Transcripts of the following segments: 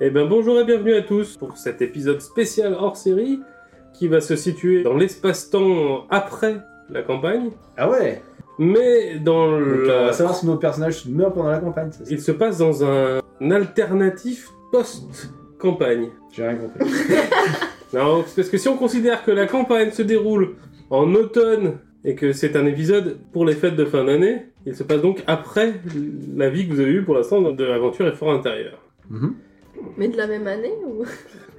Eh bien bonjour et bienvenue à tous pour cet épisode spécial hors série qui va se situer dans l'espace-temps après la campagne, Ah ouais mais dans Donc, euh, la- On va savoir si nos personnages meurent pendant la campagne. c'est ça il se passe dans un alternatif post-campagne. J'ai rien compris. Non, c'est parce que si on considère que la campagne se déroule en automne et que c'est un épisode pour les fêtes de fin d'année, il se passe donc après la vie que vous avez eue pour l'instant de l'aventure et fort intérieur. Mhm. Mais de la même année ou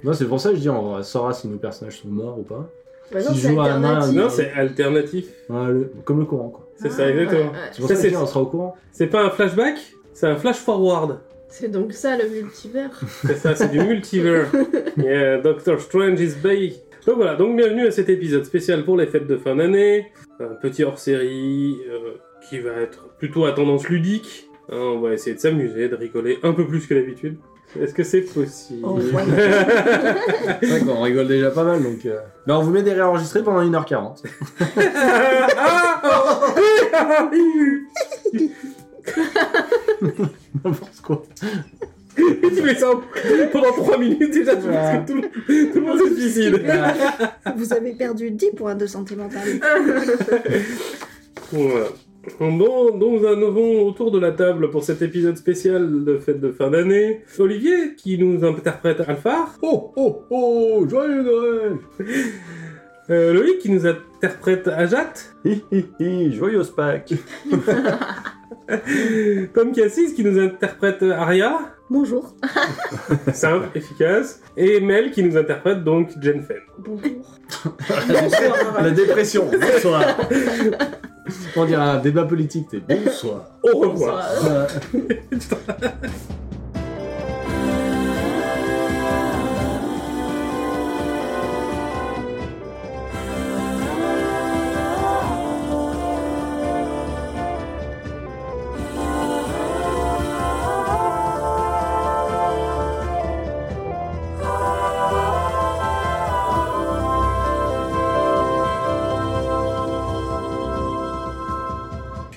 Non, c'est pour ça que je dis on saura si nos personnages sont morts ou pas. Bah S'il joue à un nain, alternatif. Non, c'est alternatif. Ouais, le- Comme le courant, quoi. C'est Ah, ça, exactement. ouais, ouais. C'est Ça, pour ça, que je c'est- dis on sera au courant. C'est pas un flashback, c'est un flash forward. C'est donc ça le multivers. C'est ça, c'est du multivers. Yeah, Doctor Strange is back. Donc voilà, donc bienvenue à cet épisode spécial pour les fêtes de fin d'année. Un petit hors-série euh, qui va être plutôt à tendance ludique. Hein, on va essayer de s'amuser, de rigoler un peu plus que d'habitude. Est-ce que c'est possible Oh, ouais. C'est vrai qu'on rigole déjà pas mal, donc. euh, Mais on vous met des réenregistrés pendant 1h40. ah N'importe quoi. Tu fais ça pendant 3 minutes déjà, tu penses que tout le, tout le monde se suicide. Vous avez perdu 10 points de santé mentale. Voilà. Bon, donc nous avons autour de la table pour cet épisode spécial de fête de fin d'année Olivier qui nous interprète Alphard, Oh, oh, oh, joyeux Noël euh, Loïc qui nous interprète Ajat, Hi, hi, hi, joyeux Spack Tom Cassis qui nous interprète Aria, Bonjour. simple, efficace, et Mel qui nous interprète donc Jenfen. Bonjour. La hein, dépression, bonsoir On dirait un débat politique, t'es bonsoir Au revoir. Euh,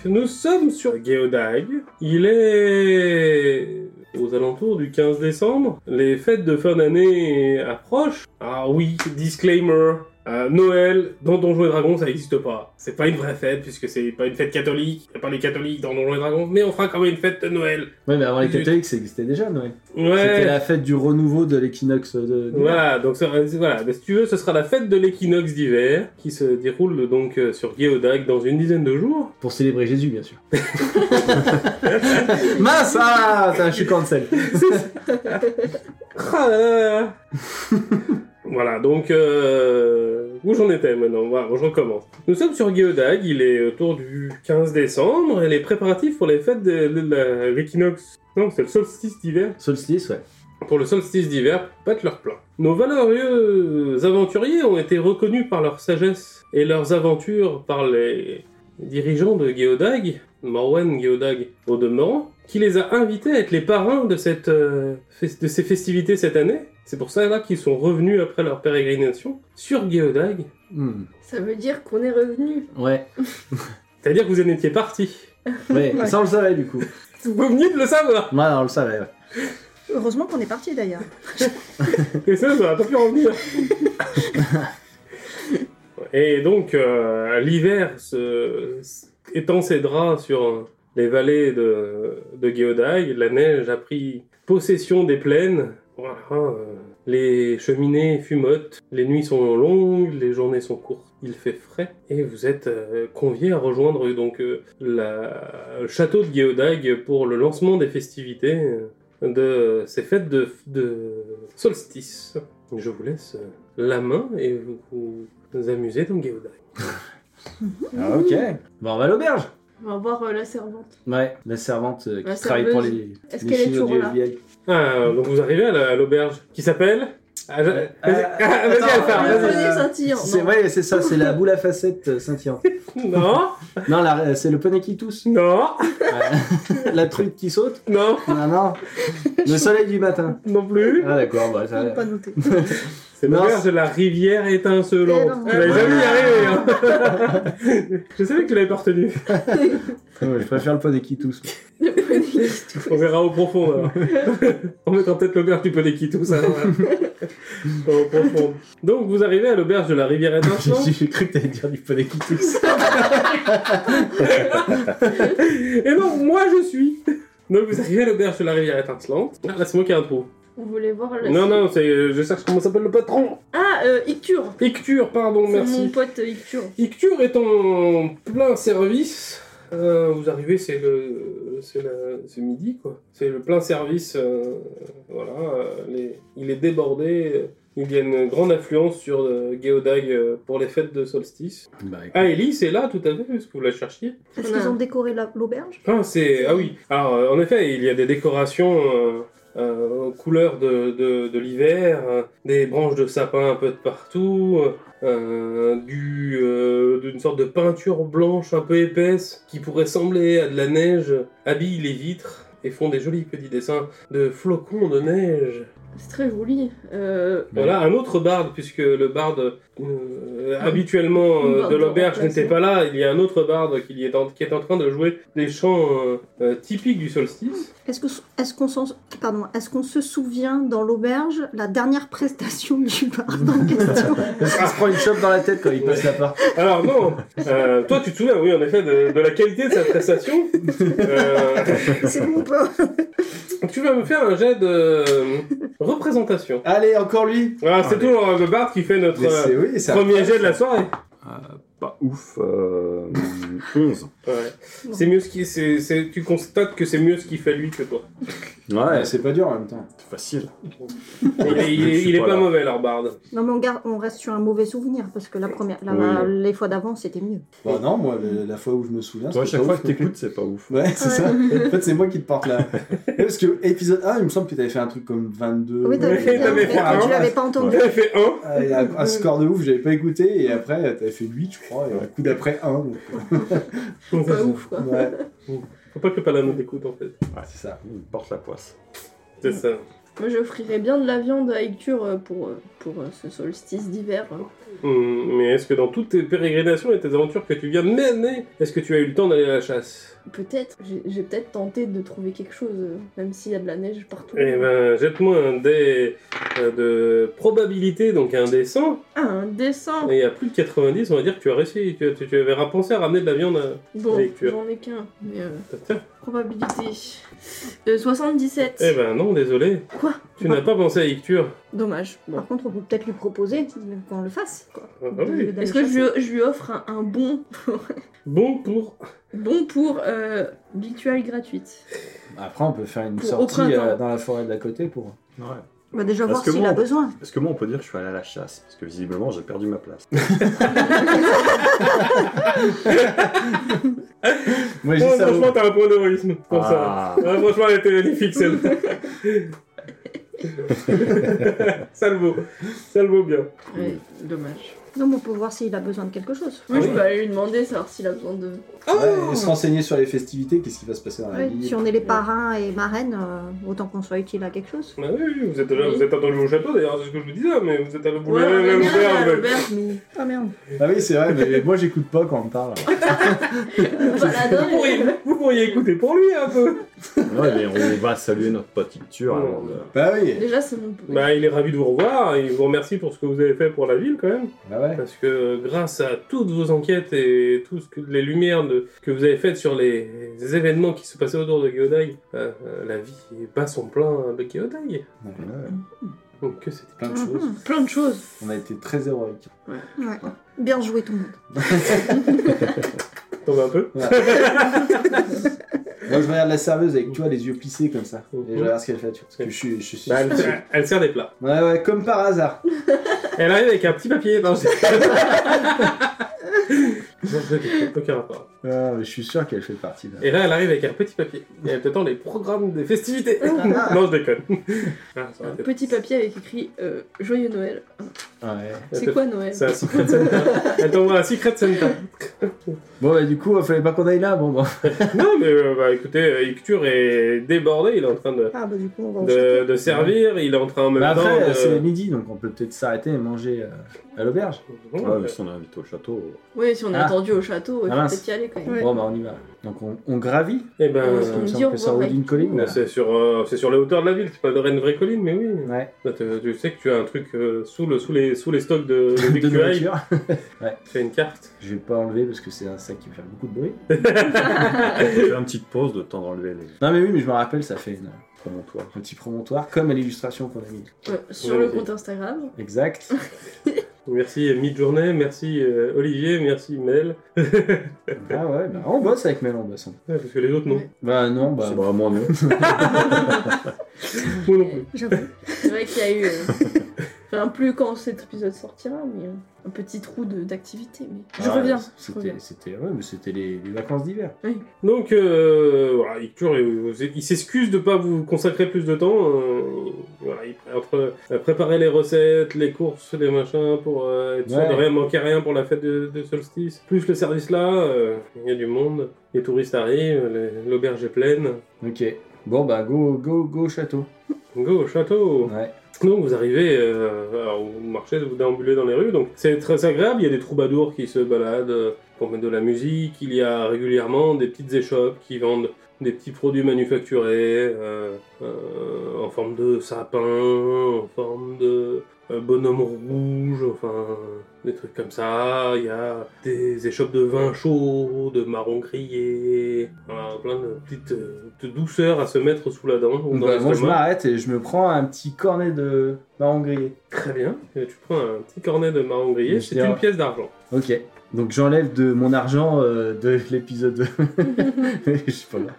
Nous sommes sur Geodag. Il est aux alentours du 15 décembre. Les fêtes de fin d'année approchent. Ah oui, disclaimer. euh, Noël dans Donjons et Dragons ça n'existe pas. C'est pas une vraie fête puisque c'est pas une fête catholique. Y a pas les catholiques dans Donjons et Dragons, mais on fera quand même une fête de Noël. Ouais, mais avant les catholiques, ça existait déjà, Noël. C'était Ouais. la fête du renouveau de l'équinoxe de. Voilà, donc ça- voilà, Mais si tu veux, ce sera la fête de l'équinoxe d'hiver qui se déroule donc euh, sur Geodag dans une dizaine de jours. Pour célébrer Jésus, bien sûr. Mince Ah ça, Je suis cancel. Ah là là. voilà, donc euh, où j'en étais maintenant Voilà, bon, je recommence. Nous sommes sur Geodag, il est autour du 15 décembre, et les préparatifs pour les fêtes de, de la- l'équinoxe. Non, c'est le solstice d'hiver. Solstice, ouais. Pour le solstice d'hiver, battent leur plein. Nos valeureux aventuriers ont été reconnus par leur sagesse et leurs aventures par les dirigeants de Geodag, Morwen Geodag au demeurant, qui les a invités à être les parrains de, cette, euh, fes- de ces festivités cette année. C'est pour ça là qu'ils sont revenus après leur pérégrination sur Geodag. Hmm. Ça veut dire qu'on est revenu. Ouais. C'est-à-dire que vous en étiez partis. ouais. Ouais. Ça, on le savait, du coup. Ouais, Vous veniez de le savoir on le savait, ouais. Heureusement qu'on est parti d'ailleurs. Et ça, ça va pas pu revenir. Et donc, euh, l'hiver se... étend ses draps sur les vallées de, de Geodag, la neige a pris possession des plaines. Voilà, euh, les cheminées fumotent, les nuits sont longues, les journées sont courtes, il fait frais, et vous êtes euh, conviés à rejoindre euh, donc euh, la- le château de Geodag pour le lancement des festivités euh, de ces fêtes de, de solstice. Je vous laisse euh, la main et vous vous, vous amusez dans Geodag. Ah, ok. Bon, on va à l'auberge. On va voir euh, la servante. Ouais, la servante euh, qui La travaille pour serveuse. les. Est-ce les qu'elle est chinois toujours du là FBI. Ah, donc vous arrivez à la- à l'auberge qui s'appelle Ah, je- Euh, Vas-y, euh, vas-y, attends, Alphard, Le euh, vas-y. poney scintillant. C'est Non. ouais, c'est ça, c'est la boule à facettes euh, scintillante. Non, Non, la- euh, c'est le poney qui tousse. non, Ouais. la truite qui saute. non, Non, non. Le soleil du matin. non plus. Ah d'accord, bah, Faut ça... pas noter. C'est le Non, verre c'est- de la rivière étincelante. Eh Tu ben, l'avais voilà. jamais y arriver. Hein. je savais que tu l'avais pas retenu. Ouais, je préfère le pot des Kitous. Le poney. On verra au profond alors. On mettra peut-être l'auberge du Poney tout ça. au profond. Donc vous arrivez à l'auberge de la rivière étincelante. J'ai j'ai cru que t'allais dire du pot des Kitous. Et non, Eh ben, moi je suis. Donc vous arrivez à l'auberge de la rivière étincelante. Ah, là c'est moi qui ai un trou. Vous voulez voir le. Non, non, c'est, euh, je cherche comment s'appelle le patron. Ah, euh, Icture. Icture, pardon, C'est Oh, merci. mon pote euh, Icture. Icture est en plein service. Euh, vous arrivez, c'est le, c'est la- c'est midi quoi. C'est le plein service. euh, voilà, euh, les- il est débordé. Il y a une grande affluence sur euh, Geodag euh, pour les fêtes de solstice. Bah, écoute. Ah, Ellie, c'est là tout à fait, parce que vous la cherchiez. Parce On a- qu'ils ont décoré la- l'auberge. Ah, c'est... ah oui. Alors, euh, en effet, il y a des décorations euh, euh, aux couleurs de, de- de l'hiver, euh, des branches de sapin un peu de partout, euh, du, euh, d'une sorte de peinture blanche un peu épaisse qui pourrait sembler à de la neige, habille les vitres et font des jolis petits dessins de flocons de neige. C'est très joli. Euh, Voilà, un autre barde, puisque le barde euh, habituellement euh, Barde de l'auberge remplacement. n'était pas là, il y a un autre barde qui est en, qui est en train de jouer des chants euh, euh, typiques du solstice. Est-ce que est-ce qu'on s'en- pardon, est-ce qu'on se souvient dans l'auberge la dernière prestation du barde en question Parce qu'il se prend une chope dans la tête quand il passe la part. Alors non, euh, toi tu te souviens, oui en effet, de, de la qualité de sa prestation. Euh, C'est bon ou pas tu vas me faire un jet de euh, représentation. Allez, encore lui Voilà, c'est Allez. toujours euh, le barde qui fait notre Mais c'est- euh, oui, ça- premier jet de la soirée. Pas ouf. Euh, 11. Ouais. C'est mieux ce qui, c'est, c'est- tu constates que c'est mieux ce qu'il fait lui que toi. Ouais, Ouais, c'est pas dur en même temps. c'est facile. Il est, il Je est- suis il est pas pas là. mauvais leur barde. Non mais on, garde, on reste sur un mauvais souvenir parce que la première, la- Oui. les fois d'avant c'était mieux. Bah non, moi, la la fois où je me souviens, Toi, à c'était chaque pas fois ouf que non plus. t'écoutes, c'est pas ouf. Ouais, c'est Ouais. ça. En fait, c'est moi qui te porte là. Ouais, Parce que épisode 1, il me semble que t'avais fait un truc comme 22. Oui, t'avais Oui, fait, t'avais fait mais un. tu l'avais pas entendu. Il a fait un. Ah, et Un un score de ouf, j'avais pas écouté, et après t'avais fait 8, je crois, et un coup d'après 1. donc, pas ouf quoi. Ouais, Faut pas que le paladin t'écoute en fait. c'est ça. Il porte la poisse. C'est ça. Moi j'offrirais bien de la viande à Icture euh, pour, euh, pour euh, ce solstice d'hiver. euh. Hum, mais est-ce que dans toutes tes pérégrinations et tes aventures que tu viens de mener, est-ce que tu as eu le temps d'aller à la chasse Peut-être, j'ai j'ai peut-être tenté de trouver quelque chose, euh, même s'il y a de la neige partout. Eh ben, jette-moi un dé euh, de probabilité, donc un dé 100, Ah, un dessin et à plus de 90, on va dire que tu as réussi. Tu, tu, tu avais pensé à ramener de la viande à... Bon, Lecture. j'en ai qu'un, mais euh, Tiens. probabilité. Euh, 77. Eh ben non, désolé. Quoi Tu n'as pas pensé à Icture. Dommage. Par contre, on peut peut-être lui proposer qu'on le fasse. quoi. Ah, ah De- oui. d'aller Est-ce que je, chasser. lui- je lui offre un, un bon Bon pour... bon pour euh, victuaille gratuite Après, on peut faire une Pour- au sortie, euh, printemps. dans la forêt d'à côté pour. Ouais. va Bah, déjà Parce voir que s'il moi, a on- besoin. Est-ce que moi, on peut dire que je suis allé à la chasse Parce que visiblement, j'ai perdu ma place. Moi, Oh, j'ai ça. franchement, t'as un point d'héroïsme pour ça. Ah. Ah, franchement, elle était magnifique celle-là. ça le vaut. Ça le vaut bien. Ouais, dommage. Non, mais on peut voir s'il a besoin de quelque chose. Oui, Ah je oui. peux aller lui demander, savoir s'il a besoin de. Ouais, et se renseigner sur les festivités, qu'est-ce qui va se passer dans la Ouais, ville. Si on est les parrains et marraines, euh, autant qu'on soit utile à quelque chose. Bah oui, oui, vous êtes déjà, Oui. vous êtes attendu au château d'ailleurs, c'est ce que je vous disais, mais vous êtes à vous Ouais, allez on à est bien l'auberge, à mais- l'auberge. Mais... Ah merde. Ah oui, c'est vrai, mais moi j'écoute pas quand on me parle. Vous pourriez, vous pourriez écouter pour lui un peu. Ouais, mais on va saluer notre pote Icture avant de- Bah oui, Déjà, c'est mon. Bah, il est ravi de vous revoir, et il vous remercie pour ce que vous avez fait pour la ville quand même, bah ouais. parce que grâce à toutes vos enquêtes et toutes les lumières de- que vous avez faites sur les, les événements qui se passaient autour de Geodai, euh, euh, la vie bat son plein hein, de Geodai. Ouais, Donc que c'était Plein de choses. Mhm. Plein de choses. On a été très héroïques. Ouais. Bien joué tout le monde. tombe un peu. Moi je regarde la serveuse avec toi les yeux plissés comme ça. Mhm. Et je regarde ce qu'elle fait, tu vois. Parce que je suis, je suis Bah, elle, elle- elle sert des plats. Ouais, ouais, comme par hasard. Elle arrive avec un petit papier. Non, je- Non, je déteste, aucun rapport. Ah, mais je suis sûr qu'elle fait partie de la- Et là, elle arrive avec un petit papier. Et elle t'attend les programmes des festivités. Ah. non, je déconne. Ah, ça Un aurait été- petit papier avec écrit euh, Joyeux Noël. Ouais. C'est quoi Noël C'est un Secret Santa. Elle t'envoie un Secret Santa. Bon, bah, du coup, il fallait pas qu'on aille là. Bon, bah. non, mais euh, bah, écoutez, euh, Icture est débordé, il est en train de, Ah bah du coup on va en de, de servir, il est en train en même Bah, temps après, de- c'est midi, donc on peut peut-être s'arrêter et manger euh, à l'auberge. Ouais, Ah, mais si on est invité au château. Oui, si on est Ah. attendu au château, il Ah, faut mince. peut-être y aller quand même. Ouais. Bon, bah, on y va. Donc, on, on gravit. Eh ben, Ouais, euh, On Il me dit semble au que ça revoir, roule d'une colline. bah, là. c'est sur, euh, c'est sur les hauteurs de la ville, c'est pas de une vraie colline, mais oui. Ouais, Bah, tu- tu sais que tu as un truc euh, sous, le, sous, les, sous les stocks de, de de VQI, tu nourriture. fais une carte. Je vais pas enlever parce que c'est un sac qui va faire beaucoup de bruit. Je fais une petite pause de temps d'enlever les Non, mais oui, mais je me rappelle, ça fait une- promontoires. un petit promontoire, comme à l'illustration qu'on a mis. Ouais, sur Ouais, le vas-y. compte Instagram. Exact. Merci euh, Midjourney, merci euh, Olivier, merci Mel, ah ouais, bah, on bosse avec Mel, on bosse. hein. Ouais, parce que les autres non. Ouais. Bah, non, bah. C'est vraiment nous. Moi non plus. J'avoue. C'est vrai qu'il y a eu. euh, Enfin, plus quand cet épisode sortira, mais euh, un petit trou de- d'activité. Mais je ah, reviens. Je reviens. C'était, c'était, ouais, mais c'était les, les vacances d'hiver. Donc, euh, voilà, Icture, euh, il s'excuse de pas vous consacrer plus de temps. euh, voilà, il pré- entre euh, préparer les recettes, les courses, les machins, pour euh, être sûr Ouais. de rien manquer à rien pour la fête de, de solstice. Plus le service là, euh, il y a du monde, les touristes arrivent, les- l'auberge est pleine. Ok. Bon, bah, go, go, go, au château. Go au château Ouais. Donc vous arrivez, euh, alors vous marchez, vous déambulez dans les rues, donc c'est très agréable, il y a des troubadours qui se baladent euh, pour mettre de la musique, il y a régulièrement des petites échoppes qui vendent des petits produits manufacturés euh, euh, en forme de sapin, en forme de euh, bonhomme rouge, enfin des trucs comme ça, il y a des échoppes de vin chaud, de marron grillé, voilà, plein de petites euh, de douceurs à se mettre sous la dent ou dans Bah, moi, je l'estomac. m'arrête et je me prends un petit cornet de marron grillé. Très bien. Euh, Tu prends un petit cornet de marron grillé, Mais c'est c'est une rare. pièce d'argent. Ok. Donc, j'enlève de mon argent euh, de l'épisode. je sais pas grave.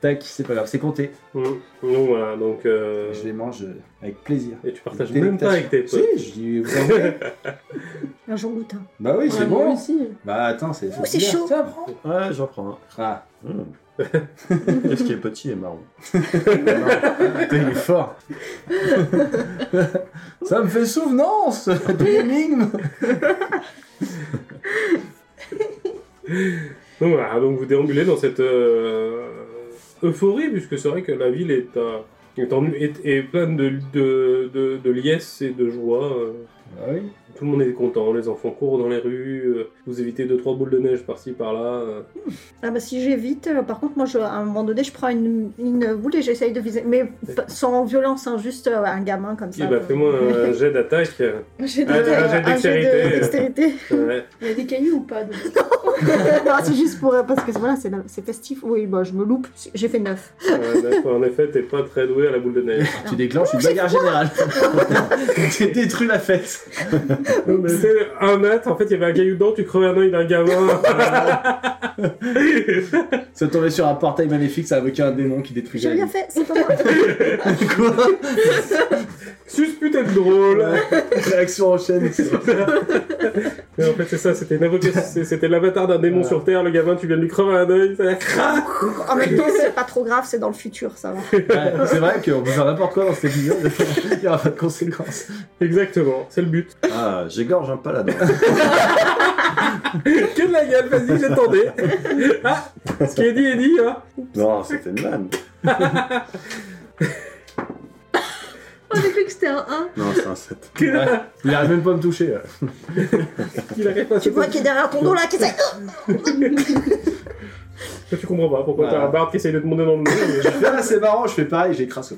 Tac, c'est pas grave, c'est compté. Mm. Donc voilà, donc. euh, Mmh. Je les mange euh, avec plaisir. Et tu partages Délectation. même pas avec tes potes. Si, je dis. vous en voulez Un Jean Goutin. bah oui, c'est Ouais, moi bon. aussi. Bah attends, c'est. Oh, c'est chaud. Ça prend. Ouais, j'en prends un. Ah, Hum. Qu'est-ce qui est petit et marron putain, il est fort. Ça me fait souvenance de l'énigme. Donc voilà, donc vous déambulez dans cette euh, euphorie, puisque c'est vrai que la ville est, euh, est, en- est- est pleine de, de, de, de liesse et de joie. euh. Bah oui. Tout le monde est content, les enfants courent dans les rues, euh, vous évitez deux trois boules de neige par-ci par-là. euh. Ah bah si j'évite, euh, par contre moi je, à un moment donné je prends une, une boule et j'essaye de viser, mais pas- sans violence, hein, juste euh, un gamin comme Eh ça. bah, euh. fais-moi un jet d'attaque. J'ai Ah, des- t'as- jet de un jet de dextérité. dextérité. Ouais. Il y a des cailloux ou pas dedans Non, c'est juste pour euh, parce que voilà c'est c'est festif. Oui bah je me loupe, j'ai fait 9. Ouais, d'accord, Euh, en effet, t'es pas très doué à la boule de neige. Tu déclenches Oh, une bagarre générale. tu détruis la fête. Non, mais c'est un mètre, en fait, il y avait un caillou dedans, tu crevais un œil d'un gamin. Ça tombait sur un portail maléfique, ça invoquait un démon qui détruisait. J'ai la vie. rien fait, c'est pas moi. Quoi Sus putain de drôle. Réaction en chaîne. etc. Mais en fait, c'est ça, c'était une invocation- c'est- c'était l'avatar d'un démon Voilà. sur Terre, le gamin, tu viens de lui crever un œil. ça- En même temps c'est pas trop grave, c'est dans le futur ça va. Ouais, c'est vrai qu'on peut faire n'importe quoi dans cet épisode. Il n'y aura pas de conséquences. Exactement, c'est le but. Ah, j'égorge un paladin. Que de la gueule, vas-y, j'attendais. Ah, ce qui est dit est dit, hein. non, c'était une vanne. Oh, j'ai cru que c'était un 1. Non, c'est un 7. Ouais. Il arrive même pas à me toucher. là. Il arrive pas à Tu se vois qui est derrière ton dos là, qui essaie- Tu comprends pas pourquoi Voilà. t'as un barde qui essaye de te monter dans le nez. Là, là, c'est marrant, je fais pareil, j'écrase.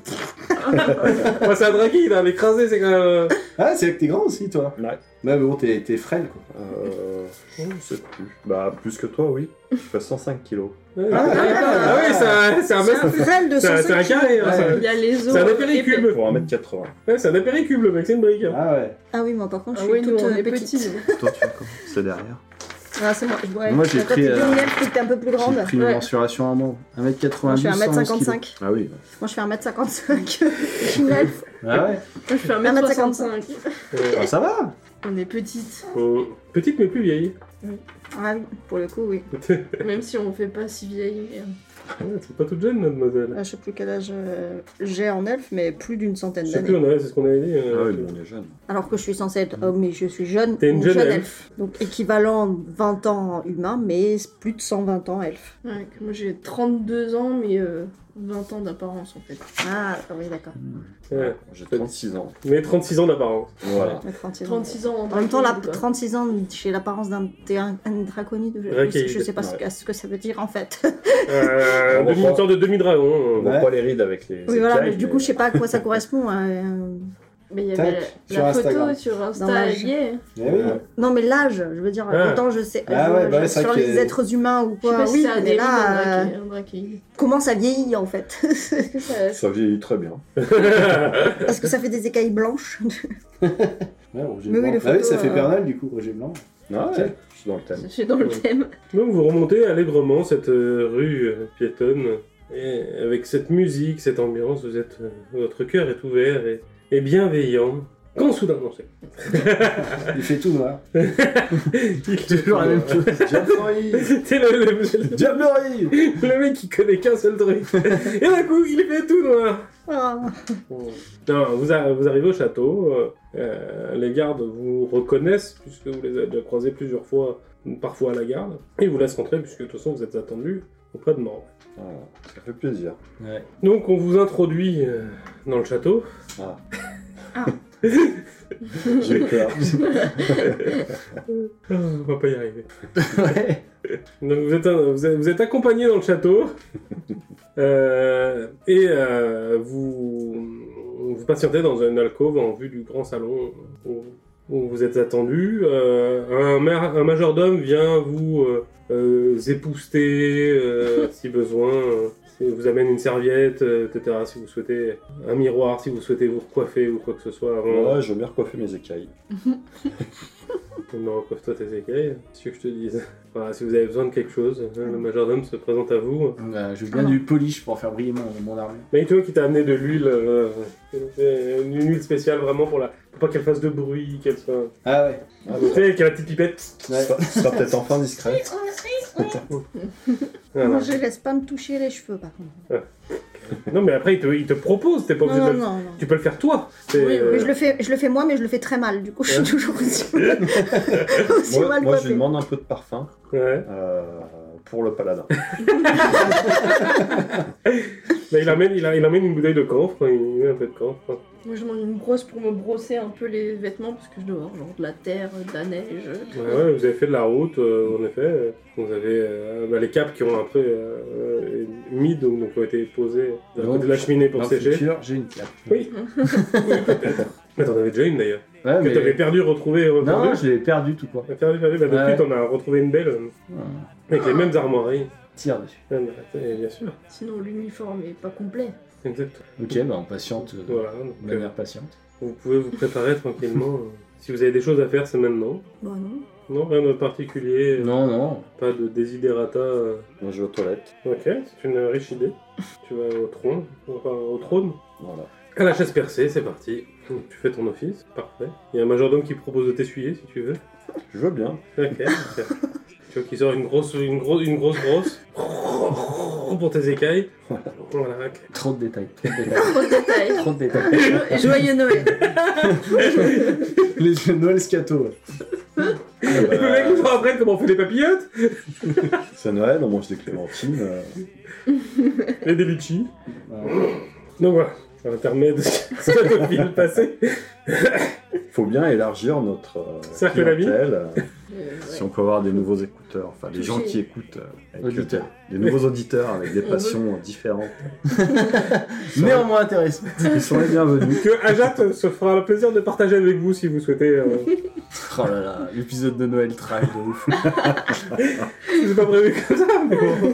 le- Moi, c'est un draguide, hein, l'écraser, c'est quand même. Ah, c'est vrai que t'es grand aussi, toi. Ouais. Ouais, mais bon, t'es, t'es frêle, quoi. Euh, je sais plus. Bah, plus que toi, oui. Je fais 105 kilos. Ouais, Ah, c'est- ah, ah oui, c'est un- c'est un C'est un mètre. frêle de C'est un- c'est un 105 kilos. carré, hein, c'est un- Il y a les os. c'est un épais. apéricube. Pour 1m80. Ouais, c'est un apéricube, le mec, c'est une brique. hein. Ah ouais. Ah oui moi par contre Ah je suis oui, nous, toute on euh, est petite. petits. nous. Toi, tu fais comment C'est derrière. Ah c'est moi. Ouais. Moi, j'ai Toi, pris, t'es euh, plus mignonne, t'es un peu plus grande. J'ai pris une Ouais. mensuration à moi. 1m92. Moi je fais 111 kilos. 1m55. Ah oui. Moi je fais 1m55. Je suis une elfe. Ah ouais. Moi, je fais 1m55. 1m55. Euh, Ah, ça va. On est petites. euh, petite mais plus vieille. Ah oui, pour le coup oui. Même si on fait pas si vieille. merde. Ouais, c'est pas toute jeune, mademoiselle. Euh, je sais plus quel âge euh, j'ai en elfe, mais plus d'une centaine Je sais plus, d'années. on a- c'est ce qu'on avait dit. Ah euh, oui, que- mais on est jeune. Alors que je suis censée être homme, mais je suis jeune. T'es une donc jeune elfe. Donc équivalent 20 ans humain, mais plus de 120 ans elfe. euh, Ouais, que moi j'ai 32 ans, mais euh, 20 ans d'apparence en fait. Ah, oui, d'accord. Mm. bah. Ouais. Ah, J'ai 36 ans. Mais 36 ans d'apparence. Voilà. Mais 36 ans. 36 ans en, En même temps, la quoi. 36 ans, chez l'apparence d'un t'es un- un draconide, je, Draconide, je sais pas ce, ouais. que, ce que ça veut dire en fait. Euh, On voit demi- pas. une sorte de demi-dragon. On hein. voit Ouais. pas les rides avec les. oui, voilà, écailles, mais du mais- coup, je sais pas à quoi ça correspond. hein, euh, Mais il y Tac, avait la, sur la photo Instagram. sur Dans Insta, la- elle y est. Eh oui. Ouais. Non, mais l'âge, je veux dire, Ah. autant je sais. Ah je- ouais, bah je- ouais, c'est sur vrai que- les êtres humains ou Je sais quoi, pas si oui, ça a mais des là, rides, euh, un drakeid. comment ça vieillit en fait Est-ce que ça- Ça vieillit très bien. Parce que ça fait des écailles blanches. Ouais, Roger Mais Blanc. oui, les Ah oui, ça photos, fait euh, Pernal du coup, Roger Blanc. Ah ouais, je suis dans le thème. Je suis dans le Ouais. thème. Donc vous remontez allègrement cette euh, rue euh, piétonne et avec cette musique, cette ambiance, vous êtes, euh, votre cœur est ouvert et, et bienveillant. Quand soudain, non, c'est Il fait tout hein. noir. il Toujours la même chose. Diablerie C'est le, le- Diablerie le mec qui connaît qu'un seul truc. Et d'un coup, il fait tout noir. Ah. Non, vous, a- vous arrivez au château. euh, euh, les gardes vous reconnaissent puisque vous les avez déjà croisés plusieurs fois, parfois à la garde, et ils vous laissent rentrer puisque de toute façon vous êtes attendu auprès de Morve. Ah, ça fait plaisir. Ouais. Donc on vous introduit euh, dans le château. Ah. Ah. J'ai peur. Ah, on va pas y arriver. Ouais. Donc vous êtes, un- vous êtes, vous êtes accompagné dans le château Euh, et euh, vous, vous patientez dans une alcôve en vue du grand salon où, où vous êtes attendu. Euh, un, ma- un majordome vient vous euh, euh, épouster euh, si besoin. euh, si- vous amène une serviette, euh, etc. Si vous souhaitez un miroir, si vous souhaitez vous recoiffer ou quoi que ce soit avant. Ouais, je veux bien recoiffer mes écailles. Non, recoiffe-toi tes écailles, ce que je te dise. Voilà, si vous avez besoin de quelque chose, hein, le majordome se présente à vous. Euh, je veux bien du polish pour faire briller mon, mon armure. Mais toi qui t'a amené de l'huile, euh, euh, une huile spéciale vraiment pour la, pour pas qu'elle fasse de bruit, qu'elle soit, Ah ouais. Ah, tu sais, avec la petite pipette. Ce sera- ce sera peut-être enfin discret. Voilà. Moi, je laisse pas me toucher les cheveux par contre. Non mais après il te, il te propose, t'es pas Non, obligé de non, le- non. non. Tu peux le faire toi. C'est- Oui, Mais je le, fais, je le fais moi, mais je le fais très mal. Du coup, je suis toujours aussi, aussi mal Moi, moi, je lui coiffée. demande un peu de parfum Ouais. euh, pour le paladin. Mais il amène, il, a- il amène une bouteille de camphre, hein, il met un peu de camphre. hein. Moi je demande une brosse pour me brosser un peu les vêtements parce que je dois avoir genre de la terre, de la neige. Ouais, ouais, vous avez fait de la route, euh, en effet. Vous avez euh, bah, les capes qui ont après euh, mis, donc, donc ont été posés à côté Donc, de la cheminée pour Dans le sécher. futur, j'ai une cape. Oui. Mais t'en avais déjà une d'ailleurs. Ouais, Que t'avais mais... perdu, euh, retrouvé, Non, retrouvé. je l'ai perdu tout court. Perdu, perdu, bah, depuis Ouais. t'en as retrouvé une belle. euh, Avec les mêmes armoiries. Tire dessus. Ah, bah, et bien sûr, Sinon l'uniforme est pas complet. exact. Ok, bah on patiente. euh, Voilà, donc, De manière patiente. euh, vous pouvez vous préparer tranquillement. si vous avez des choses à faire, c'est maintenant. Bah Bon, non. Non, rien de particulier, euh, Non, non. pas de desiderata. euh. Moi, je vais aux toilettes. Ok, c'est une riche idée. tu vas au trône, enfin, au trône. Voilà. À la chasse percée, c'est parti. Donc, tu fais ton office, parfait. Il y a un majordome qui propose de t'essuyer si tu veux. Je veux bien. Ok. parfait. tu vois qu'il sort une grosse, une grosse, une grosse brosse pour tes écailles. Voilà, ok. Trop de détails. Trop de détails. Trop de détails. trop de détails. Jo- et Joyeux Noël. Les jeux de Noël scato. ouais. Le mec nous rappelle comment on fait les papillotes Euh, C'est Noël, on mange des clémentines. euh, et des litchis. Ouais. Donc voilà, à l'intermède de ce que- ce que t'as vu le passé. faut bien élargir notre euh, Cercle d'amis. clientèle, euh, Euh, ouais. Si on peut avoir des nouveaux écouteurs, enfin des gens qui écoutent, euh, avec, euh, Auditeurs. des nouveaux auditeurs avec des On passions euh, différentes, Néanmoins intéressant. ils sont les bienvenus. Que Ajat se fera le plaisir de partager avec vous si vous souhaitez. euh, Oh là là, l'épisode de Noël trash de ouf. C'est pas prévu comme ça, mais bon.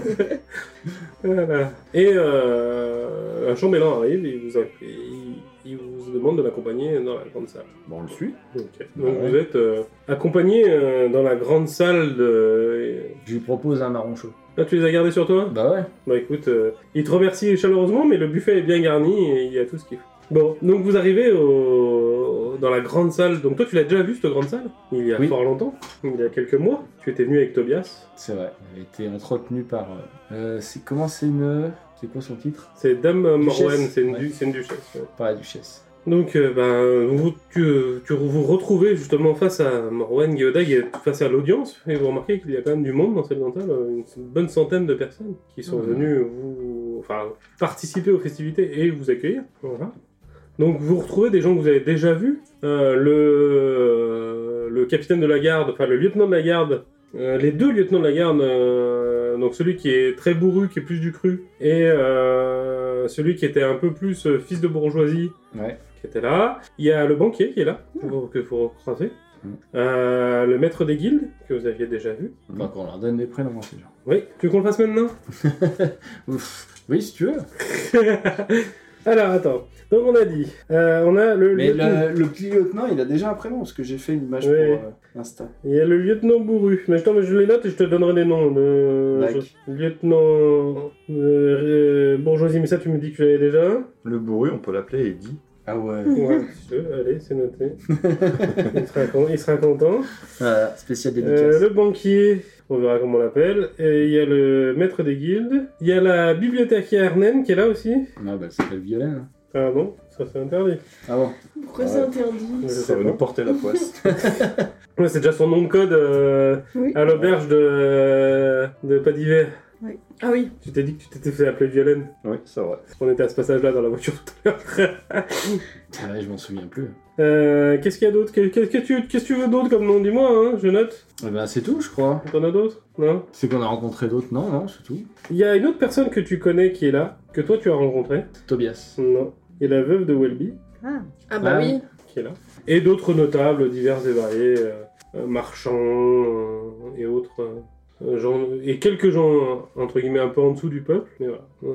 Voilà. Et euh, un chambellan arrive et il vous, il- il vous demande de l'accompagner dans la grande salle. Bon, on le suit. Ok. Donc Ah ouais. vous êtes euh, accompagné euh, dans la grande salle de. Je lui propose un marron chaud. Là, tu les as gardés sur toi Bah ouais. Bah écoute, euh, il te remercie chaleureusement, mais le buffet est bien garni et il y a tout ce qu'il faut. Bon, donc vous arrivez au, au- dans la grande salle. Donc toi, tu l'as déjà vu cette grande salle Il y a Oui. fort longtemps, il y a quelques mois. Tu étais venu avec Tobias. C'est vrai, elle a été entretenue par. euh, euh, c'est, comment c'est une. C'est quoi son titre C'est Dame euh, Duchesse. Morwen, c'est une, Ouais. du- c'est une duchesse. ouais. Par la duchesse. Donc, euh, ben, vous, tu, tu- vous retrouvez justement face à Morwen Geodag et face à l'audience, et vous remarquez qu'il y a quand même du monde dans cette grande salle, euh, une, bonne centaine de personnes qui sont Mhm. venues vous, enfin, participer aux festivités et vous accueillir. Voilà. Donc, vous retrouvez des gens que vous avez déjà vus. Euh, le, le capitaine de la garde, enfin, le lieutenant de la garde, euh, les deux lieutenants de la garde, euh, donc celui qui est très bourru, qui est plus du cru, et euh, celui qui était un peu plus euh, fils de bourgeoisie Ouais. qui était là. Il y a le banquier qui est là, pour- que vous recroisez. Mm. Euh, le maître des guildes, que vous aviez déjà vu. Enfin, qu'on leur donne des prénoms, ces gens. Oui, tu veux qu'on le fasse maintenant Ouf. Oui, si tu veux. Alors, attends. Donc, on a dit. euh, on a le. Mais lieutenant- le, le petit lieutenant, il a déjà un prénom, parce que j'ai fait une image Ouais. pour euh, Insta. Il y a le lieutenant bourru. Mais attends, mais je les note et je te donnerai des noms. Le D'accord. lieutenant euh, euh, bourgeoisie, mais ça, tu me dis que tu l'avais déjà. Le bourru, on peut l'appeler Eddie. Ah ouais. Ouais, si tu veux. Allez, c'est noté. il, sera, con- il sera content. Voilà, spécial dédicace. Euh, le banquier, on verra comment on l'appelle. Et il y a le maître des guildes. Il y a la bibliothécaire Arnen qui est là aussi. Ah bah, elle s'appelle Violaine. hein. Ah non, ça c'est interdit. Ah bon Pourquoi c'est interdit Je sais Ça va pas. nous porter la poisse. Ouais, c'est déjà son nom de code euh, Oui. à l'auberge de, de Pas d'hiver. Ah oui, Tu t'es dit que tu t'étais fait appeler Violaine. oui, c'est vrai. On était à ce passage-là dans la voiture tout à l'heure. Ah ouais, je m'en souviens plus. Euh, Qu'est-ce qu'il y a d'autre Qu'est- qu'est-ce que, tu- qu'est-ce que tu veux d'autre comme nom Dis-moi, hein, je note. Eh ben, c'est tout, je crois. T'en as d'autres Non C'est qu'on a rencontré d'autres. Non, non, c'est tout. Il y a une autre personne que tu connais qui est là, que toi tu as rencontrée. Tobias. Non. Il y a la veuve de Welby. Ah. ah bah Ah oui. qui est là. Et d'autres notables divers et variés, euh, euh, marchands euh, et autres. euh, euh, gens, et quelques gens, euh, entre guillemets, un peu en dessous du peuple, mais voilà. Euh,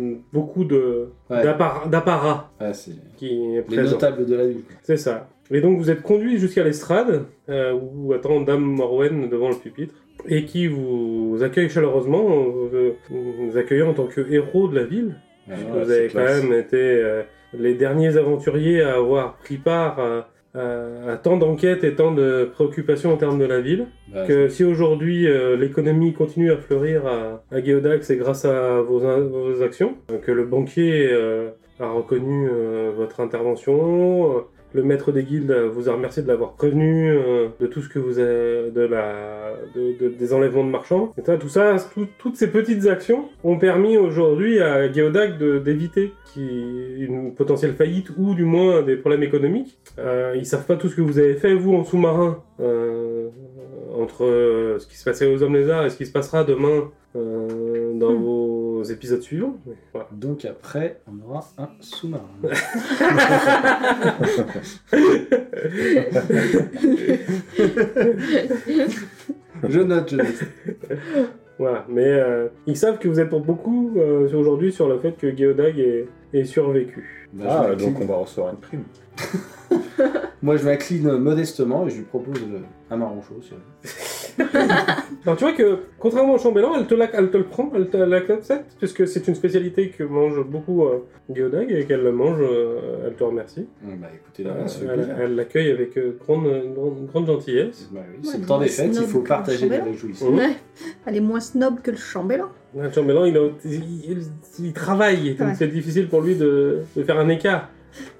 euh, beaucoup de- Ouais. d'appar- d'apparat Ah, c'est qui est les présent. notables de la ville. quoi. C'est ça. Et donc vous êtes conduit jusqu'à l'estrade, euh, où attend Dame Morwen devant le pupitre, et qui vous accueille chaleureusement, euh, vous accueillant en tant que héros de la ville. Ah, Parce que ouais, vous c'est avez classe. quand même été euh, les derniers aventuriers à avoir pris part à, à- à tant d'enquêtes et tant de préoccupations en termes de la ville. Bah, que si aujourd'hui euh, l'économie continue à fleurir à, à Geodax, c'est grâce à vos, in- vos actions. Euh, Que le banquier euh, a reconnu euh, votre intervention. euh, Le maître des guildes euh, vous a remercié de l'avoir prévenu euh, de tout ce que vous avez, de la, de- de- des enlèvements de marchands. Et ça, tout ça, tout- toutes ces petites actions ont permis aujourd'hui à Geodax de- d'éviter qui- une potentielle faillite ou du moins des problèmes économiques. Euh, ils savent pas tout ce que vous avez fait vous en sous-marin euh, entre euh, ce qui se passait aux hommes lézards et ce qui se passera demain euh, dans Hmm. vos épisodes suivants. Mais voilà. Donc après, on aura un sous-marin. Je note, je note. Voilà, mais euh, ils savent que vous êtes pour beaucoup euh, aujourd'hui sur le fait que Geodag ait, ait survécu. Bah, je Ah, m'incline. donc on va recevoir une prime. Moi, je m'incline modestement et je lui propose euh, un marron chaud. si elle veut. Alors tu vois que, contrairement au chambellan, elle te, la- elle te le prend, elle te l'accepte, puisque c'est une spécialité que mange beaucoup euh, Geodag et qu'elle le mange, euh, elle te remercie. Euh, Bon, Bah écoutez, Ah, là, c'est elle elle l'accueille avec euh, grande, grande, grande gentillesse. Bah oui, c'est Ouais, le temps des c'est fêtes, il noble faut comme partager les Chambellan. réjouissances. Mmh. Ouais. Elle est moins snob que le chambellan. Le chambellan, il, a- il- il- il travaille, donc Ouais. c'est difficile pour lui de, de faire un écart.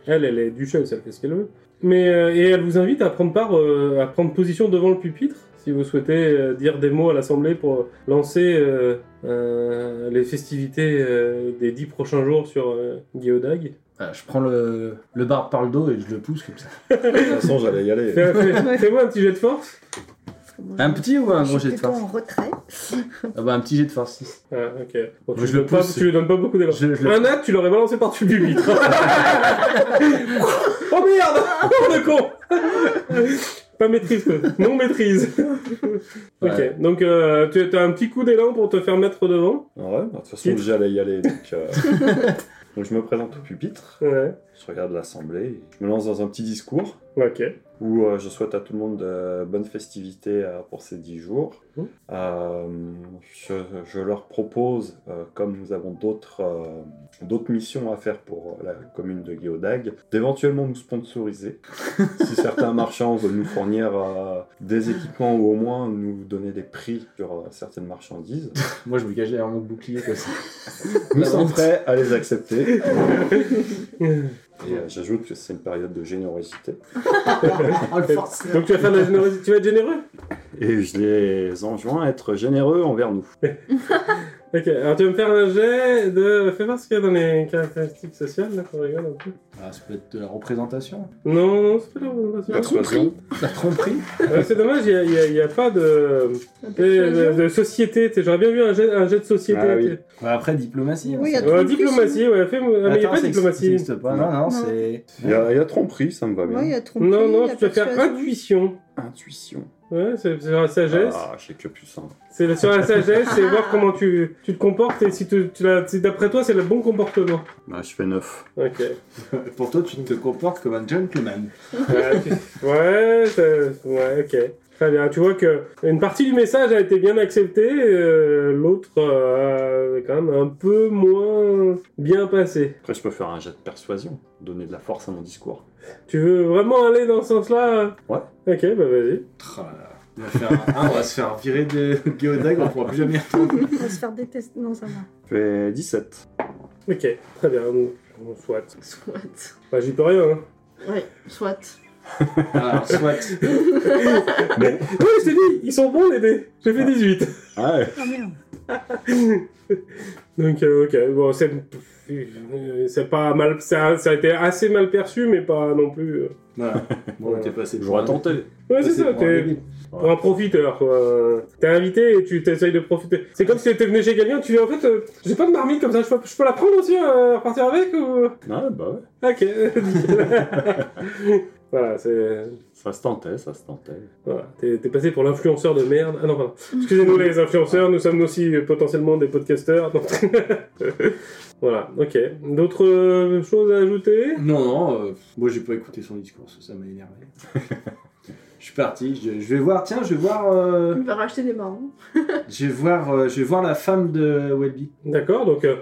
Elle, elle est duchesse, elle fait ce qu'elle veut. Mais, euh, et elle vous invite à prendre part, euh, à prendre position devant le pupitre, si vous souhaitez euh, dire des mots à l'Assemblée pour lancer euh, euh, les festivités euh, des dix prochains jours sur euh, Geodag. Ah, je prends le, le barbe par le dos et je le pousse comme ça. De toute façon, j'allais y aller. Fais- fais- Fais-moi un petit jet de force. Un petit ou un Je gros suis jet de plutôt force en retrait. ah bah, Un petit jet de force. six. Ah, ok. Bon, tu, Moi, je lui le donnes pas- pousse. tu lui donnes pas beaucoup d'élan. Je, je le... Un acte, tu l'aurais balancé par-dessus le pupitre. oh merde Oh le con Pas maîtrise, quoi. non maîtrise. Ouais. Ok, donc euh, tu as un petit coup d'élan pour te faire mettre devant. Ouais, bah, de toute façon, Titre. j'allais y aller. Donc, euh, donc je me présente au pupitre. Ouais. je regarde l'assemblée, et je me lance dans un petit discours Ok. où euh, je souhaite à tout le monde de bonnes festivités euh, pour ces 10 jours. Mhm. Euh, je, je leur propose, euh, comme nous avons d'autres euh, d'autres missions à faire pour euh, la commune de Guéodag, d'éventuellement nous sponsoriser. si certains marchands veulent nous fournir euh, des équipements ou au moins nous donner des prix sur euh, certaines marchandises, Moi, je me cache derrière mon bouclier comme ça. nous La sommes honte. prêts à les accepter. Et euh, j'ajoute que c'est une période de générosité. Ah, le force. Donc tu vas faire de la générosité, tu vas être généreux Et je les enjoins à être généreux envers nous. Ok, alors tu vas me faire un jet de. Fais voir ce qu'il y a dans les caractéristiques sociales, là, qu'on rigole un peu. Ah, ça peut être de la représentation. Non, non, c'est pas la représentation. La Ah, tromperie. La tromperie Euh, c'est dommage, il n'y a, pas de, la de, persuasion. de société. tu sais, J'aurais bien vu un jet, un jet de société. Ah oui. tu sais. Bah, Après, diplomatie. hein, Oui, c'est- attends. Euh, Tromperie, diplomatie, ouais, fais, ah, mais il n'y a Attends, pas de ça ex- ça diplomatie. existe pas. Non, non, Non. c'est. Il y, a, il y a tromperie, ça me va bien. Ouais, il y a trompé. Ah, Non, non, la tu peux faire persuasion. intuition. Intuition. Ouais, c'est c'est sur la sagesse. Ah, je sais que plus simple. C'est la- sur la sagesse, c'est voir comment tu, tu te comportes et si, tu, tu l'as- si d'après toi c'est le bon comportement. Bah, je fais 9. Ok. Pour toi, tu te comportes comme un gentleman. Ouais, tu- ouais, ça- ouais, ok. Très bien. Tu vois que une partie du message a été bien acceptée, euh, l'autre euh, est quand même un peu moins bien passé. Après, je peux faire un jet de persuasion, donner de la force à mon discours. Tu veux vraiment aller dans ce sens-là Ouais. Ok, bah vas-y. Tralala. Oh On va, faire un- un, on va se faire virer de Geodag, on pourra plus jamais y retourner. On va se faire détester. Non, ça va. Je fais 17. Ok, très bien. Bon, soit. Soit. Bah, j'y peux rien. Hein. Ouais, soit. Alors, soit. Ouais, je t'ai dit, ils sont bons les dés. J'ai fait 18. Ouais. Ah merde. Donc, euh, ok, bon, c'est. euh, C'est pas mal. Ça, ça a été assez mal perçu, mais pas non plus. euh. Voilà. Bon, t'es passé. pour J'aurais un- tenté. Ouais, c'est passé ça, pour un t'es débile. pour un profiteur, quoi. T'es invité et tu t'essayes de profiter. C'est comme si t'étais venu chez quelqu'un, tu dis en fait, euh, j'ai pas de marmite comme ça, je peux, je peux la prendre aussi, euh, repartir avec ou. Ouais, bah ouais. Ok. voilà, c'est. Ça se tentait, ça se tentait. Voilà, t'es t'es passé pour l'influenceur de merde. Ah non, pardon. Excusez-nous les influenceurs, nous sommes aussi euh, potentiellement des podcasteurs. donc- voilà, ok. D'autres euh, choses à ajouter Non, non, euh, moi j'ai pas écouté son discours, ça, ça m'a énervé. Je suis parti, je, je vais voir, tiens, je vais voir, euh, Il va racheter des marrons. je vais voir, euh, je vais voir la femme de Welby. D'accord, donc euh,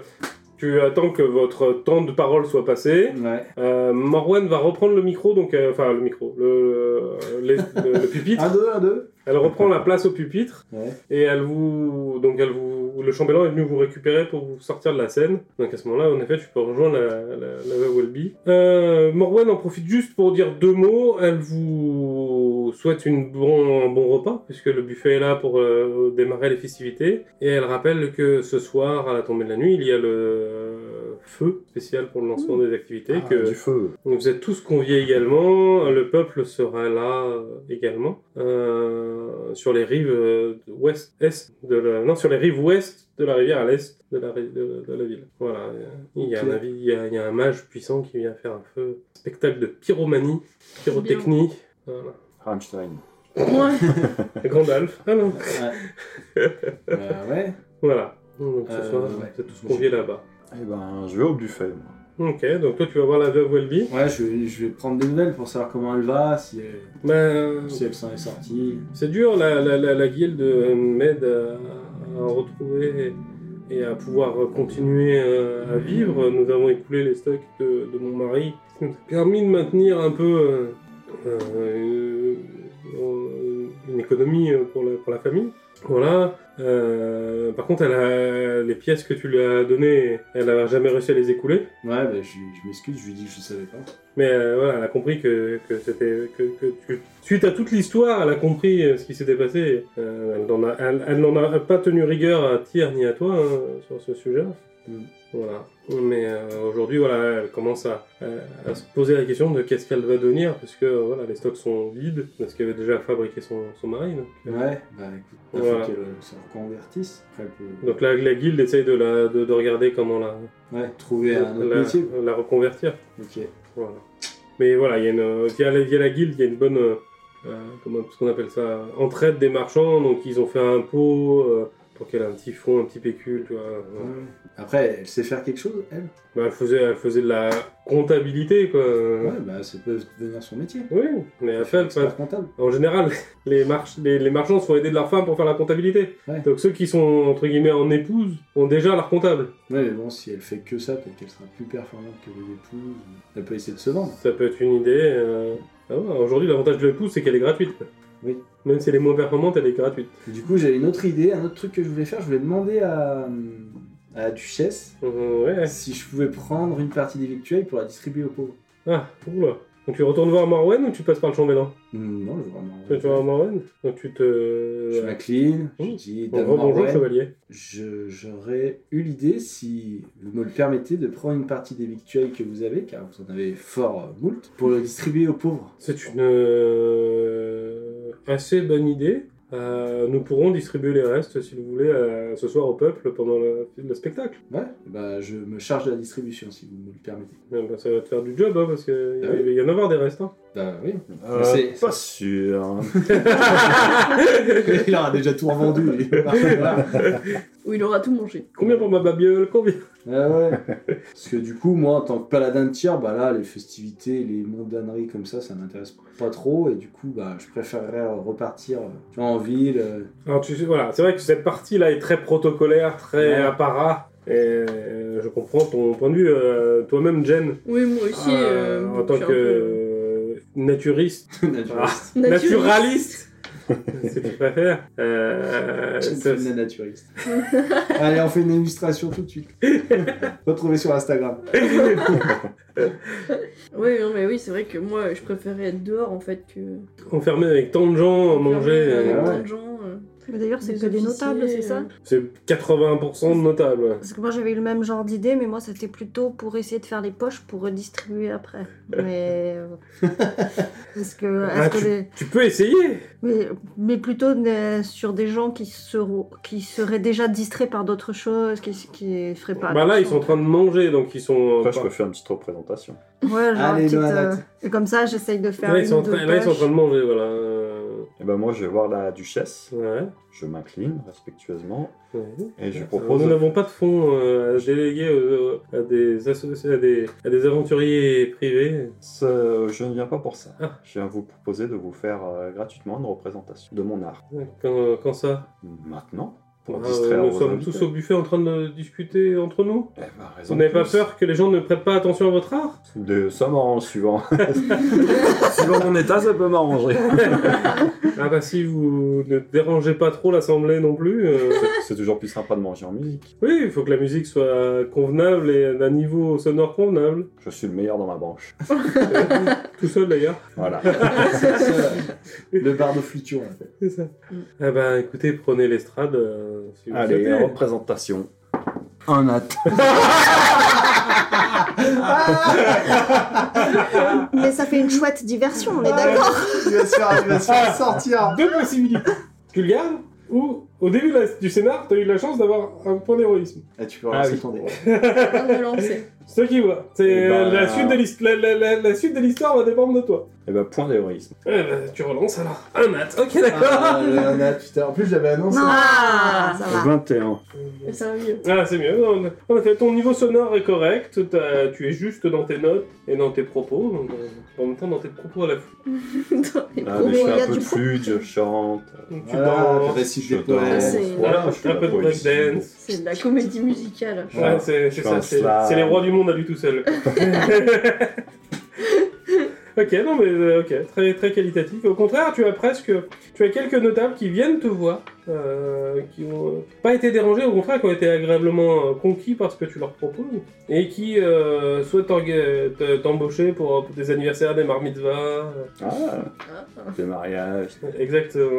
tu attends que votre temps de parole soit passé. Ouais. Euh, Marwan va reprendre le micro, donc euh, enfin le micro, le, les- le- le pupitre. Un, deux, un, deux. Elle reprend la place au pupitre Ouais. et elle vous, donc elle vous, le chambellan est venu vous récupérer pour vous sortir de la scène. Donc à ce moment-là, en effet, tu peux rejoindre la, la, la veuve Welby. Euh, Morwen en profite juste pour dire deux mots. Elle vous souhaite une bon, un bon repas puisque le buffet est là pour euh, démarrer les festivités et elle rappelle que ce soir à la tombée de la nuit, il y a le euh, feu spécial pour le lancement des activités Ah, que Du feu. donc vous êtes tous conviés également, le peuple sera là euh, également, euh, sur les rives euh, ouest, est de la, non, sur les rives ouest de la rivière à l'est de la, ri- de, de la ville. Voilà, il y a, Ok. un avis- il y a- il y a un mage puissant qui vient faire un feu, spectacle de pyromanie, pyrotechnie, voilà. Rammstein. Ouais. La grande alf, ah non, Ouais. Euh, ouais. voilà. Donc ce Euh, soir, ouais. vous êtes tous conviés là-bas. Eh ben, je vais au buffet, moi. Ok, donc toi tu vas voir la veuve Welby. Ouais, je, vais- je vais prendre des nouvelles pour savoir comment elle va, si elle, Ben, si elle s'en est sortie. C'est dur, la, la, la, la guilde euh, m'aide à, à retrouver et à pouvoir continuer euh, à vivre. Nous avons écoulé les stocks de, de mon mari, ce qui nous a permis de maintenir un peu euh, euh, euh, une économie euh, pour la, pour la famille. Voilà. Euh, par contre, elle a, les pièces que tu lui as données, elle n'a jamais réussi à les écouler. Ouais, bah, je, je m'excuse, je lui dis que je savais pas. Mais euh, voilà, elle a compris que, que c'était. Que, que- que- suite à toute l'histoire, elle a compris euh, ce qui s'était passé. Euh, elle n'en a, elle- elle n'en a pas tenu rigueur à Tyr ni à toi hein, sur ce sujet. Mm. Voilà. Mais euh, aujourd'hui, voilà, elle commence à, à- à se poser la question de qu'est-ce qu'elle va devenir, parce que euh, voilà, les stocks sont vides, parce qu'elle avait déjà fabriqué son, son mari. donc, euh, Ouais, bah écoute, il Voilà. faut qu'elle euh, se reconvertisse. Après, elle peut- Donc la, la guilde essaye de, la, de, de regarder comment la, Ouais, trouver un autre la- métier. la reconvertir. Ok. Voilà. Mais voilà, il y a une, euh, via, la, via la guilde, il y a une bonne, euh, euh, comment ce qu'on appelle ça, entraide des marchands. Donc ils ont fait un pot euh, pour qu'elle ait un petit fond, un petit pécule, tu vois. Ouais. Après, elle sait faire quelque chose, elle Bah, elle, faisait, elle faisait de la comptabilité, quoi. Ouais, bah, ça peut devenir son métier. Oui, mais Elle après, fait enfin, expert comptable. en général, les, march- les, les marchands sont aidés de leur femme pour faire la comptabilité. Ouais. Donc ceux qui sont, entre guillemets, en épouse ont déjà leur comptable. Ouais, mais bon, si elle fait que ça, peut-être qu'elle sera plus performante que les épouses. Elle peut essayer de se vendre. Ça peut être une idée. euh. Ah ouais, Aujourd'hui, l'avantage de l'épouse, c'est qu'elle est gratuite. quoi. Oui. Même si elle est moins performante, elle est gratuite. Et du coup, j'avais une autre idée, un autre truc que je voulais faire. Je voulais demander à, à la duchesse Euh, ouais. si je pouvais prendre une partie des victuailles pour la distribuer aux pauvres. Ah, oula. Donc tu retournes voir Morwen ou tu passes par le chambellan Hmm, Non, je vois vraiment. Tu vas voir Morwen Donc tu te... Je m'incline, je Mmh. dis Bon, Dame rebonjour, Morwen, chevalier. je- j'aurais eu l'idée, si vous me le permettez, de prendre une partie des victuailles que vous avez, car vous en avez fort euh, moult, pour le distribuer aux pauvres. C'est une euh, assez bonne idée. Euh, nous pourrons distribuer les restes, si vous voulez, euh, ce soir au peuple pendant le, le spectacle. Ouais, bah, je me charge de la distribution, si vous me le permettez. Eh ben, ça va te faire du job, hein, parce qu'il Ah va y en avoir des restes. hein. Bah oui. Euh, c'est- pas sûr. Il aura déjà tout revendu. lui. Voilà. Ou il aura tout mangé. Combien pour ma babiole Combien Ah ouais. Parce que du coup, moi, en tant que paladin de tir, bah là, les festivités, les mondaneries comme ça, ça m'intéresse pas trop. Et du coup, bah, je préférerais repartir euh, tu vois, en ville. euh. Alors, tu sais, voilà, c'est vrai que cette partie-là est très protocolaire, très Ouais. apparat. Et euh, je comprends ton point de vue. euh, Toi-même, Jen, Oui, moi aussi. euh, euh, en je tant suis un que peu euh, euh, naturiste, naturaliste. naturiste. naturaliste, si tu préfères, euh, J'aime ça- bien la naturaliste. Allez, on fait une illustration tout de suite. Retrouvez sur Instagram. Oui, non, mais oui, c'est vrai que moi, je préférais être dehors en fait que. enfermé avec tant de gens, manger. Avec euh, ouais. tant de gens. euh, Mais D'ailleurs, c'est des que Ah, des officiers, notables, c'est ça euh, C'est 80% de notables. Parce que moi j'avais eu le même genre d'idée, mais moi c'était plutôt pour essayer de faire les poches pour redistribuer après. Mais. euh, Est-ce que. est-ce Ah, que les- Tu peux essayer mais, mais plutôt euh, sur des gens qui, seront, qui seraient déjà distraits par d'autres choses, qui, qui feraient pas. Bah là, ils sont en attention. train de manger, donc ils sont. Après, je peux faire une petite représentation. Ouais, genre Allez, petite, Noanat. euh, et comme ça, j'essaye de faire. Là, ils une sont en ou deux train, là, ils sont en poches. train de manger, voilà. euh, Et ben moi, je vais voir la duchesse. Ouais. Je m'incline respectueusement ouais. et je Nous propose. n'avons pas de fonds euh, à déléguer euh, à des associés, à des, à des aventuriers privés. Ce- Je ne viens pas pour ça. Ah. Je viens vous proposer de vous faire euh, gratuitement une représentation de mon art. Quand, quand ça Maintenant, pour Ah, distraire euh, Nous vos sommes invités. tous au buffet en train de discuter entre nous. Eh ben, raison Vous n'avez de pas plus. peur que les gens ne prêtent pas attention à votre art De ça m'arrange suivant. suivant mon état, ça peut m'arranger. Ah bah si vous ne dérangez pas trop l'assemblée non plus. euh, C'est toujours plus sympa de manger en musique. oui, il faut que la musique soit convenable et d'un niveau sonore convenable. Je suis le meilleur dans ma branche. Euh, Tout seul d'ailleurs. Voilà. C'est ça, le bar de Flution, en fait. C'est ça. Ah bah écoutez, prenez l'estrade euh, si vous Mm. Allez, souhaitez. représentation. Un at. Mais ça fait une chouette diversion, on est d'accord Il va se faire, il va se faire sortir. deux possibilités. Tu le gardes ou au début de la- du scénar, t'as eu la chance d'avoir un point d'héroïsme. Ah, tu peux Ah relancer oui. ton dé. On va lancer. C'est toi qui vois. C'est Eh ben, euh, la, suite de l'his- la, la- la- la suite de l'histoire va dépendre de toi. Et ben, point d'héroïsme. Eh ben, tu relances alors. Un mat. Ok, d'accord. Ah, le Anna, putain. En plus, je l'avais annoncé. Non, Ah, ça va. 21. Mais c'est un mieux. Ah, c'est mieux. On a- On a fait ton niveau sonore est correct. t'as- Tu es juste dans tes notes et dans tes propos. donc, euh, en même temps, dans tes propos à la fois. Dans les Ah, mais Oh, il y je fais a un peu du de fou. flûte, je chante. Donc, tu Voilà, danses. récite Je des poèmes. danse. c'est- Voilà, Un je fais la peu de poésie. breakdance. C'est de la comédie musicale. Ouais, Voilà. c'est Je c'est fais ça, un c'est slam. c'est les rois du monde à lui tout seul. ok, non mais euh, ok, très, très qualitatif. Au contraire, tu as presque, tu as quelques notables qui viennent te voir, euh, qui ont euh, pas été dérangés, au contraire, qui ont été agréablement euh, conquis par ce que tu leur proposes, et qui euh, souhaitent t'orga- te- t'embaucher pour, pour des anniversaires, des bar mitzvahs, Ah, des mariages. euh, exactement.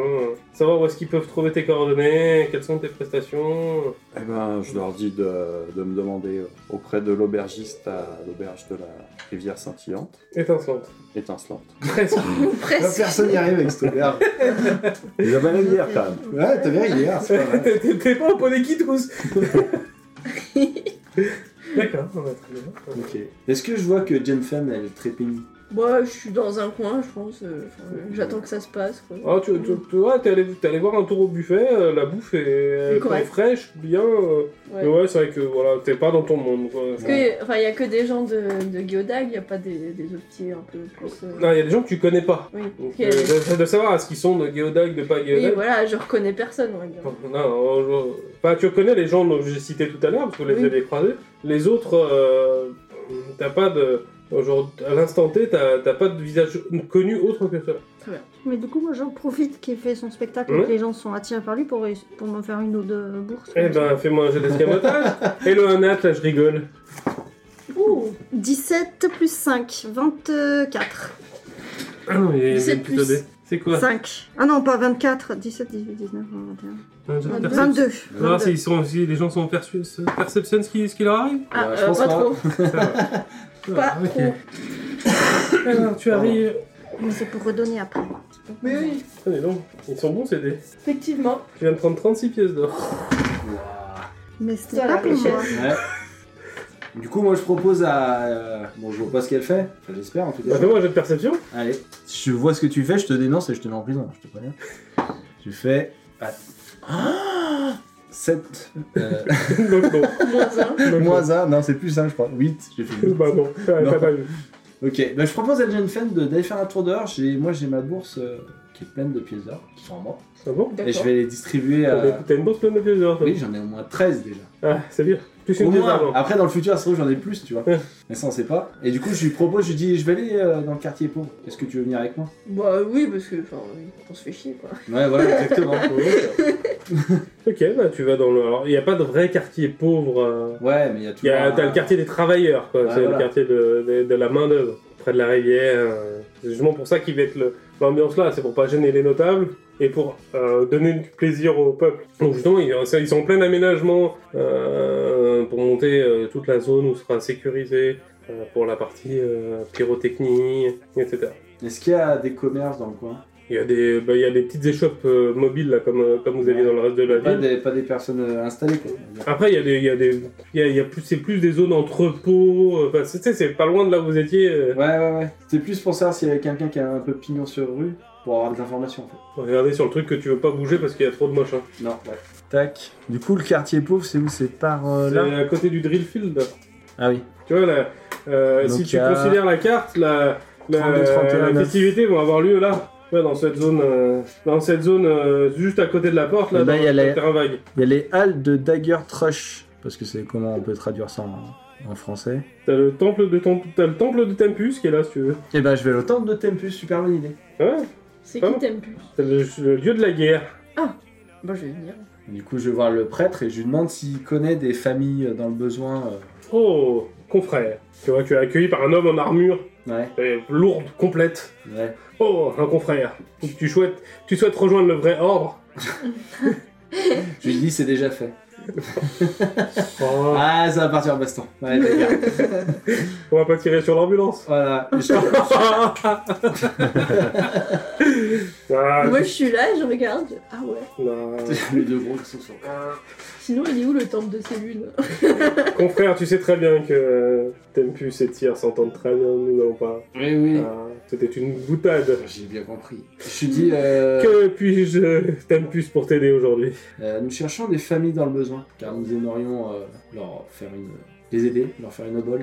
Savoir où est-ce qu'ils peuvent trouver tes coordonnées, quelles sont tes prestations. Eh ben, je leur dis de, de me demander auprès de l'aubergiste à l'auberge de la rivière scintillante, Étincelante. étincelante. Presque. Là, Presque. personne n'y arrive avec ce regard. Ouais, Ils avaient la rivière quand même. t'as bien hier, c'est pas mal. T'es- T'es t'es pas un poney qui trousse D'accord, on va très bien. Ok. Est-ce que je vois que Jen Fan, elle trépigne Moi, je suis dans un coin, je pense. euh, enfin, euh, J'attends que ça se passe. Quoi. Ah, tu, tu, tu vois, t'es allé, t'es allé voir un tour au buffet, euh, la bouffe est, elle est correct. fraîche, bien. euh, Ouais. mais Ouais, c'est vrai que voilà, t'es pas dans ton monde. quoi. Parce que, enfin, il y a que des gens de, de Gyodag, il n'y a pas des, des autres pieds un peu plus. euh, Non, il y a des gens que tu connais pas. Oui. Donc, Ok. euh, de, de savoir est-ce qu'ils sont de Geodag, de pas Oui, Geodag. voilà, je reconnais personne, on va dire. Non, euh, je- enfin, tu reconnais les gens que j'ai cités tout à l'heure, parce que vous les Oui. avez croisés. Les autres, euh, t'as pas de. aujourd'hui- À l'instant T, t'as t'as pas de visage connu autre que ça. Mais du coup, moi, j'en profite qu'il fait son spectacle Ouais. et que les gens sont attirés par lui pour, réuss- pour me faire une ou deux bourses. Eh ben, fais-moi un jeu d'escamotage. Et le 1 nat, là, je rigole. Ouh 17 plus 5, 24. Ah non, il y a- il y a 17 plutôt plus. des- C'est quoi 5. Ah non, pas 24. 17, 18, 19, 21. Un jeu de Vingt-deux. perception. 22. On va voir s'ils sont- si les gens sont en persu- perception ce qui, ce qui leur arrive. Ah, Ouais, je euh, pense pas pas. trop. Ah, Pas ok. trop. Alors, tu arrives. Mais c'est pour redonner après. Mais oui, Attendez donc, Ah, ils sont bons ces dés. effectivement. Tu viens de prendre 36 pièces d'or. Mais c'était Voilà, pas pour Michel. moi. Ouais. Du coup, moi je propose à. euh, Bon, je vois pas ce qu'elle fait, Enfin, j'espère en tout cas. Bah, Fais-moi un jeu de perception. Allez, Si je vois ce que tu fais, je te dénonce et je te mets en prison, je te préviens. Tu fais. Ah 7 euh, Donc, non. Moins un. moins 1, non c'est plus 1 je crois, 8, j'ai fait huit. Bah, non. Ah, Non. t'as pas vu. ok. Bah, je propose à la jeune femme de- d'aller faire un tour dehors. J'ai- Moi j'ai ma bourse euh, qui est pleine de pièces d'or, qui sont en moi. Ah bon Et je D'accord. vais les distribuer T'as à. des- T'as une bourse pleine de pièces d'or. toi. Euh, Oui, j'en ai au moins 13 déjà. Ah, c'est bien. Plus Au une pièce moins. d'argent. Après, dans le futur, ça se trouve, j'en ai plus, tu vois. Ouais. Mais ça, on sait pas. Et du coup, je lui propose, je lui dis, je vais aller euh, dans le quartier pauvre. Est-ce que tu veux venir avec moi Bah oui, parce que, enfin, oui, on se fait chier, quoi. Ouais, voilà, exactement. Ok, bah tu vas dans le. Alors, il n'y a pas de vrai quartier pauvre. euh, Ouais, mais il y a il y toujours. a- un- T'as le quartier des travailleurs, quoi. Ouais, c'est le voilà. quartier de, de- de la main-d'œuvre, près de la rivière. euh, C'est justement pour ça qu'il va être le- l'ambiance là. C'est pour pas gêner les notables et pour euh, donner du plaisir au peuple. Donc, justement, ils, euh, ils sont en plein aménagement euh, pour monter euh, toute la zone où sera sécurisée euh, pour la partie euh, pyrotechnie, etc. Est-ce qu'il y a des commerces dans le coin Il y, a des, bah, il y a des petites échoppes euh, mobiles, là, comme, euh, comme vous aviez dans le reste de la pas ville. des, pas des personnes euh, installées, quoi. on va dire. Après, il y a des, il y a des, il y a- il y a plus, c'est plus des zones entrepôts. euh, Enfin, c'est- tu sais, c'est pas loin de là où vous étiez. euh. Ouais, ouais, ouais. C'était plus pour savoir s'il y avait quelqu'un qui a un peu pignon sur rue pour avoir des informations, en fait. Regardez sur le truc que tu veux pas bouger parce qu'il y a trop de hein. machin. Non, ouais. Tac. Du coup le quartier pauvre c'est où C'est par euh, C'est là à côté du drillfield. Ah oui. Tu vois là, euh, Donc, si tu il y a- considères la carte, la, la, 32, 31, la 9. festivité vont avoir lieu là. Ouais, dans cette zone, euh, dans cette zone euh, juste à côté de la porte, là, Eh ben, dans il y a le la- terrain vague. Il y a les halles de Dagger Trush, parce que c'est comment on peut traduire ça en, en français. T'as le temple de Tem- t'as le temple de Tempus qui est là, si tu veux. Ah Et ben je vais Le l'autre. temple de Tempus, super bonne idée. Ouais, C'est Pardon qui t'aime plus c'est le- le lieu de la guerre. Bah, je vais venir. Du coup, je vais voir le prêtre et je lui demande s'il connaît des familles euh, dans le besoin. Oh, confrère. Tu vois, tu es accueilli par un homme en armure, euh. Ouais, euh, lourde, complète. ouais. Oh, un confrère. Tu souhaites, tu souhaites rejoindre le vrai ordre Je lui dis, c'est déjà fait. Oh, Ah, ça va partir en baston. Ouais, d'accord. On va pas tirer sur l'ambulance. voilà. Je- ah, Ah, Moi, je suis là, je regarde. je- Ah ouais. non. Les deux gros qui sont sur- Sinon, il est où le temple de cellules Confrère, tu sais très bien que Tempus et Tyr s'entendent très bien, nous n'allons pas. Oui, oui. Ah, C'était une boutade. Euh, J'ai bien compris. Je lui dis, euh, Que puis-je, Tempus, pour t'aider aujourd'hui euh, nous cherchons des familles dans le besoin, car nous aimerions euh, leur faire une, les aider, leur faire une obole.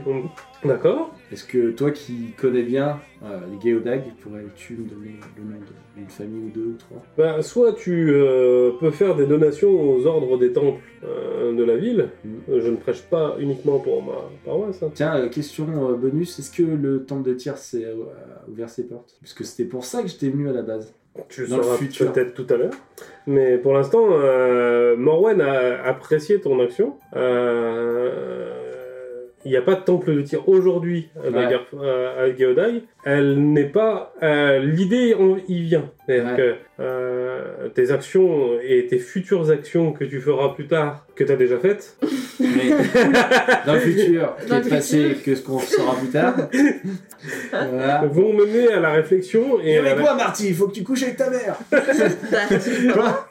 D'accord Est-ce que toi qui connais bien euh, les Géodag, pourrais-tu me donner le nom de- d'une famille ou deux ou trois Ben, soit tu euh, peux faire des donations aux ordres des temples euh, de la ville. Mhm. Euh, Je ne prêche pas uniquement pour ma paroisse. hein. Tiens, euh, question euh, bonus, est-ce que le temple de tir s'est euh, ouvert ses portes Parce que c'était pour ça que j'étais venu à la base. Tu le Dans le sauras futur. peut-être tout à l'heure. Mais pour l'instant, euh, Morwen a apprécié ton action. Euh, Il n'y a pas de temple de tir aujourd'hui à, la Ouais. gare- à- à Geodai. Elle n'est pas. euh, L'idée en- y vient. C'est-à-dire Ouais. que euh, tes actions et tes futures actions que tu feras plus tard, que tu as déjà faites, Mais dans le futur, qui Dans est le passé futur. que ce qu'on saura plus tard. voilà. vont mener à la réflexion et Et à la- avec moi, Marty, il faut que tu couches avec ta mère Bah,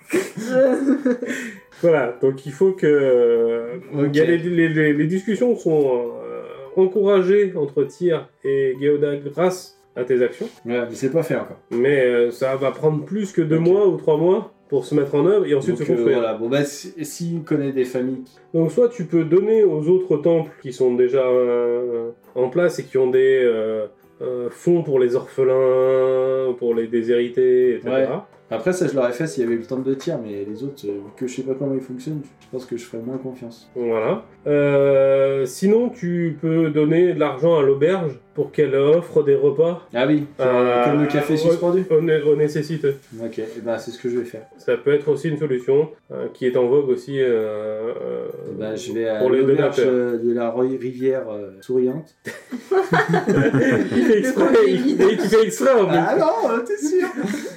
Voilà, donc il faut que. euh, Ok. il y a les, les- les- les discussions sont euh, encouragées entre Tyr et Geoda grâce à tes actions. Ouais, il sait pas faire quoi. Mais euh, ça va prendre plus que deux Ok. mois ou trois mois pour se mettre en œuvre et ensuite Donc, se euh, construire. voilà, bon bah si- s'il connaît des familles qui- Donc soit tu peux donner aux autres temples qui sont déjà euh, en place et qui ont des euh, euh, fonds pour les orphelins, pour les déshérités, etc. Ouais. Après ça je l'aurais fait s'il y avait eu le temps de tir, mais les autres, euh, vu que je sais pas comment ils fonctionnent, je pense que je ferais moins confiance. Voilà. Euh, sinon, tu peux donner de l'argent à l'auberge pour qu'elle offre des repas Ah oui, genre, Euh, comme le café ouais. suspendu. aux, né- aux nécessités. Ok, et bah c'est ce que je vais faire. Ça peut être aussi une solution euh, qui est en vogue aussi. euh, euh, Eh ben, je vais à pour les l'auberge donateurs. euh, de la Roy- rivière euh, souriante. il fait exprès, Le il, contenu. et tu fais exprès en plus. Ah non, euh, t'es sûr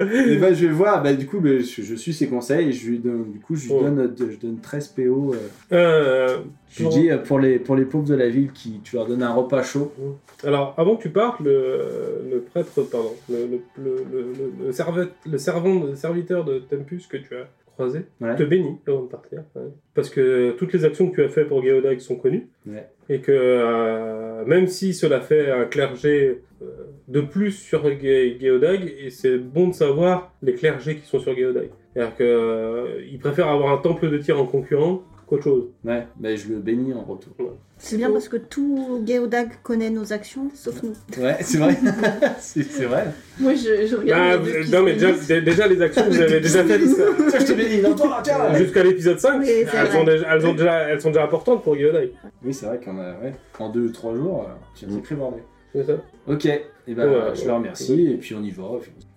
Et bah je vais voir, bah du coup bah, je, je suis ses conseils et je lui donne, du coup je lui Oh. donne, euh, je donne 13 PO. euh, Euh, je lui dis euh, pour les, pour les pauvres de la ville, qui, tu leur donnes un repas chaud. Alors, avant que tu partes, le, le prêtre, pardon, le, le, le, le- le- le servette- le servant, de- serviteur de Tempus que tu as croisé, Ouais. te bénit avant de partir. ouais. Parce que toutes les actions que tu as faites pour Geodag sont connues. Ouais. Et que euh, même si cela fait un clergé euh, de plus sur Ge- Geodag, et c'est bon de savoir les clergés qui sont sur Geodag. C'est-à-dire qu'ils préfèrent avoir un temple de tir en concurrent qu'autre chose. Ouais, bah je le bénis en retour. C'est bien parce que tout Geodag connaît nos actions, sauf nous. Ouais, c'est vrai. c'est c'est vrai. Moi, je, je regarde. Bah, les deux qui non, se mais déjà, connaissent. dé- déjà, les actions que vous avez déjà faites. Tiens, je te bénis, non, toi, tiens. Jusqu'à l'épisode 5, Oui, c'est elles, vrai. sont déjà, elles, ont déjà, elles sont déjà importantes pour Gyodai. Oui, c'est vrai qu'en a, ouais, en deux ou trois jours, euh, j'ai un sacré bordel. C'est ça Ok, et ben Mm. Ouais, je ouais. le remercie et puis on y va.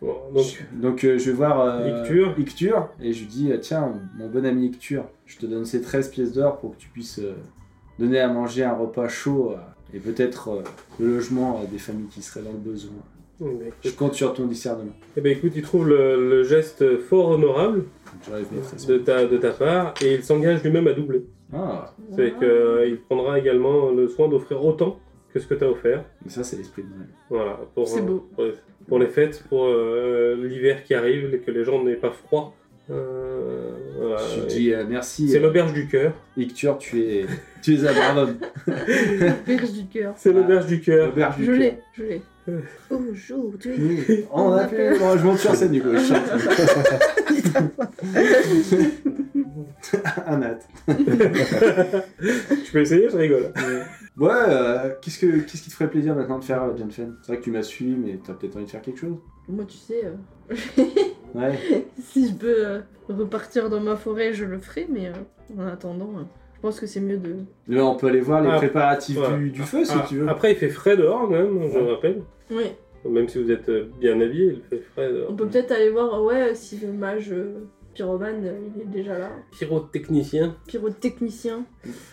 Bon, donc, Donc euh, je vais voir euh, Icture. Icture, et je lui dis euh, tiens mon bon ami Icture, je te donne ces 13 pièces d'or pour que tu puisses euh, donner à manger un repas chaud euh, et peut-être euh, le logement à des familles qui seraient dans le besoin. eh ben, Je écoute- compte sur ton discernement. eh ben, écoute, il trouve le, le geste fort honorable Donc, J'enlève mes 13 de ta, de ta part et il s'engage lui-même à doubler. Ah, C'est euh, qu'il prendra également le soin d'offrir autant que ce que tu as offert. mais ça c'est l'esprit de Noël. Voilà, pour, C'est euh, beau. pour, les, pour les fêtes, pour euh, l'hiver qui arrive, et que les gens n'aient pas froid. Euh, voilà. je lui dis euh, merci C'est euh, l'auberge du cœur. Icture, tu es, tu es un brave homme. Verge du cœur. C'est Ah. l'auberge du cœur. Auberge du Je cœur. l'ai, je l'ai. Aujourd'hui. Oui, On a fait. Bon, je monte sur scène du coup. je chante. un hâte. Tu peux essayer, je rigole. Ouais, euh, qu'est-ce, que, qu'est-ce qui te ferait plaisir maintenant de faire, euh, John Fenn C'est vrai que tu m'as suivi, mais t'as peut-être envie de faire quelque chose Moi, tu sais, euh, Ouais. si je peux euh, repartir dans ma forêt, je le ferai, mais euh, en attendant, euh, je pense que c'est mieux de. Mais on peut aller voir les Ah, préparatifs voilà. du, du feu si Ah, tu veux. Après, il fait frais dehors, quand même, je Ouais. le rappelle. Ouais, Même si vous êtes euh, bien habillé, il fait frais dehors. on peut peut-être aller voir euh, ouais, si le mage euh, pyromane euh, il est déjà là. Pyrotechnicien. Pyrotechnicien.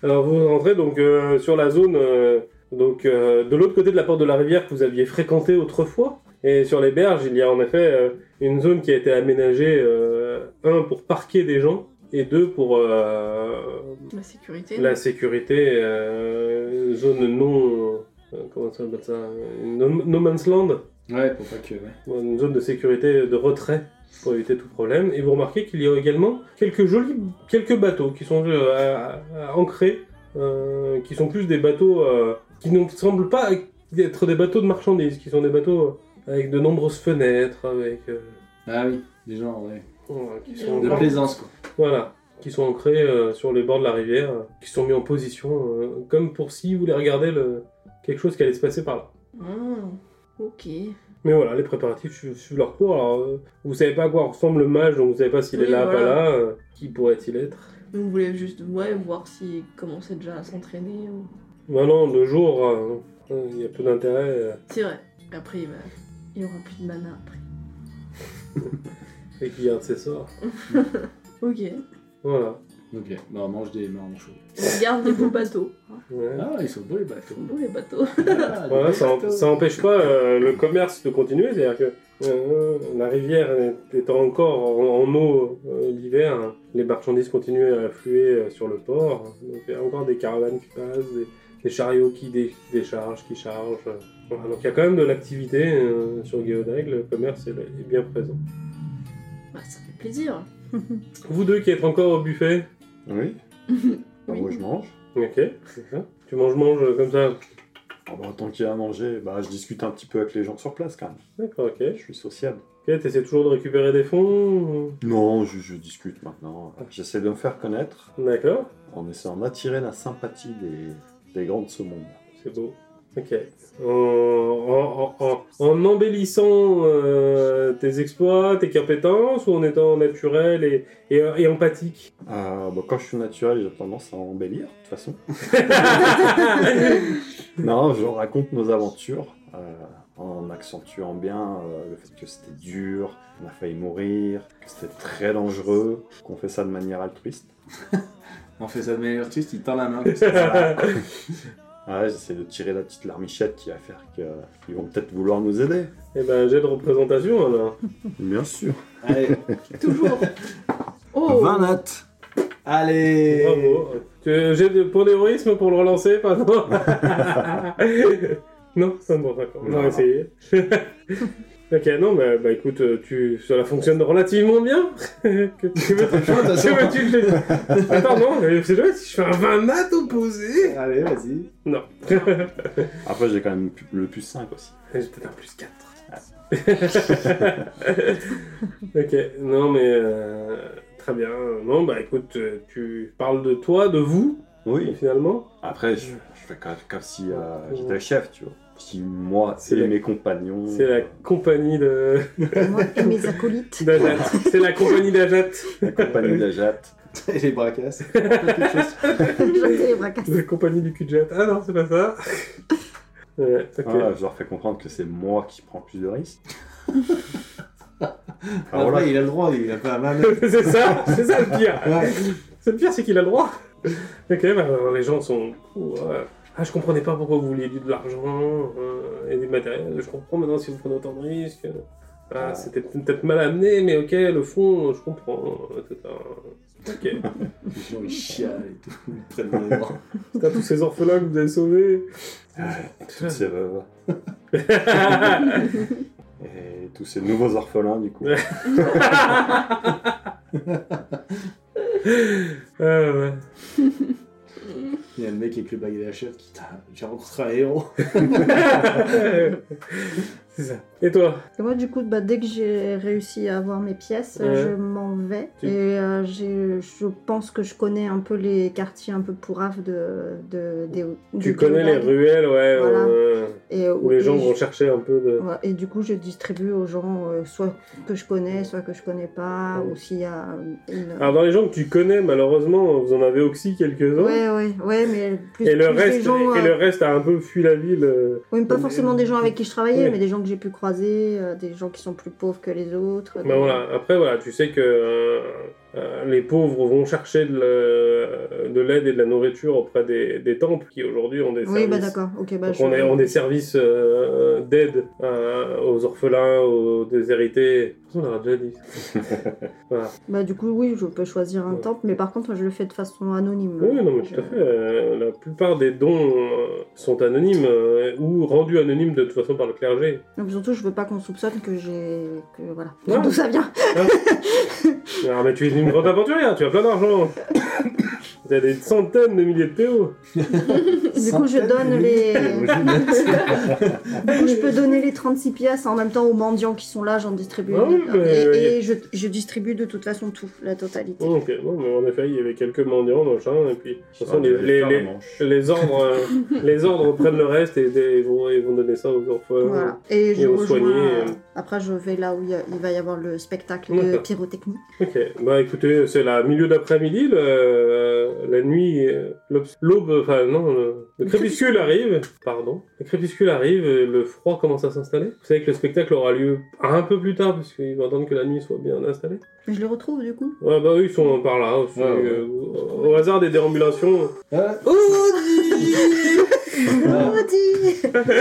Alors, vous rentrez donc euh, sur la zone euh, donc, euh, de l'autre côté de la porte de la rivière que vous aviez fréquentée autrefois. Et sur les berges, il y a en effet euh, une zone qui a été aménagée, euh, un, pour parquer des gens, et deux, pour euh, La sécurité. La sécurité, euh, zone non. euh, comment ça s'appelle ça no, no man's land, Ouais, pour pas que. ouais. une zone de sécurité de retrait pour éviter tout problème. Et vous remarquez qu'il y a également quelques jolis quelques bateaux qui sont euh, à- à- ancrés, euh, qui sont plus des bateaux euh, qui ne semblent pas être des bateaux de marchandises, qui sont des bateaux euh, avec de nombreuses fenêtres, avec. euh, Ah oui, des gens, ouais. voilà, qui Au sont De revoir. plaisance quoi. voilà, qui sont ancrés euh, sur les bords de la rivière, euh, qui sont mis en position, euh, comme pour si vous voulez regarder le... quelque chose qui allait se passer par là. Ah, ok. Mais voilà, les préparatifs suivent, suivent leur cours. Alors, euh, vous savez pas à quoi ressemble le mage, donc vous savez pas s'il est Oui, là, voilà. pas là. euh, qui pourrait-il être Nous, on voulait juste ouais, voir s'il commençait déjà à s'entraîner. ou- Maintenant, de jour, euh, euh, il y a peu d'intérêt. euh, C'est vrai. Après, il, va- il y aura plus de mana après. et qui garde ses sorts. Ok. Voilà. Ok, bah on mange des marrons chauds. On regarde les beaux bateaux. Ouais. Ah, ils sont beaux les bateaux. Beaux les bateaux. Ah, les Voilà, ça, bateaux. ça empêche pas euh, le commerce de continuer, c'est-à-dire que euh, la rivière est- étant encore en, en eau euh, l'hiver, hein, les marchandises continuent à affluer euh, sur le port, donc il y a encore des caravanes qui passent, des, des chariots qui dé- déchargent, qui chargent. euh. Voilà, donc il y a quand même de l'activité euh, sur Guéodag, le commerce est, est bien présent. Bah, ça fait plaisir. Vous deux qui êtes encore au buffet, Oui. Bah, Oui. Moi, je mange. ok, c'est ça. tu manges, manges euh, comme ça, Ah bah, tant qu'il y a à manger, bah, je discute un petit peu avec les gens sur place quand même. D'accord, ok. Je suis sociable. Ok, t'essaies toujours de récupérer des fonds Non, je, je discute maintenant. Ah. J'essaie de me faire connaître ou- D'accord, en essayant d'attirer la sympathie des, des grands de ce monde. c'est beau. Ok. En, en- en- en embellissant euh, tes exploits, tes compétences, ou en étant naturel et, et, et empathique Ah, bah, quand je suis naturel, j'ai tendance à embellir, de toute façon. Non, je raconte nos aventures euh, en accentuant bien euh, le fait que c'était dur, on a failli mourir, que c'était très dangereux, qu'on fait ça de manière altruiste. On fait ça de manière triste, il tend la main. Eh Ah Ouais, j'essaie de tirer la petite larmichette qui va faire qu'ils vont peut-être vouloir nous aider. Eh ben, j'ai de représentation alors. Bien sûr. Allez, Toujours. Oh 20 notes. Allez Bravo. Tu- J'ai de pour l'héroïsme pour le relancer, pardon Non, ça me va d'accord. On va Non. essayer. ok, non, bah, bah écoute, euh, tu, cela fonctionne relativement bien. que, que veux-tu Franchement, de que toute façon- veux-tu que je- Attends, non, euh, c'est vrai, si je fais un 20 mat opposé Allez, vas-y. Non. J'ai Après, j'ai quand même pu- le plus 5 aussi. peut-être un plus 4. ok, non, mais euh, très bien. Non, bah écoute, euh, tu parles de toi, de vous, Oui. finalement. Après, je, je fais comme, comme si euh, j'étais le chef, tu vois. Si moi C'est et la- mes compagnons. euh, C'est la compagnie de. Moi et mes acolytes. D'Ajat. C'est la compagnie d'Ajat. la compagnie d'Ajat. Et les bras cassent. Quelque chose. Je sais les bras cassés. La compagnie du cul-de-jet. Ah non, c'est pas ça. Ouais, ok. Ah, je leur fais comprendre que c'est moi qui prends plus de risques. Après, Alors là, Ah, il a le droit, il a pas la main. c'est ça, c'est ça le pire. Ouais. C'est le pire, c'est qu'il a le droit. Ok, bah, alors, les gens sont. Ouah. Ah, je comprenais pas pourquoi vous vouliez du- de l'argent euh, et du matériel. Je comprends maintenant si vous prenez autant de risques. Ah, Ah. c'était peut-être mal amené, mais ok, le fond, je comprends. euh, C'est un- Ok. Les gens, ils chialent et tout. Ils prennent dans les bras. C'est à tous ces orphelins que vous avez sauvés. Ah, toutes ces veuves et tous ces nouveaux orphelins, du coup. Ouais. Ah, ouais. Il y a le mec avec le bague d'HF qui t'a. J'ai rencontré un héros. C'est ça. Et toi Et moi, du coup, bah, dès que j'ai réussi à avoir mes pièces, Ouais. je m'en vais. Tu- Et euh, j'ai- je pense que je connais un peu les quartiers un peu pourraves de, de, des- Tu du connais les Gulag. ruelles, ouais, Voilà. euh, Et, où les gens et vont je- chercher un peu de. ouais, et du coup, je distribue aux gens, euh, soit que je connais, soit que je connais pas, Ouais. ou s'il y a une... Alors, Ah, dans les gens que tu connais, malheureusement, vous en avez aussi quelques-uns. Ouais, ouais, ouais, mais plus, Et le, plus des reste, gens, et euh, le reste a un peu fui la ville. euh. Oui, mais pas forcément des gens avec qui je travaillais, Ouais. mais des gens que j'ai pu croiser, euh, des gens qui sont plus pauvres que les autres. Ben voilà. Après, voilà, tu sais que euh, euh, les pauvres vont chercher de la- de l'aide et de la nourriture auprès des, des temples qui aujourd'hui ont des Oui, bah services. d'accord. Ok, bah Donc, je- on, est, on des services euh, d'aide euh, aux orphelins, aux déshérités. On l'a déjà dit. voilà. Bah du coup, oui, je peux choisir un Ouais. temple, mais par contre, moi, je le fais de façon anonyme. Oui, non, mais tout à fait. euh, la plupart des dons euh, sont anonymes euh, ou rendus anonymes de toute façon par le clergé. Donc surtout, je veux pas qu'on soupçonne que j'ai... que voilà. Ouais. D'où ça vient Ah, mais tu es une grande aventurière, tu as plein d'argent. tu as des centaines de milliers de PO. Du coup, je donne les... du coup, je peux donner les 36 pièces en même temps aux mendiants qui sont là, j'en distribue. Ah oui, mais- Et, et je, je distribue de toute façon tout, la totalité. Ah, Ok, bon, mais en effet, il y avait quelques mendiants, machin, et puis, de toute façon, les, Ah, les, Faire la les- manche. les ordres, euh, les ordres prennent le reste et, et vont, et vont donner ça aux orphelins. Voilà. Et je aux rejoins... soignés, euh, euh. Après, je vais là où il, y a- il va y avoir le spectacle de D'accord. pyrotechnie. Ok, bah écoutez, c'est la milieu d'après-midi, le- euh, la nuit, euh, l'obs- l'aube, enfin non, le, le crépuscule arrive, pardon, le crépuscule arrive, et le froid commence à s'installer. Vous savez que le spectacle aura lieu un peu plus tard, parce qu'ils vont attendre que la nuit soit bien installée. Je les retrouve, du coup Ouais, bah eux, ils sont par là, aussi, Ouais, ouais. euh, au- au hasard des déambulations. Hein Ah. Oh, dis Voilà.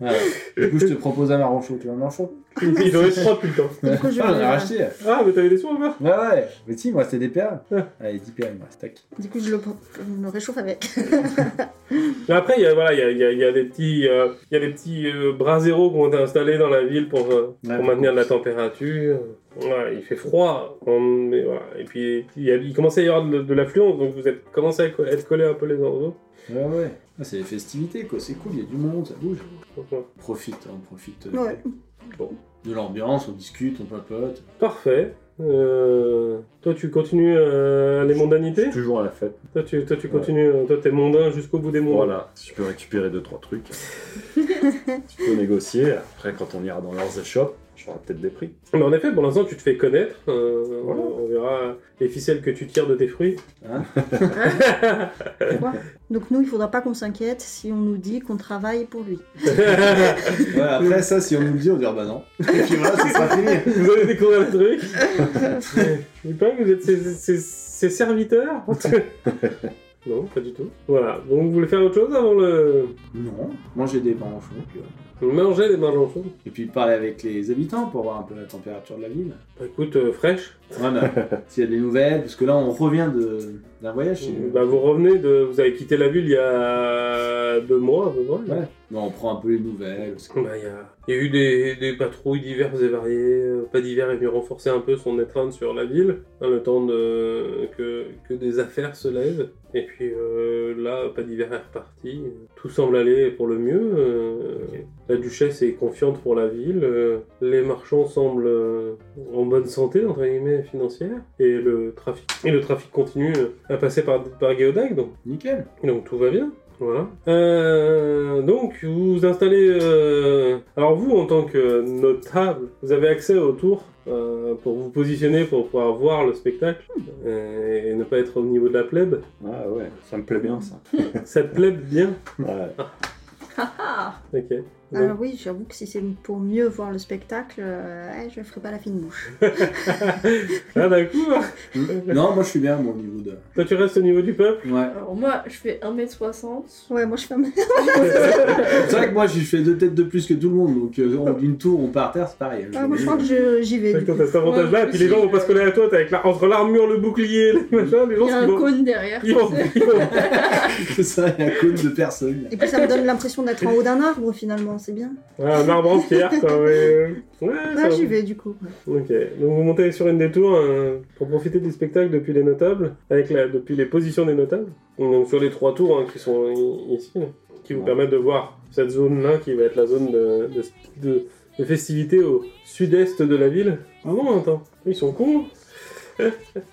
Ah. Du coup, je te propose un marron chaud. Tu veux un marron chaud Ils en restent trois depuis le temps. Du coup, je Ah, on a vais, euh, racheté. Ah, mais t'avais des sous encore Ouais, ouais. Mais si, moi, c'était des perles. Ah. Allez, 10 perles, il me reste. Tac. Du coup, je le, je me réchauffe avec. Mais Après, il y a, voilà, il y a, il y a- il y a des petits, euh, il y a des petits euh, bras zéro qui ont été installés dans la ville pour, euh, Ouais. pour maintenir de la température. Voilà, il fait froid. on- mais voilà. Et puis il, y a- il commençait à y avoir de, de l'affluence, donc vous êtes commencé à co- être collé un peu les uns aux autres. Ouais, ouais. Ah, c'est les festivités, quoi. C'est cool, il y a du monde, ça bouge. Donc, voilà. On profite, on profite euh, Ouais. de l'ambiance, on discute, on papote. Parfait. Euh, toi, tu continues euh, les mondanités Toujours à la fête. Toi, tu, toi, tu continues. euh, Toi, t'es mondain jusqu'au bout des mondes. Voilà, si je peux récupérer deux trois trucs. tu peux négocier. Après, quand on ira dans leurs échoppes, j'aurai peut-être des prix. Mais en effet, pour l'instant, tu te fais connaître. euh, Voilà. On verra les ficelles que tu tires de tes fruits. Donc nous, il faudra pas qu'on s'inquiète si on nous dit qu'on travaille pour lui. Ouais, après ça, si on nous le dit, on dira bah non. Et puis voilà, c'est sera fini. vous allez découvrir le truc. Je dis pas que vous êtes ses, ses- ses serviteurs. non, pas du tout. Voilà. Donc, vous voulez faire autre chose avant le Non, manger des pains en fond, puis voilà. manger des marges en fond Et puis parler avec les habitants pour voir un peu la température de la ville. Bah, Écoute, euh, fraîche. Voilà. S'il y a des nouvelles, parce que là, on revient de- d'un voyage. chez nous. Bah, vous revenez de, vous avez quitté la ville il y a deux mois à peu près. Ouais. Bon, on prend un peu les nouvelles. parce que- Bah, Il y, a... il y a eu des, des patrouilles diverses et variées. Euh, Pas d'hiver est venu renforcer un peu son étreinte sur la ville, hein, le temps de... que... que des affaires se lèvent. Et puis euh, là, pas d'hiver est reparti. Tout semble aller pour le mieux. Euh, La duchesse est confiante pour la ville. Euh, Les marchands semblent euh, en bonne santé, entre guillemets, financière. Et le trafic, et le trafic continue euh, à passer par, par Geodag, donc Nickel. donc tout va bien. Voilà. Euh, donc vous vous installez. euh, Alors vous, en tant que notable, vous avez accès au tour euh, pour vous positionner, pour pouvoir voir le spectacle euh, et ne pas être au niveau de la plèbe. Ah ouais, ça me plaît bien ça. Ça te plaît bien Ouais. Ok. Donc, Alors oui, j'avoue que si c'est pour mieux voir le spectacle, euh, eh, je ferai pas la fine bouche. Ah d'un coup. Non, moi je suis bien, mon niveau de. Toi tu restes au niveau du peuple. Ouais. Alors moi, je fais 1m60. Ouais, moi je fais un- C'est vrai que moi j'ai fait deux têtes de plus que tout le monde, donc euh, en d'une tour on part à terre, c'est pareil. hein. Ah, moi je crois que je- j'y vais. Toi, du coup. T'as cet avantage-là, Ouais, et puis les gens vont pas se coller à toi, t'es avec la... entre l'armure, le bouclier, le machin, les gens Il y a se un vont- cône derrière. ils vont- tu sais. ils vont- C'est ça, il y a un cône de personne. Et puis ça me donne l'impression d'être en haut d'un arbre finalement, c'est bien. Ouais, Ah, un arbre en pierre, quoi, ouais. Ouais, ça Ah, va. j'y vais du coup. Ok, donc vous montez sur une des tours euh, pour profiter du spectacle depuis les notables, avec la, depuis les positions des notables. Donc sur les trois tours hein, qui sont i- ici, là, qui vous Ouais. permettent de voir cette zone-là qui va être la zone de, de, de- de festivité au sud-est de la ville. Ah non, attends, ils sont cons. Ah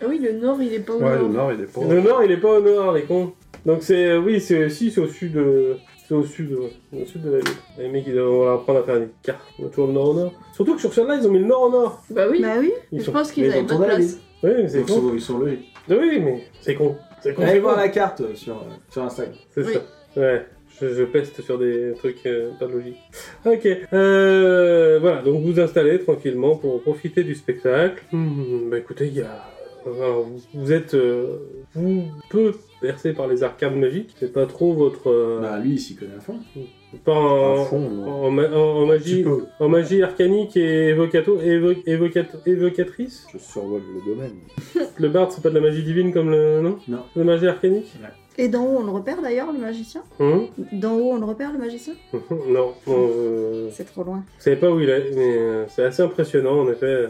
oui, le nord, il est pas au Ouais, le nord. nord il est pas. Le nord, il est pas au nord, les cons. Donc c'est, euh, oui, c'est si, c'est au sud, euh, c'est au sud, ouais, au sud de la ville. Les mecs, ils doivent apprendre à faire des cartes, on va toujours le nord au nord. Surtout que sur celle-là, ils ont mis le nord au nord. Bah oui, Bah oui, Ils je sont... pense qu'ils Mais avaient dans pas ton de avis. place. Oui, mais c'est Ils con. sont, ils sont logiques. Oui, mais c'est con. C'est con. Allez c'est voir con. la carte euh, sur, euh, sur Instagram. C'est Oui. ça. Ouais, je, je peste sur des trucs euh, pas logiques. Ok, euh, voilà, donc vous vous installez tranquillement pour profiter du spectacle. Hmm, bah écoutez, il y a... Alors, vous, vous êtes euh, vous peu percé par les arcades magiques, c'est pas trop votre... euh, Bah lui il s'y connaît à fond. pas en, Au fond, non. en ma- en- en magie, en magie arcanique et évocato, évo- évocato- évocatrice Je survole le domaine. Le bard, c'est pas de la magie divine comme le... Non Non. De magie arcanique et d'en haut on le repère d'ailleurs le magicien Hum D'en haut on le repère le magicien Non, non, euh, C'est trop loin. Je savais pas où il est, mais euh, c'est assez impressionnant en effet.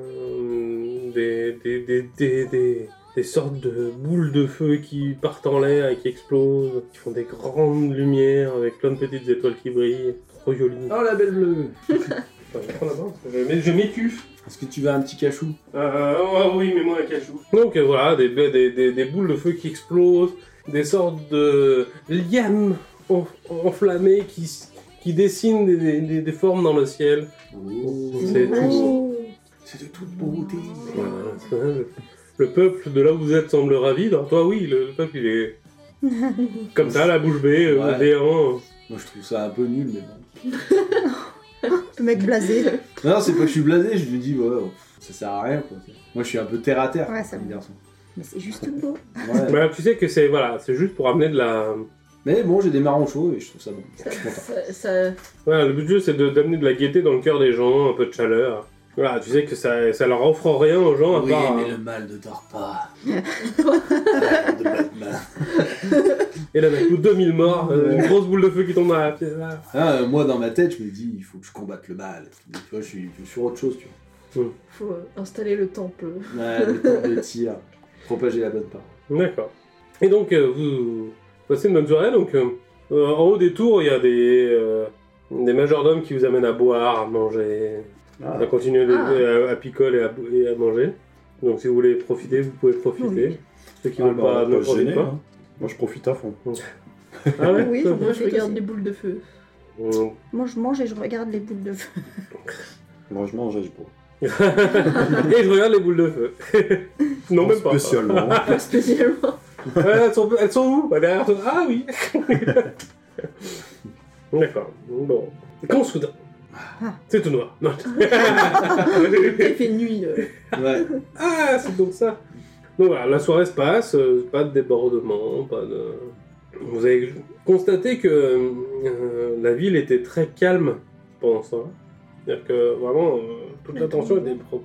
Euh, des, des, des, des, des, des sortes de boules de feu qui partent en l'air et qui explosent, qui font des grandes lumières avec plein de petites étoiles qui brillent. Trop joli. Oh la belle bleue Attends, je prends la barre, parce que je m'é- Je m'étuffe. Est-ce que tu veux un petit cachou Euh, oh oui, mais moi la cachou. Donc euh, voilà, des, be- des, des, des boules de feu qui explosent, des sortes de lianes en- enflammées qui, s- qui dessinent des- des- des, des formes dans le ciel. Oh. C'est tout. C'est de toute beauté. Voilà, c'est vrai, le- Le peuple de là où vous êtes semble ravi. Alors toi, oui, le, le peuple, il est comme ça, la bouche bée, euh, Ouais. béant. Moi je trouve ça un peu nul mais bon. Le mec blasé. Non, non, c'est pas que je suis blasé, je lui dis ouais, pff, ça sert à rien quoi. Moi je suis un peu terre à terre, Ouais, ça comme va. garçon. Mais c'est juste beau. Ouais. Bah, tu sais que c'est voilà, c'est juste pour amener de la. Mais bon, j'ai des marrons chauds et je trouve ça bon. Je Ça, suis content. Oh. ça, ça- Voilà, le but du jeu, c'est de- d'amener de la gaieté dans le cœur des gens, un peu de chaleur. Voilà, tu sais que ça, ça leur offre rien aux gens à Oui, part. hein. mais le mal ne dort pas. de Batman. Et là, d'un coup, 2000 morts, euh, une grosse boule de feu qui tombe à la pièce. Ah. là. Ah, euh, moi, dans ma tête, je me dis, il faut que je combatte le mal. Tu vois, je suis, je suis sur autre chose, tu vois. Mm. Faut euh, installer le temple. Ouais, les temps de tir. Propager la bonne part. D'accord. Et donc, euh, vous passez une bonne soirée. Donc, euh, euh, en haut des tours, il y a des, euh, des majordomes qui vous amènent à boire, à manger, Ah. à continuer de- Ah. à, à picoler et à, et à manger. Donc, si vous voulez profiter, vous pouvez profiter. Oui. Ceux qui Ah, veulent bah, pas on ne peut se profitent gêner, pas. hein. Moi, je profite à fond. Ah ouais Oui, ça- on Moi, je profite regarde aussi. les boules de feu. Hum. Moi, je mange et je regarde les boules de feu. Moi, je mange et je bois. et je regarde les boules de feu. non, même pas. Spécialement. Pas spécialement. Ouais, Euh, elles, sont, elles sont où Bah, Derrière toi. Ah oui D'accord. Bon. Quand soudain. C'est tout noir. Non. Il fait nuit. euh. Ouais. Ah, c'est donc ça. Donc voilà, la soirée se passe, euh, pas de débordement, pas de. Vous avez constaté que euh, la ville était très calme pendant ce temps-là. C'est-à-dire que vraiment, euh, toute Mais l'attention tout le était pro-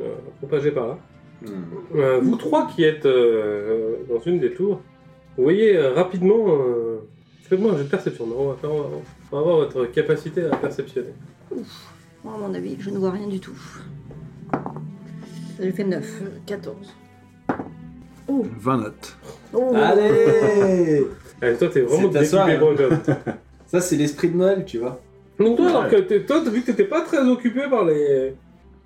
euh, propagée par là. Hmm. Euh, vous trois qui êtes euh, dans une des tours, vous voyez euh, rapidement. euh, Faites-moi un jeu de perception, non, on, va faire- on va- on va voir votre capacité à perceptionner. Moi, à mon avis, je ne vois rien du tout. J'ai fait 9. Euh, 14. 20 notes. Oh, Ah. Allez Allez, toi, t'es vraiment C'est ta soirée, découpé hein. pour le job. Ça, c'est l'esprit de Noël, tu vois. Donc toi, alors que t'es- toi, vu que t'étais pas très occupé par les,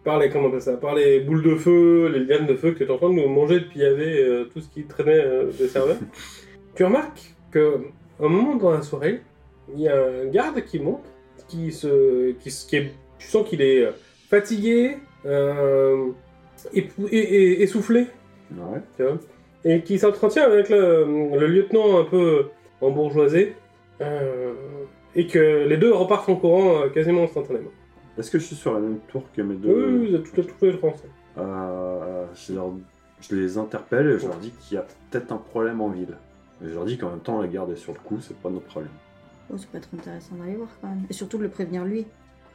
par les, comment on appelle ça, par les boules de feu, les lianes de feu que t'étais en train de manger, de piller euh, tout ce qui traînait euh, des serveurs, tu remarques que à un moment dans la soirée, il y a un garde qui monte, qui se, qui, se- qui est, tu sens qu'il est euh, fatigué, euh, épou- é- é- essoufflé, Ouais. tu vois, et qui s'entretient avec le, le lieutenant un peu embourgeoisé, euh, et que les deux repartent en courant euh, quasiment instantanément. Est-ce que je suis sur la même tour que mes Oui, oui, deux vous êtes tout à tout les français. Euh, je, leur- je les interpelle et je leur dis qu'il y a peut-être un problème en ville. Et je leur dis qu'en même temps, la garde est sur le coup, c'est pas nos problèmes. Oh, ça peut être intéressant d'aller voir quand même. Et surtout de le prévenir lui.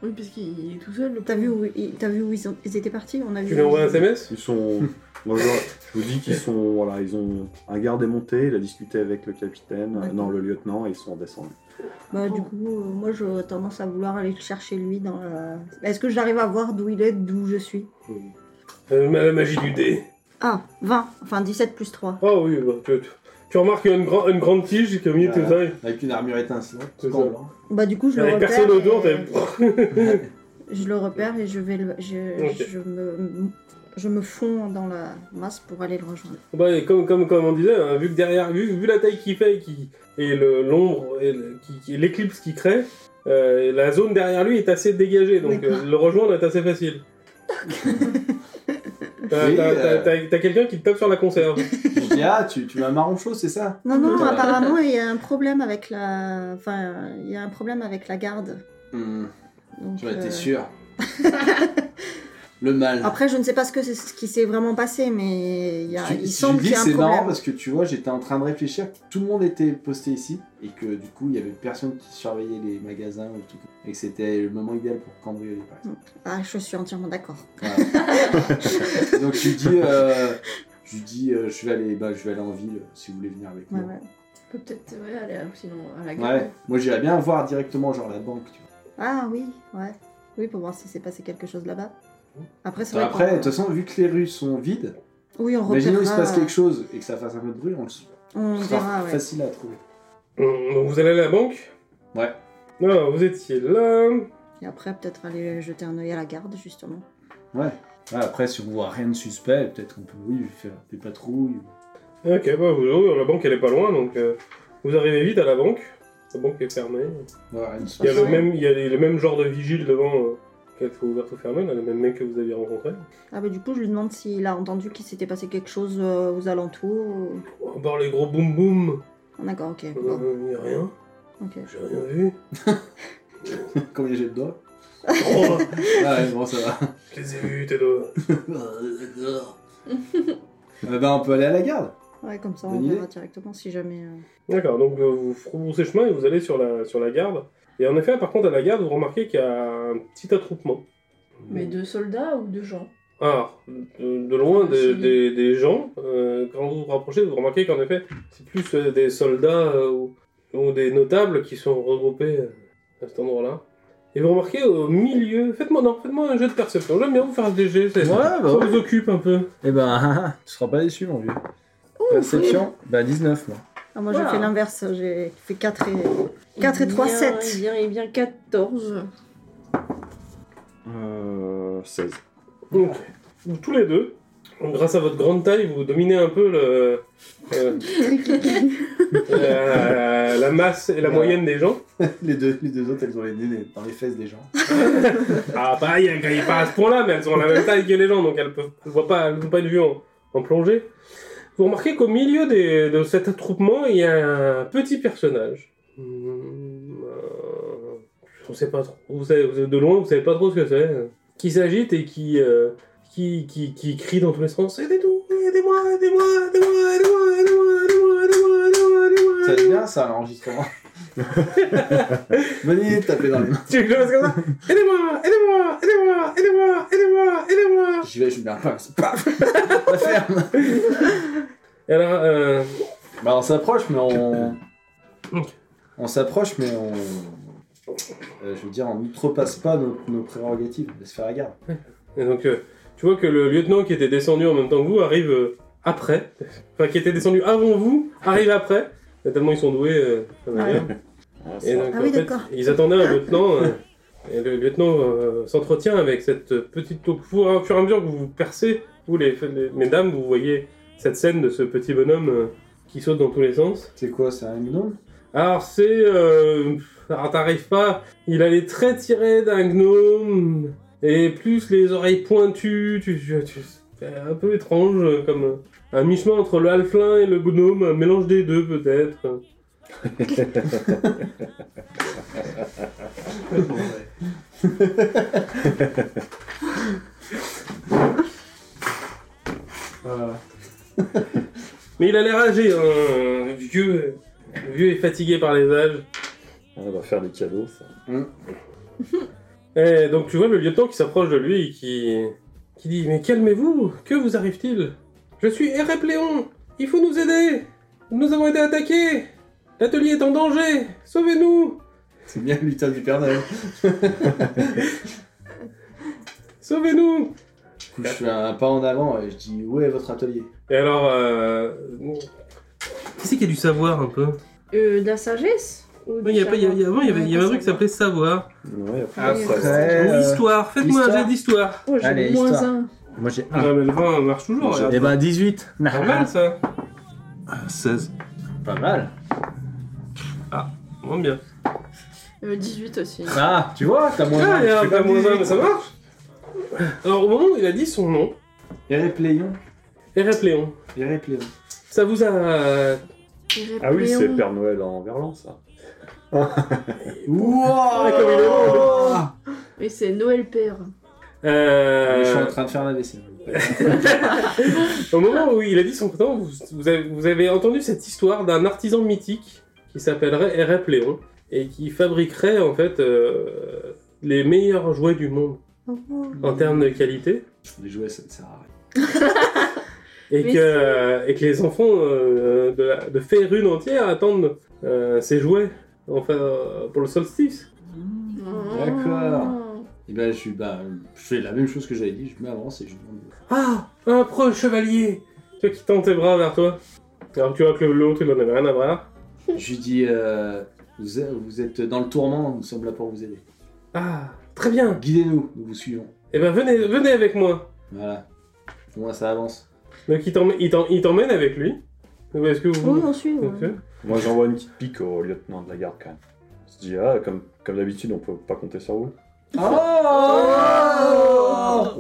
Oui, parce qu'il est tout seul. le T'as pauvre. vu où, ils- t'as vu où ils, ont- ils étaient partis On a vu. Tu lui envoies un SMS Ils sont. Moi, je, je vous dis qu'ils sont. Voilà, ils ont. Un garde est monté, il a discuté avec le capitaine, euh, non, le lieutenant, et ils sont descendus. Bah, du coup, euh, moi, j'ai tendance à vouloir aller le chercher lui dans la... Est-ce que j'arrive à voir d'où il est, d'où je suis Euh, La magie du dé. Ah, 20. Enfin, 17 plus 3. Ah oui, bah, tu, tu- tu remarques qu'il y a une, gran- une grande tige qui a mis tes Voilà. oreilles. Avec une armure étincelante, C'est tout ça. en blanc. Bah, du coup, je Il le euh, n'y avait repère. personne et- autour, Oh, t'as... Je le repère et je vais le. Je, Ok. je me. Je me fonds dans la masse pour aller le rejoindre. Bah, et comme, comme, comme on disait, hein, vu que derrière, vu, vu la taille qu'il fait et, qui, et le- l'ombre et le- qui- qui- l'éclipse qu'il crée, euh, la zone derrière lui est assez dégagée, donc D'accord. euh, le rejoindre est assez facile. T'as Mais, t'as- t'as- euh, t'as- t'as quelqu'un qui te tape sur la conserve. Je dis, ah, tu, tu m'as marron chaud, c'est ça Non, non, Ouais. apparemment, il y a un problème avec la. Enfin, il y a un problème avec la garde. Hmm, Donc, J'en euh, étais sûr. Le mal. Après, je ne sais pas ce, que c'est- ce qui s'est vraiment passé, mais il, y a, Tu- il si semble je dis qu'il y que a un c'est marrant problème. parce que tu vois, j'étais en train de réfléchir, que tout le monde était posté ici et que du coup, il y avait personne qui surveillait les magasins ou tout. Et que c'était le moment idéal pour cambrioler, par exemple. Ah, je suis entièrement d'accord. Voilà. Donc je lui dis, euh, je lui dis, euh, je vais aller, bah, je vais aller en ville si vous voulez venir avec Ouais, moi. ouais. On peut peut-être ouais, aller à- sinon à la Ouais, gare. moi j'irais bien voir directement genre la banque. Tu vois. Ah oui, ouais. Oui, pour voir si s'est passé quelque chose là-bas. Bah, Après, c'est vrai Bah Après, de qu'on- toute façon, vu que les rues sont vides, oui, on imaginons repérera, euh, il se passe quelque chose et que ça fasse un peu de bruit, on le sera On verra, ouais. facile à trouver. Mm. Hum, Donc vous allez à la banque Ouais. Non, vous étiez là. Et après, peut-être aller jeter un œil à la garde, justement. Ouais. Ouais, après, si on voit rien de suspect, peut-être qu'on peut, oui, faire des patrouilles. Ok, bah vous, oh, la banque elle est pas loin, donc euh, vous arrivez vite à la banque. La banque est fermée. Ouais, Il y a Ah le ouais. même, il y a les- le même genre de vigile devant euh, qu'elle soit ouverte ou fermée, là, le même mec que vous aviez rencontré. Ah bah du coup, je lui demande s'il a entendu qu'il s'était passé quelque chose euh, aux alentours. ou- À part les gros boum boum, Ah, D'accord, ok. il Bon, y a rien, ok. j'ai rien vu. Combien j'ai de doigts Oh, Ouais, bon, ça va. je les ai vus, tes doigts. Euh, ben, on peut aller à la garde. Ouais, comme ça, on Bonne idée. verra directement si jamais... euh, D'accord, donc euh, vous rebroussez chemin et vous allez sur la, sur la garde. Et en effet, par contre, à la garde, vous remarquez qu'il y a un petit attroupement. Mais deux soldats ou deux gens Alors, de, de loin des, Merci. des- des gens, euh, quand vous vous rapprochez, vous remarquez qu'en effet, c'est plus euh, des soldats euh, ou, ou des notables qui sont regroupés euh, à cet endroit-là. Et vous remarquez au milieu. Faites-moi non, faites-moi un jeu de perception. J'aime bien vous faire des jets. c'est- Ouais, bah ça ouais. vous occupe un peu. Eh ben, tu seras pas déçu, mon vieux. Perception Bah, 19, moi. Ah, moi, Voilà. j'ai fait l'inverse. J'ai fait 4 et. Il 4 et 3, vient- 7. Il vient, il vient 14. Euh, 16. Donc, vous tous les deux, grâce à votre grande taille, vous dominez un peu le, euh, la, la masse et la moyenne des gens. Les deux, les deux autres, elles ont les nez dans les fesses des gens. Ah, pareil, elles gagnent pas à ce point-là, mais elles ont la même taille que les gens, donc elles peuvent, elles voient pas, elles ont pas une vue en, en plongée. Vous remarquez qu'au milieu des- de cet attroupement, il y a un petit personnage. Hmm, euh, on sait pas trop. Vous savez, vous êtes de loin, vous savez pas trop ce que c'est. Qui s'agite et qui, euh, qui, qui, qui crie dans tous les sens Aidez-nous Aidez-moi Aidez-moi Aidez-moi Aidez-moi Aidez-moi Aidez-moi Aidez-moi Aidez-moi Ça Aidez-moi va être bien ça, l'enregistrement. Bonne idée de taper dans les mains. Tu veux que je fasse comme ça Aidez-moi Aidez-moi Aidez-moi Aidez-moi Aidez-moi Aidez-moi J'y vais, je me mets un pince. Paf La ferme Et alors, euh, Bah, on s'approche, mais on. Ok. On s'approche, mais on. euh, je veux dire, on n'outrepasse pas nos, nos prérogatives. Laisse faire la garde. Et donc, euh, tu vois que le lieutenant qui était descendu en même temps que vous arrive euh, après. Enfin, qui était descendu avant vous, arrive après. Et tellement ils sont doués. euh, ça va Ah bien. Et donc, Ah en oui, fait, d'accord. ils attendaient un lieutenant. euh, et le lieutenant euh, s'entretient avec cette petite taupe. Au fur au fur et à mesure que vous percez, vous, les, les- mesdames, vous voyez cette scène de ce petit bonhomme euh, qui saute dans tous les sens. C'est quoi, c'est un gnome Alors, c'est. euh, alors, t'arrives pas. Il a les traits tirés d'un gnome. Et plus les oreilles pointues. Tu, tu- tu- c'est un peu étrange. euh, Comme euh, un mi-chemin entre le halflin et le gnome. Un mélange des deux, peut-être. Mais il a l'air âgé, hein, vieux. Vieux et fatigué par les âges. Ah, On va faire des cadeaux, ça. Et Eh, donc tu vois le lieutenant qui s'approche de lui et qui, qui dit Mais calmez-vous, que vous arrive-t-il Je suis Hérépléon, il faut nous aider Nous avons été attaqués L'atelier est en danger Sauvez-nous C'est bien le lutin du Père Noël. Sauvez-nous Du coup, je fais un pas en avant et je dis Où est votre atelier Et alors, euh... Qui c'est qui a du savoir un peu Euh, de la sagesse ou Non, du il y a pas- il y a- il y a- Avant, il y avait, il y avait un truc qui savoir s'appelait savoir. Non, y a pas Après, de ça. Ou euh, histoire, faites-moi un l'histoire. jet d'histoire. Oh, j'ai Allez, moins histoire. un. Moi, j'ai Ah, 1. mais le vin marche toujours. regarde. Eh ben, 18. Pas mal ça. Ah, 16. Pas mal. Vraiment bien. Euh, 18 aussi. Ah, tu vois, t'as moins Ah, un, il y a je un fais comme moins un, 18. mais ça marche. Alors, au moment où il a dit son nom, Hérépléon Hérépléon, Hérépléon. ça vous a euh, Ah oui, c'est Hérépléon. Père Noël en verlan, ça. Wouah comme il est Et c'est Noël Père. Euh, Je suis en train de faire la vaisselle. Au moment où il a dit son prénom, vous, vous avez, vous avez entendu cette histoire d'un artisan mythique qui s'appellerait Hérépléon et qui fabriquerait en fait euh, les meilleurs jouets du monde en termes de qualité Les jouets, ça ne sert à rien. et, Mais que, et que les enfants euh, de, la- de Faerun entière attendent euh, ces jouets enfin, euh, pour le solstice. Ah, D'accord. Et ben, je, suis, bah, je fais la même chose que j'avais dit, je m'avance et je demande. Ah Un proche chevalier Toi qui tends tes bras vers toi. Alors tu vois que l'autre il en avait rien à voir. Je lui dis euh, vous, êtes, vous êtes dans le tourment, nous sommes là pour vous aider. Ah, très bien. Guidez-nous, nous vous suivons. Eh ben venez, venez avec moi. Voilà. Au moins, ça avance. Donc il t'emmène, il t'en- il t'emmène avec lui. Ou est-ce que vous Oui, on suit. ouais. Ok. Moi, j'envoie une petite pique au lieutenant de la garde, quand même. On se dit, ah, comme, comme d'habitude, on peut pas compter sur vous. Oh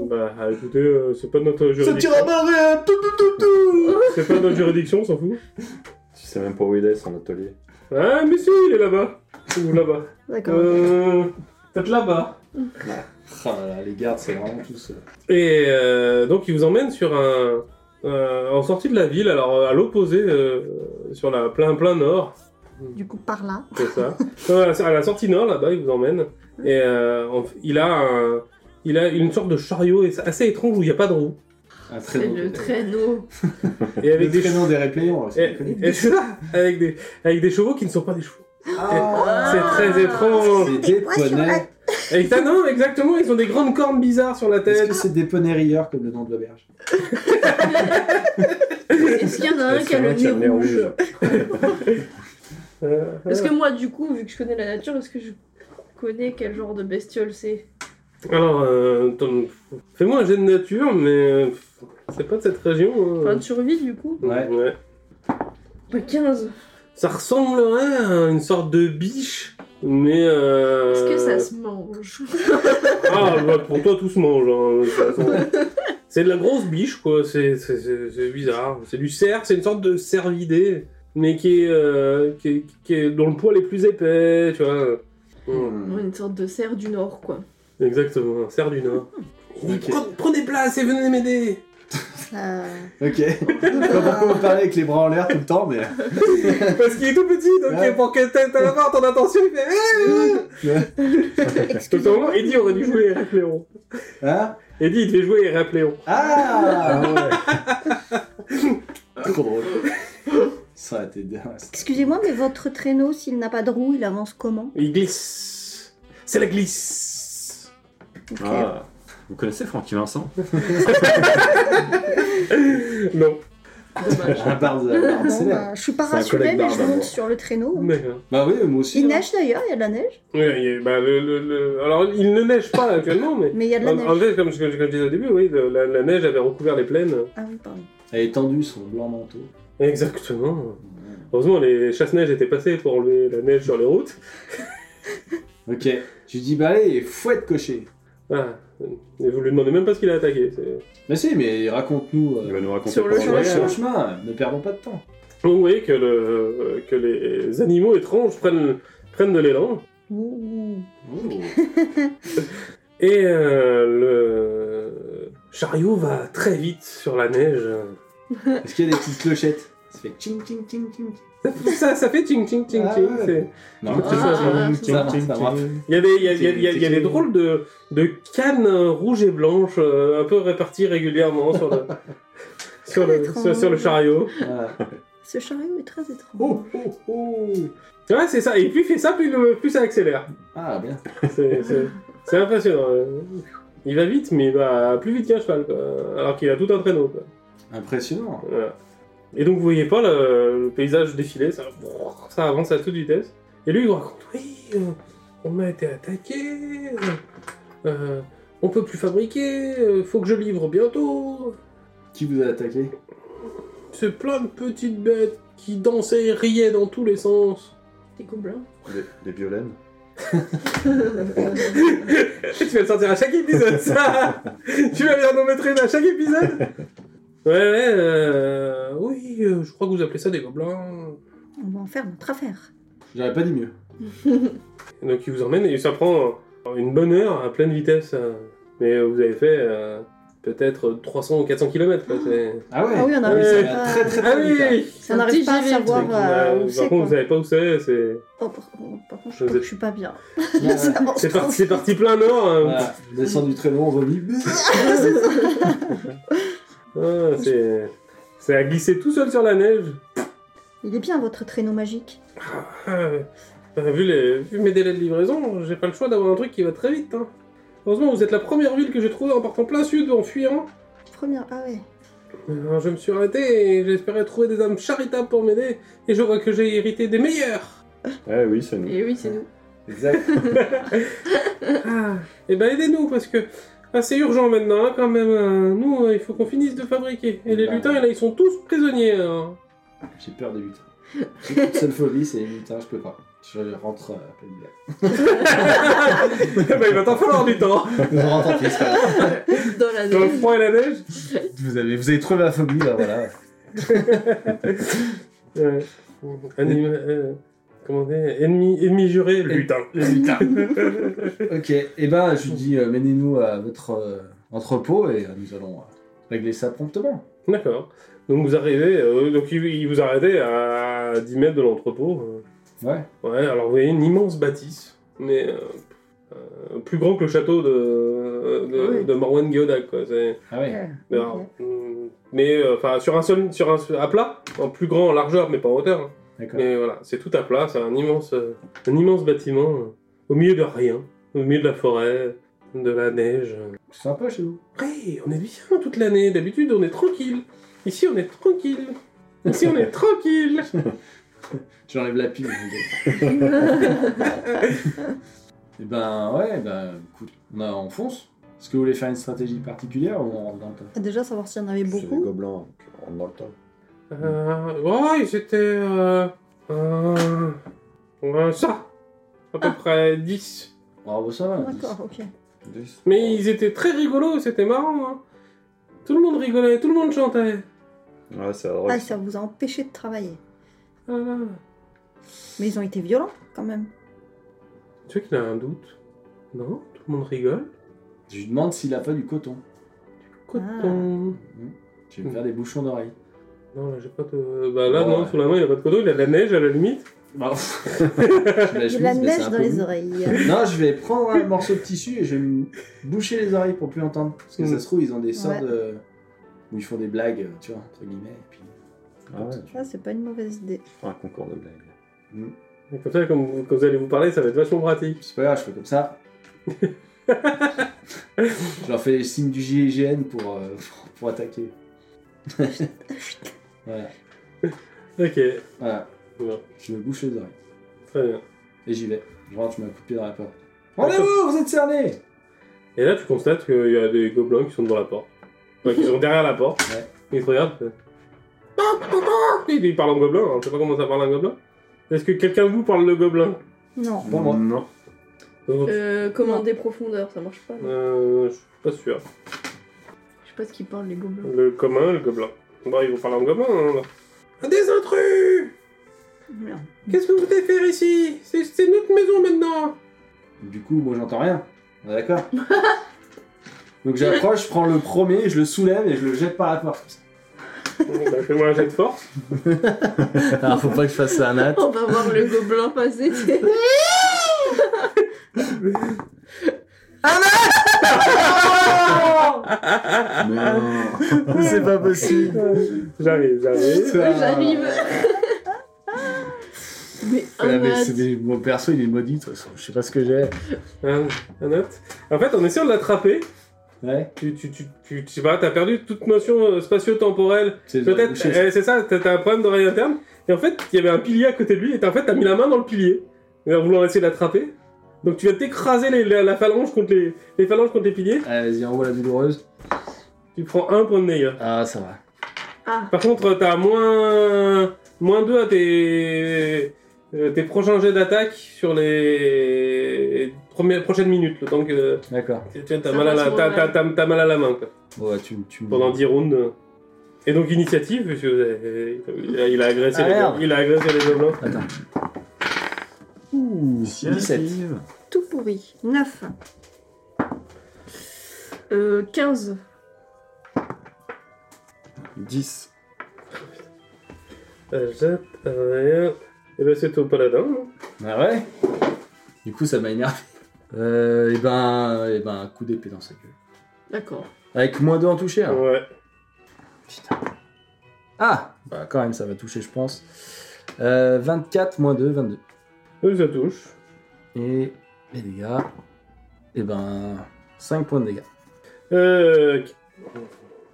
Bah écoutez, euh, c'est pas notre juridiction. barré tout, tout, tout, tout C'est pas notre juridiction, on s'en fout. Tu sais même pas où il est, son atelier. Ah mais si, il est là-bas. Ou là-bas. D'accord. Euh, peut-être là-bas. Oh là là, les gardes, c'est vraiment tous. euh, Et euh, donc il vous emmène sur un, euh, en sortie de la ville, alors euh, à l'opposé, euh, sur la plein plein nord. Du coup, par là. C'est ça. Non, à la- à la sortie nord, là-bas, il vous emmène. Et euh, en- il, a un- il a une sorte de chariot et c'est assez étrange où il n'y a pas de roue. Un très C'est bon le traîneau. Et avec des, Eh. prénom des répléons, là, che- c'est et- connu. et- avec, Ah. des, avec des chevaux qui ne sont pas des chevaux. Et Ah. C'est très étrange. C'est des Moi, sur la- poneys. Et t'as- non, exactement, ils ont des grandes cornes bizarres sur la Est-ce que tête. c'est des poneys rieurs comme le nom de l'auberge Est-ce Ah, qu'il y en a Eh, un qui a le nez rouge Euh, Parce que moi, du coup, vu que je connais la nature, est-ce que je connais quel genre de bestiole c'est Alors, euh, attends, fais-moi un jet de nature, mais euh, c'est pas de cette région. Enfin, hein. de survie, du coup Ouais. ouais. Bah, 15 Ça ressemblerait à une sorte de biche, mais. euh, Est-ce que ça se mange Ah, bah, pour toi, tout se mange. hein, de toute façon. c'est de la grosse biche, quoi. C'est, c'est- c'est- c'est bizarre. C'est du cerf, c'est une sorte de cervidé, mais qui est, euh, qui est- qui est- dont le poil est plus épais, tu vois. Hmm, Ouais, Une sorte de cerf du nord, quoi. Exactement, un cerf du Nord. Il dit, Ok. Prenez- Prenez place et venez m'aider. Euh, Ok. Je sais pas pourquoi on parlait avec les bras en l'air tout le temps, mais. Parce qu'il est tout petit, donc Ouais. pour que t'a- t'avoir ton attention, il fait. Tout le temps, Eddie aurait dû jouer Héracléon. Hein Eddie, il devait jouer Héracléon. Ah Trop drôle. Ça a été bien. Excusez-moi, mais votre traîneau, s'il n'a pas de roue, il avance comment Il glisse. C'est la glisse. Ok. Ah, vous connaissez Francky Vincent Non. Dommage. Un barbe Bon, c'est bah, je suis pas C'est un rassurée, collègue mais je barbare. monte sur le traîneau. Mais, Bah oui, moi aussi. Il hein. neige d'ailleurs, il y a de la neige, ouais, il- bah, le- le- le- Alors, il ne neige pas actuellement, mais. mais il y a de la En, en neige. fait, comme je, comme je disais au début, oui, le- la, la neige avait recouvert les plaines. Ah oui, pardon. Elle est tendue, son blanc manteau. Exactement. Heureusement, les chasse-neige étaient passés pour enlever la neige sur les routes. Ok. Tu dis, bah allez, fouette cocher. Ah. Et vous lui demandez même pas ce qu'il a attaqué. c'est- Mais Bah si, mais raconte-nous. Il euh, va nous raconter Sur le pendant sur le voyage. chemin. ne perdons pas de temps. Donc, Vous voyez que, le, que les animaux étranges prennent, prennent de l'élan. Ouh. Et euh, le chariot va très vite sur la neige. Est-ce qu'il y a des petites clochettes Ça fait ching ching ching ching. Ça, ça fait ting ting ting Ah ting. ouais. c'est- Non, Ah, ah, ça marche, ça marche. Il y a des, il y a- il y a- il y a- il y a des drôles de, de cannes euh, rouges et blanches euh, un peu réparties régulièrement sur le, sur le, Très sur, sur le étrange. chariot. Voilà. Ce chariot est très étrange. Ah. Oh, oh, oh. Ouais, c'est ça. Et plus il fait ça, plus, le- plus ça accélère. Ah, bien. C'est- C'est c'est impressionnant. Euh, Il va vite, mais il va plus vite qu'un cheval, quoi. alors qu'il a tout un traîneau. Quoi. Impressionnant. Voilà. Et donc vous voyez pas le, le paysage défiler, ça, ça avance à toute vitesse. Et lui il vous raconte oui, euh, on m'a été attaqué, euh, euh, on peut plus fabriquer, euh, faut que je livre bientôt. Qui vous a attaqué C'est plein de petites bêtes qui dansaient et riaient dans tous les sens. Des gobelins. Des, des violaines. tu vas le sortir à chaque épisode, ça Tu vas bien en mettre une à chaque épisode Ouais, ouais, euh, oui, euh, je crois que vous appelez ça des gobelins. On va en faire notre affaire. J'aurais pas dit mieux. Donc il vous emmène et ça prend euh, une bonne heure à pleine vitesse. euh. Mais euh, vous avez fait euh, peut-être 300 ou 400 km. Quoi. c'est- Ah ouais Ah oui, on arrive ça pas- va très très Ah très vite, hein. là. oui On n'arrive pas à TGV, le savoir Donc, euh, euh, où Par c'est. contre, quoi. vous savez pas où c'est. C'est Oh, par, contre- par contre, je Vous crois que êtes- je suis pas bien. Voilà. Ça avance c'est trop parti, c'est vite. parti plein nord. hein. Voilà. On Descend du traîneau, on vomit. Ah, c'est. C'est à glisser tout seul sur la neige. Il est bien votre traîneau magique. Ah, euh, vu, les, vu mes délais de livraison, j'ai pas le choix d'avoir un truc qui va très vite. hein. Heureusement, vous êtes la première ville que j'ai trouvée en partant plein sud, en fuyant. Première. Ah ouais. Alors, je me suis arrêté et j'espérais trouver des âmes charitables pour m'aider, et je vois que j'ai hérité des meilleurs. Eh oui, c'est nous. Et oui, c'est nous. Exact. Et ben aidez-nous, parce que ah, c'est urgent maintenant, hein, quand même. euh, Nous, euh, il faut qu'on finisse de fabriquer. Et les Bah, lutins, ouais. là, ils sont tous prisonniers. hein. J'ai peur des lutins. J'ai une seule phobie, c'est les lutins, je peux pas. Je rentre euh, à peine bien. Eh ben, il va t'en falloir du temps. Je rentre en pièce. Dans la Dans le neige. froid et la neige. Vous avez, vous avez trouvé la phobie, là, voilà. Ouais. Anima- euh, comment dire Ennemi, ennemi juré, lutin. Ok, et ben je lui dis, euh, menez-nous à votre euh, entrepôt et euh, nous allons euh, régler ça promptement. D'accord. Donc vous arrivez, euh, donc il, il vous arrêtez à 10 mètres de l'entrepôt. euh, Ouais. Ouais, alors vous voyez une immense bâtisse, mais euh, euh, plus grand que le château de, de, Oui. de Morwen Geodag, quoi. c'est- Ah ouais. Ouais. Mais, alors, hum, mais, euh, enfin, sur un seul, sur un seul- à plat, en plus grand en largeur, mais pas en hauteur. hein. D'accord. Mais voilà, c'est tout à plat, c'est un immense, euh, un immense bâtiment euh, au milieu de rien. au milieu de la forêt, de la neige. C'est sympa chez vous. Hey, on est bien toute l'année. D'habitude, on est tranquille. Ici, on est tranquille. Ici, on est tranquille. J'enlève la pile. je vous dis. Et ben ouais, ben écoute, on, a- on fonce. Est-ce que vous voulez faire une stratégie particulière ou on rentre dans le tas Ah, Déjà, savoir s'il y en avait C'est des beaucoup. gobelins, donc on rentre dans le temps. Euh, ouais, ils étaient. Euh, euh, euh, ça À peu près 10. Bravo, ça va. D'accord, ok. Dix. Mais ils étaient très rigolos, c'était marrant. hein. Tout le monde rigolait, tout le monde chantait. Ouais, c'est drôle. Ah, ça vous a empêché de travailler. Voilà. Mais ils ont été violents, quand même. Tu sais qu'il a un doute Non Tout le monde rigole Je lui demande s'il a pas du coton. Coton. Je vais me faire des bouchons d'oreilles. Non, là, j'ai pas de. Bah là, Oh, non, ouais. sous la main, il a pas de coton, il a de la neige à la limite. Bon. Il y a de la neige dans les oreilles. Non, je vais prendre un morceau de tissu et je vais me boucher les oreilles pour plus entendre. Parce que Mm. ça se trouve, ils ont des sortes Ouais. de- où ils font des blagues, tu vois, entre guillemets. Et puis... Ah ouais, Ça, c'est pas une mauvaise idée. tu feras un concours de blagues. Et comme ça, comme vous, quand vous allez vous parler, ça va être vachement pratique. C'est pas grave, je fais comme ça. je leur fais les signes du GIGN pour, euh, pour, pour attaquer. voilà. Ok, voilà, Bon, je me bouche les oreilles. très bien. Et j'y vais. Je rentre, je mets un coup de pied dans la porte. Rendez-vous, vous êtes cernés Et là, tu constates qu'il y a des gobelins qui sont devant la porte. Enfin, qui sont derrière la porte. Ouais. Et ils te regardent. euh, Ah, ah, ah Ils ils parlent en gobelin, hein. je sais pas comment ça parle un gobelin. Est-ce que quelqu'un de vous parle le gobelin Non. Bon, moi. Non. Euh, commander profondeur, ça marche pas. non Euh, je suis pas sûr. Je sais pas ce qu'ils parlent, les gobelins. Le commun, le gobelin. Bon, ils vont parler en gobelin. hein, là. Ah, Des intrus Merde. Qu'est-ce que vous venez faire ici C'est- C'est notre maison maintenant Du coup, moi j'entends rien. On est d'accord Donc j'approche, je prends le premier, je le soulève et je le jette par la porte. Bon, bah, Fais-moi un jet de force. Alors, Ah, faut pas que je fasse ça à Nat. On va voir le gobelin passer. t'sais. Non. C'est pas possible. J'arrive, j'arrive. J'arrive. Mais Ouais, un Ah, mais ad- c'est des- Mon perso, il est maudit, de toute façon. Je sais pas ce que j'ai. Un, un autre. En fait, en essayant de l'attraper, Ouais, tu, tu, tu, tu, tu sais pas, t'as perdu toute notion euh, spatio-temporelle c'est Peut-être, je- eh, c'est ça, t'as t'as un problème d'oreille interne, et en fait, il y avait un pilier à côté de lui, et t'as- en fait, t'as mis la main dans le pilier, et en voulant essayer de l'attraper. Donc tu viens de t'écraser les- la, la phalange contre les, les phalanges contre les piliers, Allez, vas-y, envoie la douloureuse. tu prends un point de dégâts. Ah, ça va. Ah, Par contre, t'as moins, moins 2 à tes, euh, tes prochains jets d'attaque sur les premières, prochaines minutes, le temps que D'accord. tu- tu- t'as Ça mal, à va la- sur t'as- la- t'as- t'as- t'as mal à la main, quoi, Bon, bah, tu, tu me- pendant 10 rounds. Et donc initiative, puisque vous avez- il a- il a agressé Ah, les- merde. il a agressé les gobelins. Ouh, 17. Tout pourri. 9. euh, 15. 10. Euh, Jette rien. Et ben c'est au paladin. hein. Ah ouais Du coup, ça m'a énervé. Euh, et ben, et ben, un coup d'épée dans sa gueule. D'accord. Avec moins 2 en toucher, hein. alors. Ouais. Ah Bah, quand même, ça va toucher, je pense. Euh, 24, moins 2, 22. Donc ça touche. Et les dégâts. eh Et ben, 5 points de dégâts. Euh...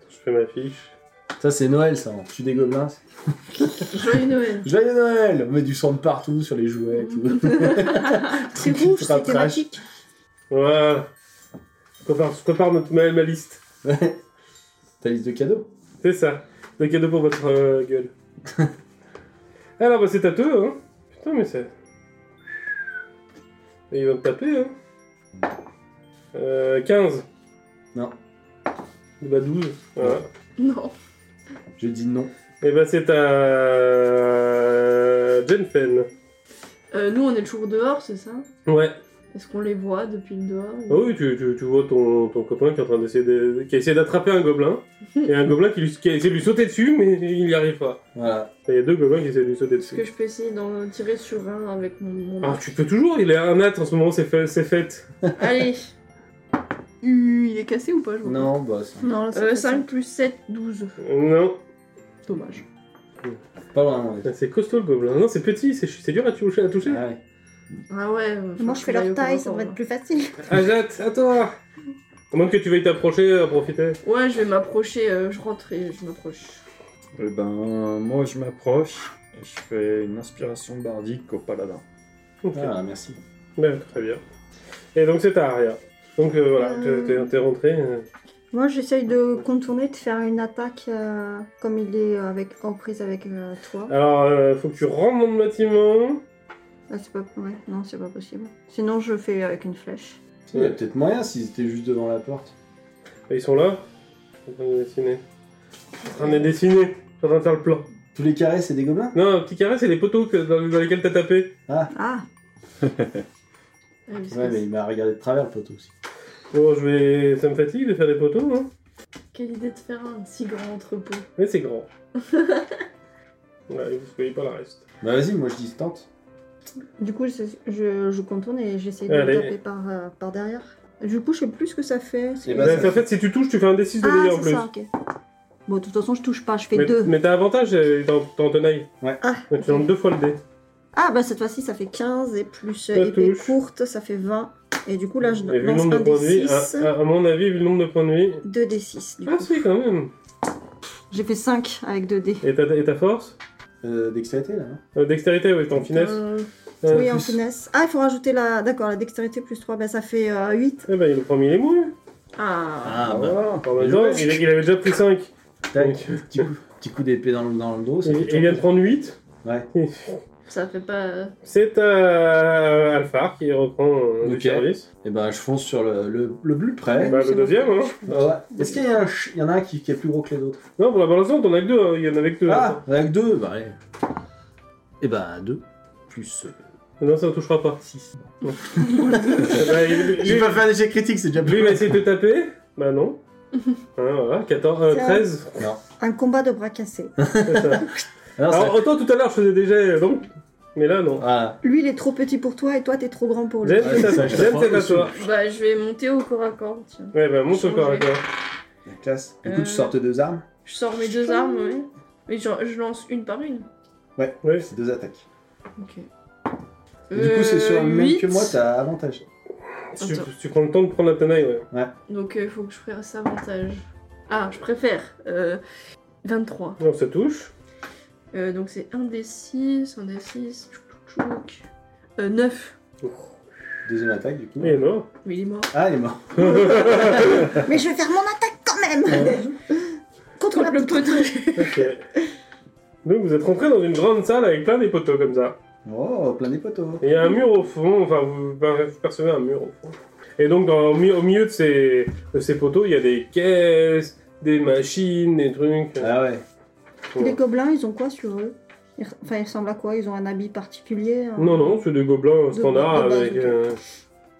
Je fais ma fiche. Ça, c'est Noël, ça. hein. On tue des gobelins. c'est- Joyeux Noël. Joyeux Noël On met du sang de partout sur les jouets et tout. Mhm. C'est Tranquille, rouge, tu c'est rattrapes. thématique. Voilà. Je prépare, je prépare notre- ma, ma liste. Ta liste de cadeaux C'est ça. Le cadeau pour votre euh, gueule. Alors bah c'est tatoué hein. Putain mais c'est... Et il va me taper hein. Euh, 15. Non. Bah 12. Voilà. Non. Je dis non. Et bah c'est à... Jenfen. Euh, nous, on est toujours dehors, c'est ça Ouais. Est-ce qu'on les voit depuis le dehors Ah oui, tu, tu- tu vois ton, ton copain qui est en train d'essayer de- qui a essayé d'attraper un gobelin, et un gobelin qui, lui, qui a essayé de lui sauter dessus, mais il n'y arrive pas. Voilà. Il y a deux gobelins qui essaient de lui sauter Est-ce que dessus. je peux essayer d'en tirer sur un avec mon. mon- Ah, tu peux toujours, il est à un at en ce moment, c'est fait, c'est fait. Allez Euh, Il est cassé ou pas je vois Non, bah, c'est Non, là, pas. ça Euh, fait 5 plus 7, 12. Non, Ah, Dommage. pas loin. ouais. c'est costaud le gobelin. Non, c'est petit, c'est, c'est dur à toucher. À toucher. Ah ouais. Ah ouais. Moi, je fais leur taille, ça va être plus facile. Ajat, à toi À moins que tu veuilles t'approcher, à profiter. Ouais, je vais m'approcher, euh, je rentre et je m'approche. Eh ben, moi je m'approche et je fais une inspiration bardique au paladin. Ok. Ah, merci. Bien, Ben, très bien. Et donc c'est ta aria. Donc euh, voilà, t'es- t'es- t'es rentré. euh, Moi, j'essaye de contourner, de faire une attaque euh, comme il est euh, avec, en prise avec euh, toi. Alors, euh, faut que tu rentres dans le bâtiment. Ah, c'est pas... ouais, non, c'est pas possible. Sinon, je fais avec une flèche. Il y a peut-être moyen s'ils étaient juste devant la porte. Et Ah, ils sont là. Je suis en train de dessiner. Je suis en train de dessiner. Je suis en train de faire le plan. Tous les carrés, c'est des gobelins Non, un petit carré, c'est les poteaux que- dans, dans lesquels t'as tapé. Ah, Ouais, parce Ouais, que- mais il m'a regardé de travers, le poteau aussi. Bon, je vais. Ça me fatigue de faire des poteaux, hein. Quelle idée de faire un si grand entrepôt. Mais c'est grand. ouais, vous ne voyez pas la reste. Bah vas-y, moi je dis tente. du coup, je, je, je contourne et j'essaye de Allez. le taper par, euh, par derrière. Du coup, je sais plus ce que ça fait. c'est- Eh ben, Bah, ça- en fait, si tu touches, tu fais un D6 de ah, dégâts en c'est plus. ça, ok. Bon, de toute façon, je touche pas, je fais mais deux. mais t'as avantage, euh, t'es en t'es en tenaille. Ah, Donc tu lances deux fois le dé. Ah bah cette fois-ci ça fait 15 et plus Ça euh, épée touche. courte ça fait 20 et du coup là je Et vu le lance nombre un de points de des vie, 6 à, à- à mon avis, vu le nombre de points de vie. 2 des 6 du Ah, coup. si, quand même. J'ai fait 5 avec 2 dés. Et ta, et ta force Euh, dextérité là. hein Euh, Dextérité, oui, t'es en finesse. Euh, Euh, oui en plus- finesse. Ah il faut rajouter la d'accord la dextérité plus 3 bah ça fait 8. Eh ben, il le premier, il est moins. Ah. Ah, bah. Voilà, en même temps, il, il avait déjà pris 5. Oh, Tac, petit coup, petit coup d'épée dans, le- dans le dos. Il, ça fait il vient de prendre 8. Ouais. Ça fait pas. C'est euh, Alphar qui reprend euh, du Ok. Eh, service. Et ben je fonce sur le, le, le plus près. Bah, le deuxième, hein. Bah, ouais. Est-ce qu'il y, a un ch- il y en a un qui, qui est plus gros que les autres Non, pour la balance, on en a que deux. hein. Il y en avait que deux. Ah, avec deux, bah allez. Et ben deux. Plus euh, Non, ça ne touchera pas. 6. Eh ben, il- Je vais lui, pas faire des jets critiques, c'est déjà lui, plus. il va essayer de te taper. Bah non. Hein, voilà, 14, euh, Ça- 13. Un combat de bras cassés. c'est ça. Alors, Ah, ça- Ah, Alors, autant tout à l'heure, je faisais des jets, non Mais là, non. Voilà. Lui il est trop petit pour toi et toi t'es trop grand pour lui. Zen, Ouais, c'est ça, à- je Zen, comprends c'est à aussi. toi. Bah, je vais monter au corps à corps, tiens. Ouais, bah, monte encore à Changer. toi. La classe. Du coup, Euh. tu sors tes deux armes. Je sors mes deux armes, ouais. Mais je, je lance une par une. Ouais. C'est deux attaques. Ok. Euh, Et du coup, c'est sur le même que moi, as... t'as avantage. Tu, Attends. tu prends le temps de prendre la tenaille, ouais. Donc, il faut que je fasse avantage. Ah, je préfère. Euh, 23. Non, ça touche. Euh, donc, c'est 1 des 6, 1 des 6. Tchouk, tchouk, tchouk. Euh, 9. Deuxième attaque, du coup. Il est mort. Mais il est mort. Ah, il est mort. Mais je vais faire mon attaque quand même. Ah. Contre la le poutre. potager. Ok. Donc vous êtes rentré dans une grande salle avec plein des poteaux comme ça. Oh, plein des poteaux. Et il y a un mur au fond, enfin vous, vous percevez un mur au fond. Et donc dans- au, mi- au milieu de ces, de ces poteaux, il y a des caisses, des machines, des trucs. Ah ouais. Oh. Les gobelins ils ont quoi sur eux Ils re- Enfin ils ressemblent à quoi Ils ont un habit particulier hein Non, non, c'est des gobelins standards de base, avec ok. euh,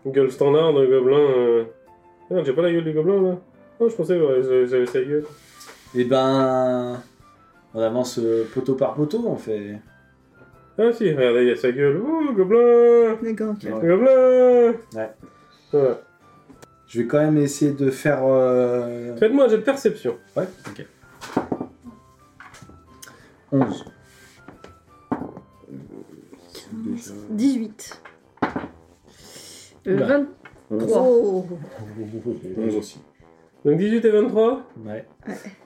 une gueule standard de gobelin. euh. Merde, j'ai pas la gueule du gobelin là. Non, je pensais ouais, j'avais j'avais sa gueule. Et ben. On avance euh, poteau par poteau, on fait. Ah si, regardez, il y a sa gueule. Ouh, gobelin D'accord. ok. Ouais. Gobelin Ouais. Voilà. Je vais quand même essayer de faire. euh, Faites-moi un jet de perception. 11. 18. Euh, Oula. 20. Oh. 11 aussi. Donc 18 et 23 Ouais.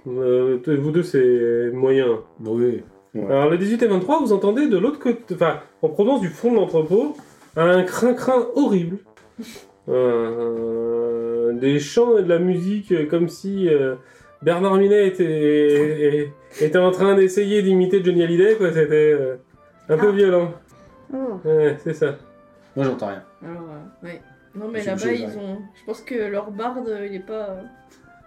Euh, t- vous deux, c'est moyen. Oui. Alors, le 18 et 23, vous entendez de l'autre côté, enfin, en provenance du fond de l'entrepôt, un crin-crin horrible. Euh, des chants et de la musique euh, comme si euh, Bernard Minet était, et- était en train d'essayer d'imiter Johnny Hallyday, quoi. C'était euh, un peu Ah. violent. Oh. Ouais, c'est ça. Moi, j'entends rien. Alors, euh, ouais. Non, mais Je- là-bas, je- ils ont. Je pense que leur barde, il est pas. euh,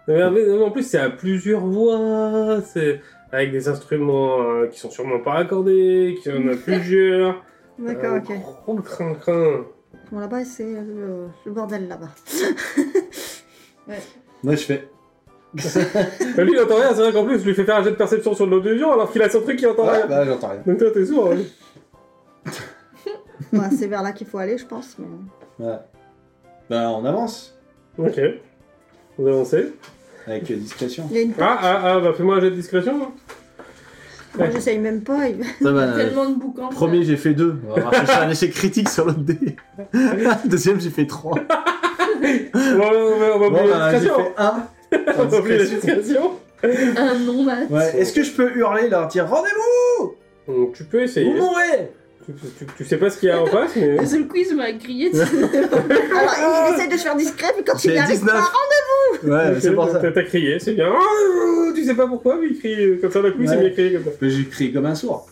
Regardez, non, mais en plus, c'est à plusieurs voix, c'est avec des instruments euh, qui sont sûrement pas accordés, qui en a plusieurs. D'accord, Euh, ok. gros crin-crin. Bon, là-bas, c'est euh, le, le bordel là-bas. Moi, je fais. Bah, lui, il entend rien, c'est vrai qu'en plus, je lui fais faire un jet de perception sur l'autre vision alors qu'il a son truc qui entend Ouais, rien. bah, j'entends rien. Donc toi, t'es sourd. hein. Enfin, c'est vers là qu'il faut aller, je pense. Mais... Ouais. Ben, on avance. Ok. Vous avancez. Avec euh, discrétion. Il y a une porte. hein. Ah, ah, ah, bah fais-moi un jet de discrétion. Moi, j'essaye même pas. et- Ça va. euh, Tellement de bouquins. Premier, j'ai fait deux. On va voir si je fais un échec critique sur l'autre dé. Deuxième, j'ai fait trois. Ouais, ouais, ouais, on va Bon, oublier bah, j'ai l'illustration. fait un. On va oublier l'illustration. Un nom là. Ouais. Est-ce que je peux hurler, leur dire rendez-vous Donc, Tu peux Vous essayer. mourrez Tu, tu- tu sais pas ce qu'il y a en face, mais. Le seul quiz m'a grillé. Alors, Ah. il essaie de se faire discret, mais quand il J'ai y arrive pas, 19. Ouais, mais c'est pour ça. T'as t'as crié, c'est bien. Ah, Tu sais pas pourquoi, mais il crie euh, comme ça d'un coup, c'est Ouais. bien crié comme ça. Mais j'ai crié comme un sourd.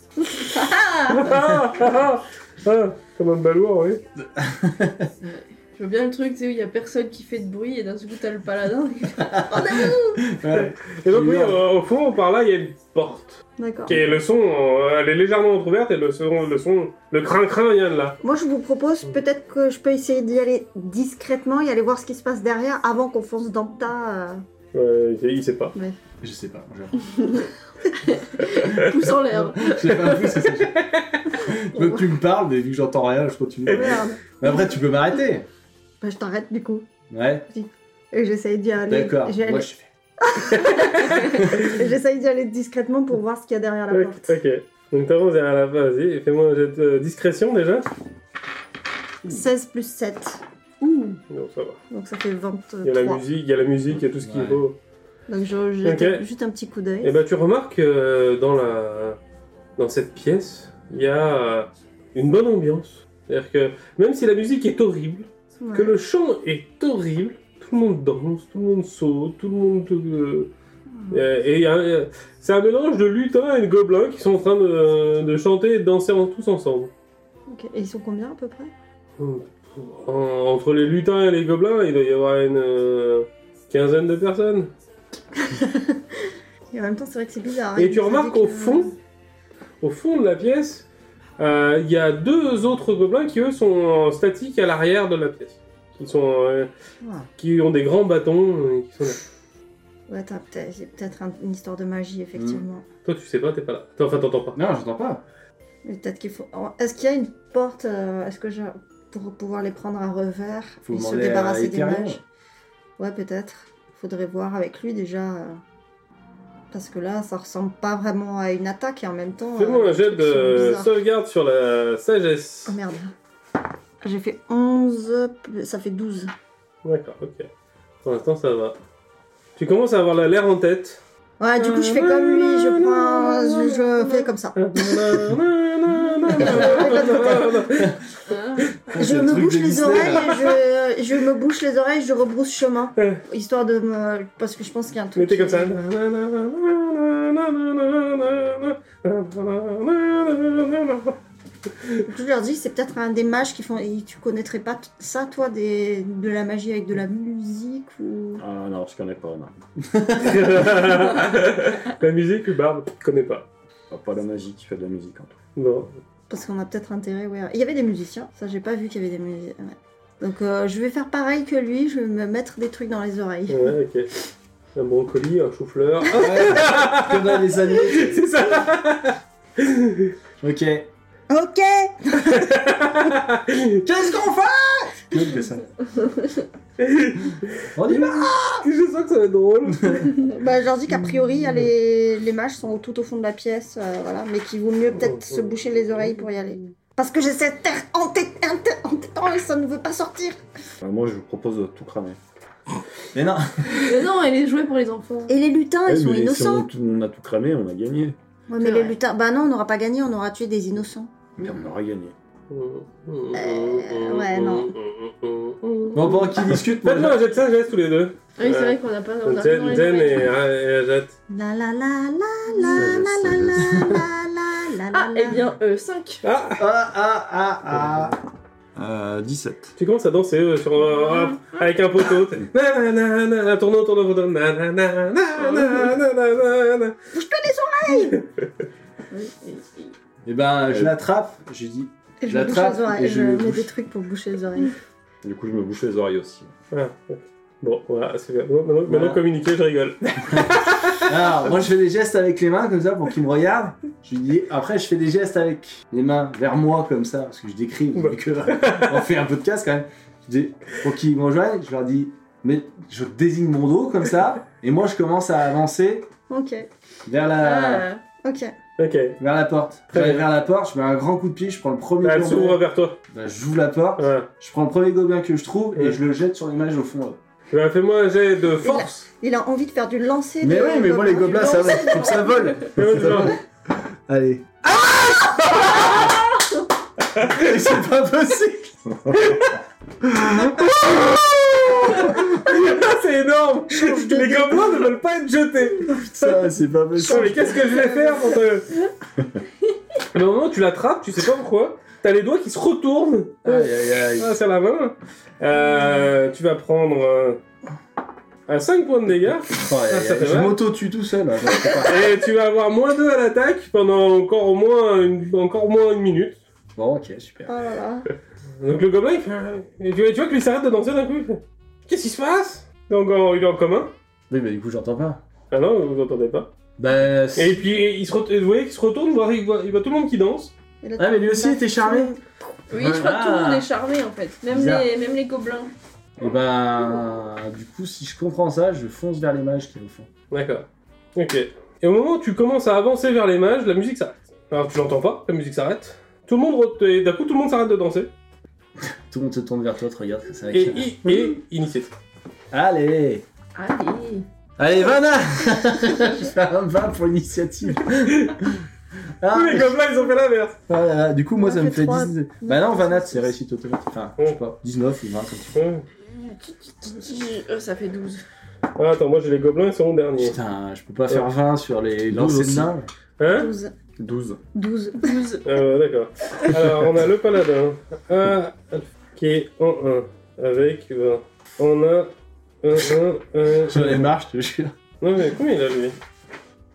Ah, ah, ah, ah, comme un balourd, oui. Je veux bien le truc, tu sais, où il y a personne qui fait de bruit et d'un seul coup t'as le paladin. Ouais. Et donc, Il oui, meurt. euh, au fond, par là, il y a une porte. D'accord. Qui est le son, euh, elle est légèrement entrouverte et le son, le son, le crin-crin vient de là. Moi, je vous propose peut-être que je peux essayer d'y aller discrètement et aller voir ce qui se passe derrière avant qu'on fonce dans le tas. euh. Ouais, il sait- il sait pas. Je sais pas. je- Pouce en l'air. J'ai pas vu ce que c'est. Donc tu me parles, mais vu que j'entends rien, je continue. Merde. Mais après, tu peux m'arrêter. Bah, je t'arrête du coup. Ouais, Et j'essaye d'y aller. d'accord. j'y allais- Moi, je fais. J'essaye d'y aller discrètement pour voir ce qu'il y a derrière la Ok, porte. ok. Donc t'avances derrière la base, vas-y, fais-moi un jet de euh, discrétion déjà. 16 plus 7. Ouh. Non, ça va. Donc ça fait Il y a la 23. musique, il y a la musique, il y a tout ce qu'il Ouais. faut. Donc je jette Ok. juste un petit coup Et d'œil. ben tu remarques euh, dans la dans cette pièce, il y a euh, une bonne ambiance. C'est-à-dire que même si la musique est horrible, Ouais. ben, que le chant est horrible, tout le monde danse, tout le monde saute, tout le monde. euh, euh, et il y a un- c'est un mélange de lutins et de gobelins qui sont en train de, de chanter et de danser en- tous ensemble. Ok. Et ils sont combien à peu près En- entre les lutins et les gobelins, il doit y avoir une euh, quinzaine de personnes. Et en même temps, c'est vrai que c'est bizarre. Et hein, tu ils remarques indiquent, au euh, fond, au fond de la pièce, euh, il y a deux autres gobelins qui eux sont euh, statiques à l'arrière de la pièce, qui sont, euh, Ah. qui ont des grands bâtons. euh, qui sont là. Ouais, t'as peut-être- c'est peut-être un- une histoire de magie, effectivement. Toi tu sais pas, t'es pas là. Enfin t'entends pas. Non, j'entends pas. Mais Peut-être qu'il faut. Alors, Est-ce qu'il y a une porte euh, Est-ce que je pour pouvoir les prendre à revers Faut et se demander à débarrasser des Ethereum. mages Ouais, peut-être. Faudrait voir avec lui déjà. euh, Parce que là, ça ressemble pas vraiment à une attaque et en même temps. Fais-moi euh, un jet de c'est euh, bizarre. sauvegarde sur la sagesse. Oh merde. J'ai fait 11, plus- ça fait 12. D'accord, ok. Pour l'instant ça va. Tu commences à avoir la- l'air en tête. Ouais, du coup, je fais comme lui, je prends. Je, je fais comme ça. Ah. Je me bouche les oreilles, et je, je me bouche les oreilles, je rebrousse chemin. Ouais. Histoire de me. Parce que je pense qu'il y a un truc. Mais t'es comme qui- ça. Je leur dis, c'est peut-être un des mages qui font. et tu connaîtrais pas t- ça, toi, des... de la magie avec de la musique ou. Ah non, je connais pas, non. La musique, le barbe, je connais pas. Pas- Pas la magie qui fait de la musique en tout Bon. Parce qu'on a peut-être intérêt, ouais. Il y avait des musiciens, ça, j'ai pas vu qu'il y avait des musiciens. ouais. Donc, euh, je vais faire pareil que lui, je vais me mettre des trucs dans les oreilles. Ouais, ok. Un brocoli, un chou-fleur. Ah, Comme dans les animés. c'est ça Ok. Ok Qu'est-ce qu'on fait cas. que ça. On y va Ah, Je sens que ça va être drôle. Bah, je leur dis qu'a priori, il y a les... les mages sont tout au fond de la pièce, euh, voilà, mais qu'il vaut mieux peut-être se boucher les oreilles pour y aller. Parce que j'ai cette terre en tête, en tête, en tête, et ça ne veut pas sortir. Euh, moi, je vous propose de tout cramer. Mais non Mais non, elle est jouée pour les enfants. Ah Et les lutins, Eh, Ah, ils sont mais si on, innocents. tout- on a tout cramé, on a gagné. Ouais, mais C'est les vrai. lutins, bah non, on n'aura pas gagné, on aura tué des innocents. Merde, on aura gagné. Euh, ouais, non. Bon, pendant qu'ils discutent, moi, Faites-moi un jet de sagesse tous les deux. Ah oui, c'est vrai qu'on n'a pas. on a rien Zen, dans les Zen et euh, oreilles. et Ajat. La la la la la la la la la la la Ah, eh la la. bien, 5. Ah Ah, ah, ah, ah Euh, 17. Tu commences à danser euh, sur Mm-hmm. un- un- avec un poteau. t'es- Nanana, Tourne autour de poteau. Nanana, Ah nanana, nanana. Et ben, Euh. je l'attrape, je dis. Et Je je me bouche l'attrape les oreilles, et et je je le mets bouche. des trucs pour boucher les oreilles. Du coup, je me bouche les oreilles aussi. Ah, ok. Bon, voilà, c'est bien. Maintenant, maintenant, Voilà. communiquer, je rigole. Alors, moi, je fais des gestes avec les mains, comme ça, pour qu'ils me regardent. Je lui dis... Après, je fais des gestes avec les mains vers moi, comme ça, parce que je décris, vous savez que on fait un podcast, quand même. Je dis... Pour qu'ils me rejoignent, je leur dis... Mais je désigne mon dos, comme ça, et moi, je commence à avancer Ok, vers la... Ah, ok. Ok. Vers la porte. Très J'arrive bien. vers la porte, je mets un grand coup de pied, je prends le premier Bah, elle s'ouvre gobelin. vers toi. Bah, j'ouvre la porte, Ouais. je prends le premier gobelin que je trouve et Ouais. je le jette sur l'image au fond. là. Bah, Fais-moi un jet de force. Il a envie de faire du lancer. Mais de oui, mais moi les gobelins, ça, va, faut que ça vole. Fais-moi du lancer. Allez. Ah Mais C'est pas possible. Ah, C'est énorme Les gobelins ne veulent pas être jetés Ça, c'est pas Putain, mais possible. qu'est-ce que je vais faire pour te... Mais au moment où tu l'attrapes, tu sais pas pourquoi, t'as les doigts qui se retournent Aïe, aïe, aïe. Ah, sur la main. Euh, tu vas prendre euh, un 5 points de dégâts Aïe, aïe, ça fait aïe. Je mal. m'auto-tue tout seul. là. C'est pas- et tu vas avoir moins 2 à l'attaque pendant encore au moins une, encore moins une minute. Bon, ok, super. Oh là là. Donc le gobelin, il fait... et tu, tu vois qu'il s'arrête de danser d'un coup. il fait, Qu'est-ce qui se passe Donc en- il est en commun. Oui, mais du coup, j'entends pas. Ah non, vous entendez pas. Bah. Et puis il se retourne, vous voyez qu'il se retourne, voir- il voit, il voit tout le monde qui danse. Et là, Ah, mais lui aussi, il était charmé. Oui, je crois que tout le Ah. monde est charmé en fait. Même, Bizarre. les, même les gobelins. Et bah. Eh Du coup, si je comprends ça, je fonce vers les mages qui est au fond. D'accord. Ok. Et au moment où tu commences à avancer vers les mages, la musique s'arrête. Alors tu l'entends pas, la musique s'arrête. Tout le monde, re- et d'un coup tout le monde s'arrête de danser. Tout le monde se tourne vers toi, te regarde, c'est vrai Et, que- et, et initiative. Allez Allez. Allez, Vanna Je fais un 20 pour l'initiative. Ah, Tous les gobelins, ils ont fait l'inverse. ah là là, Du coup, moi, Ça ça me fait fait trois. 10. Bah non, Vanna, c'est réussite automatique. Enfin, je sais pas, 19 ou 20 comme tu veux. Hein Euh, ça fait 12. Ah, attends, moi j'ai les gobelins, ils sont derniers. Putain, je peux pas faire 20 sur les lancers de aussi. nains. Hein 12. 12. 12. 12. Euh, D'accord. Alors, on a le paladin. Ah, qui est en 1. Avec 20. On a 1, 1, 1. Sur les marches, je te jure. Non, mais combien il a lui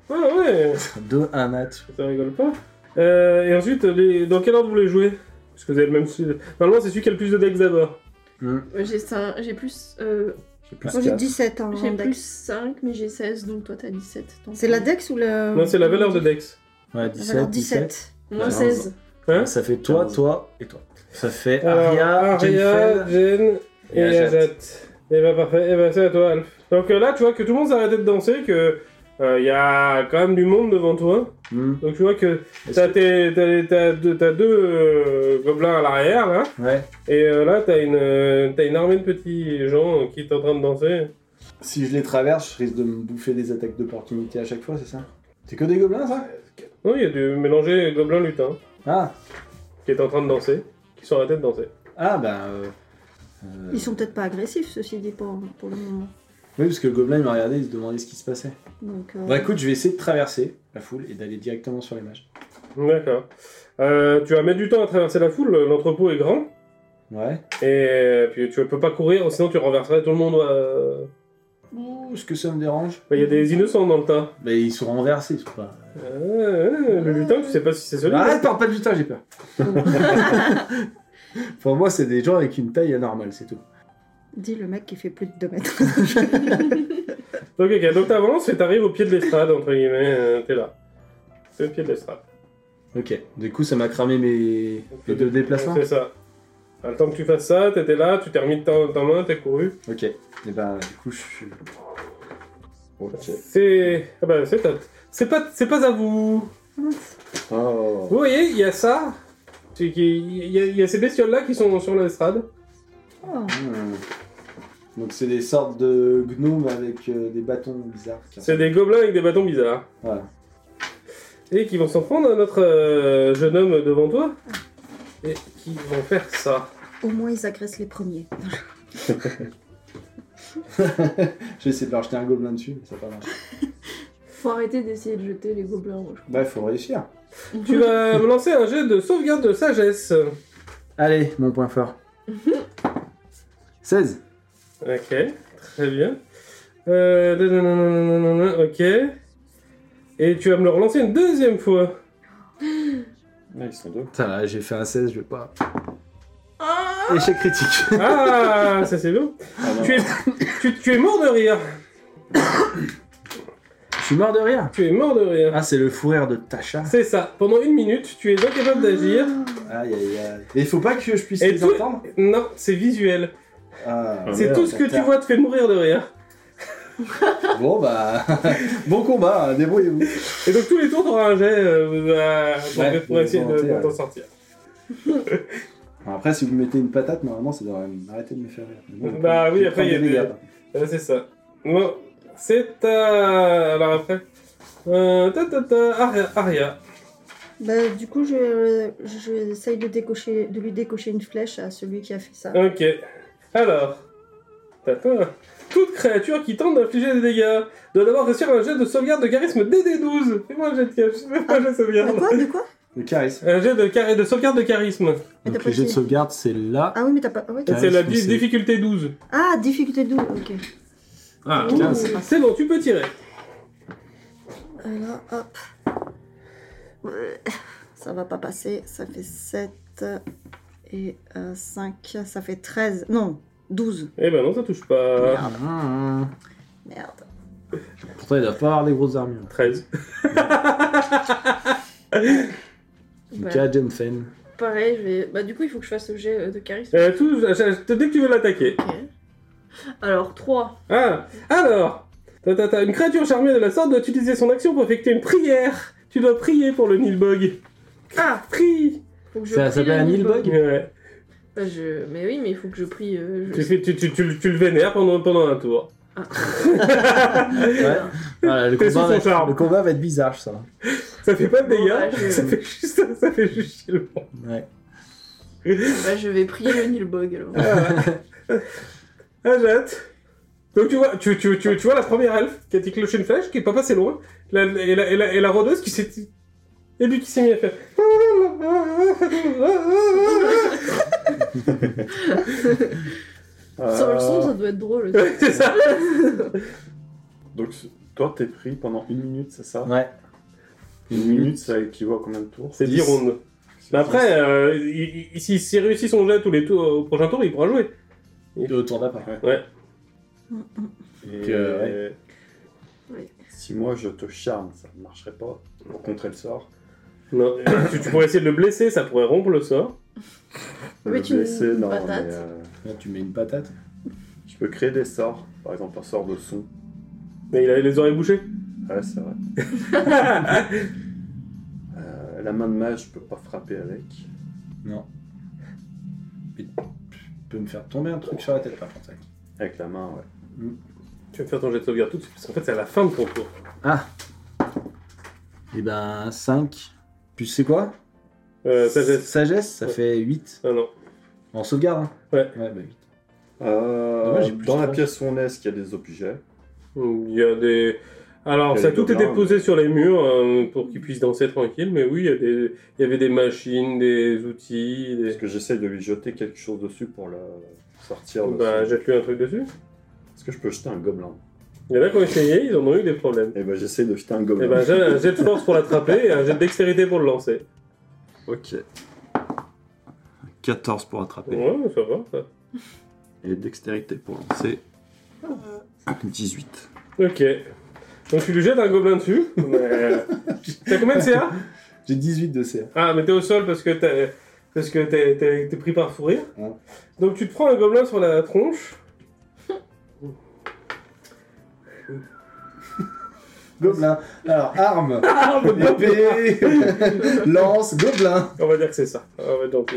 Ah ouais, 2, 1 nat. ça rigole pas. Euh, et ensuite, les... dans quel ordre vous les jouez Parce que vous avez le même. style. Normalement, c'est celui qui a le plus de decks d'abord. Euh, J'ai cinq- j'ai plus. euh, J'ai plus Moi j'ai 4. 17 en j'ai plus dex. 5, mais j'ai 16, donc toi t'as 17. tant Oh, C'est pis. la dex ou le. Non, c'est la valeur de decks. Ouais, La 17. valeur 17. 17. euh, Moins Ah, 16. Hein Ça fait toi, Quinze. toi et toi. Ça fait Euh, Aria, Alors, Euh, Aria, Jennifer. Jen et, et Ajat. Ajat. Et bah parfait, et bah c'est à toi Alf. Donc euh, là tu vois que tout le monde s'est arrêté de danser, que euh, y a quand même du monde devant toi. Hmm. Donc tu vois que Est-ce t'as tes- t'as les- t'as deux, t'as deux, euh, gobelins à l'arrière là, Ouais. et euh, là t'as une, euh, t'as une armée de petits gens euh, qui est en train de danser. Si je les traverse, je risque de me bouffer des attaques d'opportunité à chaque fois, c'est ça C'est que des gobelins, ça Non, il y a du mélangé gobelin-lutin Ah, qui est en train de danser, qui sont arrêtés de danser. ah bah... Euh... euh, Ils sont peut-être pas agressifs, ceci dit, pour, pour le moment. Oui, parce que le gobelin, il m'a regardé, il se demandait ce qui se passait. Donc, euh, Bah écoute, je vais essayer de traverser la foule et d'aller directement sur les mages. D'accord. Euh, tu vas mettre du temps à traverser la foule, euh, l'entrepôt est grand. Ouais. Et puis tu peux pas courir, sinon tu renverserais tout le monde. euh. Ouh, est-ce que ça me dérange Enfin, Il y a des innocents dans le tas. Mais ils sont renversés, c'est pas. Ah, ah, le lutin, tu sais pas si c'est celui Arrête, parle Ah, pas de lutin, j'ai peur. Pour moi, c'est des gens avec une taille anormale, c'est tout. dis le mec qui fait plus de 2 mètres. Donc, ok, donc t'avances et t'arrives au pied de l'estrade, entre guillemets, euh, t'es là. C'est le pied de l'estrade. Ok. Du coup, ça m'a cramé mes, mes deux déplacements. C'est ça. À Le temps que tu fasses ça, t'étais là, tu t'es remis de ta, ta main, t'es couru. Ok. Et bah, du coup, je suis. Ok. C'est. Ah bah, c'est ta- C'est pas, c'est pas à vous. Oh. Vous voyez, il y a ça. C'est qui- Il y, a- il y a ces bestioles-là qui sont sur l'estrade. Oh. euh. Hmm. Donc c'est des sortes de gnomes avec euh, des bâtons bizarres. C'est des gobelins avec des bâtons bizarres. Voilà. Et qui vont s'en prendre à notre euh, jeune homme devant toi. Et qui vont faire ça. Au moins, ils agressent les premiers. J'ai essayé de leur jeter un gobelin dessus, mais ça n'a pas marché. Faut arrêter d'essayer de jeter les gobelins. moi, je crois. Bah, faut réussir. Tu vas me lancer un jet de sauvegarde de sagesse. Allez, mon point fort. 16. Ok, très bien. Euh, nananananana, ok. Et tu vas me le relancer une deuxième fois. Ah, ils sont deux. Putain, là, j'ai fait un 16, je vais pas. Ah Échec critique. Ah, ça c'est bien. Ah, non. Tu es, tu, tu es mort de rire. Je suis mort de rire. Tu es mort de rire. Ah, c'est le fou rire de Tasha. C'est ça. Pendant une minute, tu es incapable d'agir. Aïe aïe aïe. Et faut pas que je puisse Et les tout- entendre Non, c'est visuel. Ah, C'est merde, tout ce que bâtard. tu vois te fait mourir de rire. Bon bah, bon combat, hein, débrouillez-vous. Et donc tous les tours, t'auras un jet euh, à- pour, Ouais, pour essayer de pour pour tenter, t'en ouais. sortir. Enfin, Après, si vous mettez une patate, normalement, ça devrait arrêter de me faire rire. Mais bon, Bah je oui, vais après, il y a prendre des- dégâts. Euh, c'est ça. Bon, c'est à... Alors après... Euh, ta, ta, ta, Aria. Aria. Bah, du coup, je, j'essaye de, décocher, de lui décocher une flèche à celui qui a fait ça. Ok. Alors... Ta, ta. Toute créature qui tente d'infliger des dégâts doit d'abord réussir un jet de sauvegarde de charisme DD12. Fais-moi un jet de, charisme, fais-moi un jet de De sauvegarde. quoi De quoi Le charisme. Un jet de, carré, de sauvegarde de charisme. Mais t'as Donc pas le jet de dit. sauvegarde, c'est là. Ah oui, mais t'as pas. ah ouais, t'as- C'est la Charisme, di- c'est- difficulté 12. Ah, difficulté 12, ok. Ah, Ouh. putain, c'est c'est bon, tu peux tirer. Alors, hop. Ouais. Ça va pas passer, ça fait 7 et 5, ça fait 13. Non, 12. Eh ben non, ça touche pas. Mmh. Merde. Pourtant, il doit pas avoir des grosses armures. 13. Bah, Lucas Jensen. pareil, je vais. Bah, du coup, il faut que je fasse le jet euh, de charisme. Euh, tout, je- je- dès que tu veux l'attaquer. Ok. Alors, 3. Ah, alors ta, ta, ta, Une créature charmée de la sorte doit utiliser son action pour effectuer une prière. Tu dois prier pour le Nilbog. Ah Prie faut que je Ça prie s'appelle le un Nilbog Ouais. Bah, je... Mais oui, mais il faut que je prie. euh, je- Tu, fais- tu, tu, tu le- tu le vénères pendant, pendant un tour. Ouais. Voilà, le, T'es sous combat va son charme. être, le combat va être bizarre, ça. Ça fait pas de Bon, dégâts, bah, je- ça, fait juste, ça fait juste chier le monde. Ouais. Bah, je vais prier le Nilbog alors. Ah, j'ai hâte. Donc tu vois, tu, tu, tu, tu vois la première elfe qui a déclenché une flèche, qui est pas passée loin, la, et, la, et, la, et la rôdeuse qui s'est... Et lui qui s'est mis à faire... Sur le son, Euh, ça doit être drôle. aussi. C'est ça Donc, c- toi, t'es pris pendant une minute, c'est ça Ouais. Une minute, ça équivaut à combien de tours Bah C'est 10 rondes. Mais après, euh, il- il- s'il s'il réussit son jet tous les tours au prochain tour, il pourra jouer. Et le tour d'après. Et- Donc, euh, Ouais. Si moi je te charme, ça ne marcherait pas pour contrer le sort. Non. Euh, tu, tu pourrais essayer de le blesser, ça pourrait rompre le sort. Oui, Le tu- une non, patate. mais, euh, Là, tu mets une patate. je peux créer des sorts, par exemple un sort de son. Mais il avait les oreilles bouchées. Ouais, c'est vrai. Euh, la main de mage, je peux pas frapper avec. Tu peux me faire tomber un truc sur la tête, par contre. avec. Avec la main, ouais. tu vas me faire ton jet de sauvegarde tout de suite, parce qu'en fait c'est à la fin de ton tour. Et ben, 5. Puis tu sais quoi Euh, ça jette. Sagesse, ça Ouais. fait 8. Ah non. En sauvegarde, hein Ouais. Ouais, bah 8. Euh, Dommage, j'ai plus dans la de pièce où on est, est-ce qu'il y a des objets Il y a des. Alors, Il y a ça des tout était gobelins, posé sur les murs euh, pour qu'ils puissent danser tranquille, mais oui, il y, a des... il y avait des machines, des outils. Parce Des... que j'essaie de lui jeter quelque chose dessus pour le sortir. le Bah, son. jette-lui un truc dessus. Est-ce que je peux jeter un gobelin Il y en a qui ont essayé, ils en ont eu des problèmes. Eh ben, j'essaie de jeter un Et gobelin. ben, j'ai un jet de force pour l'attraper et un jet de dextérité pour le lancer. Ok. 14 pour attraper. Ouais, ça va, ça. Et dextérité pour lancer. 18. Ok. Donc tu lui jettes un gobelin dessus. Mais... t'as combien de CA J'ai 18 de CA. Ah, mais t'es au sol parce que t'as- parce que t'es, t'es- t'es pris par fou rire. Ouais. Donc tu te prends un gobelin sur la tronche. Gobelin. Alors, arme, Ah, on peut- épée, lance, gobelin. on va dire que c'est ça. On va être gentil.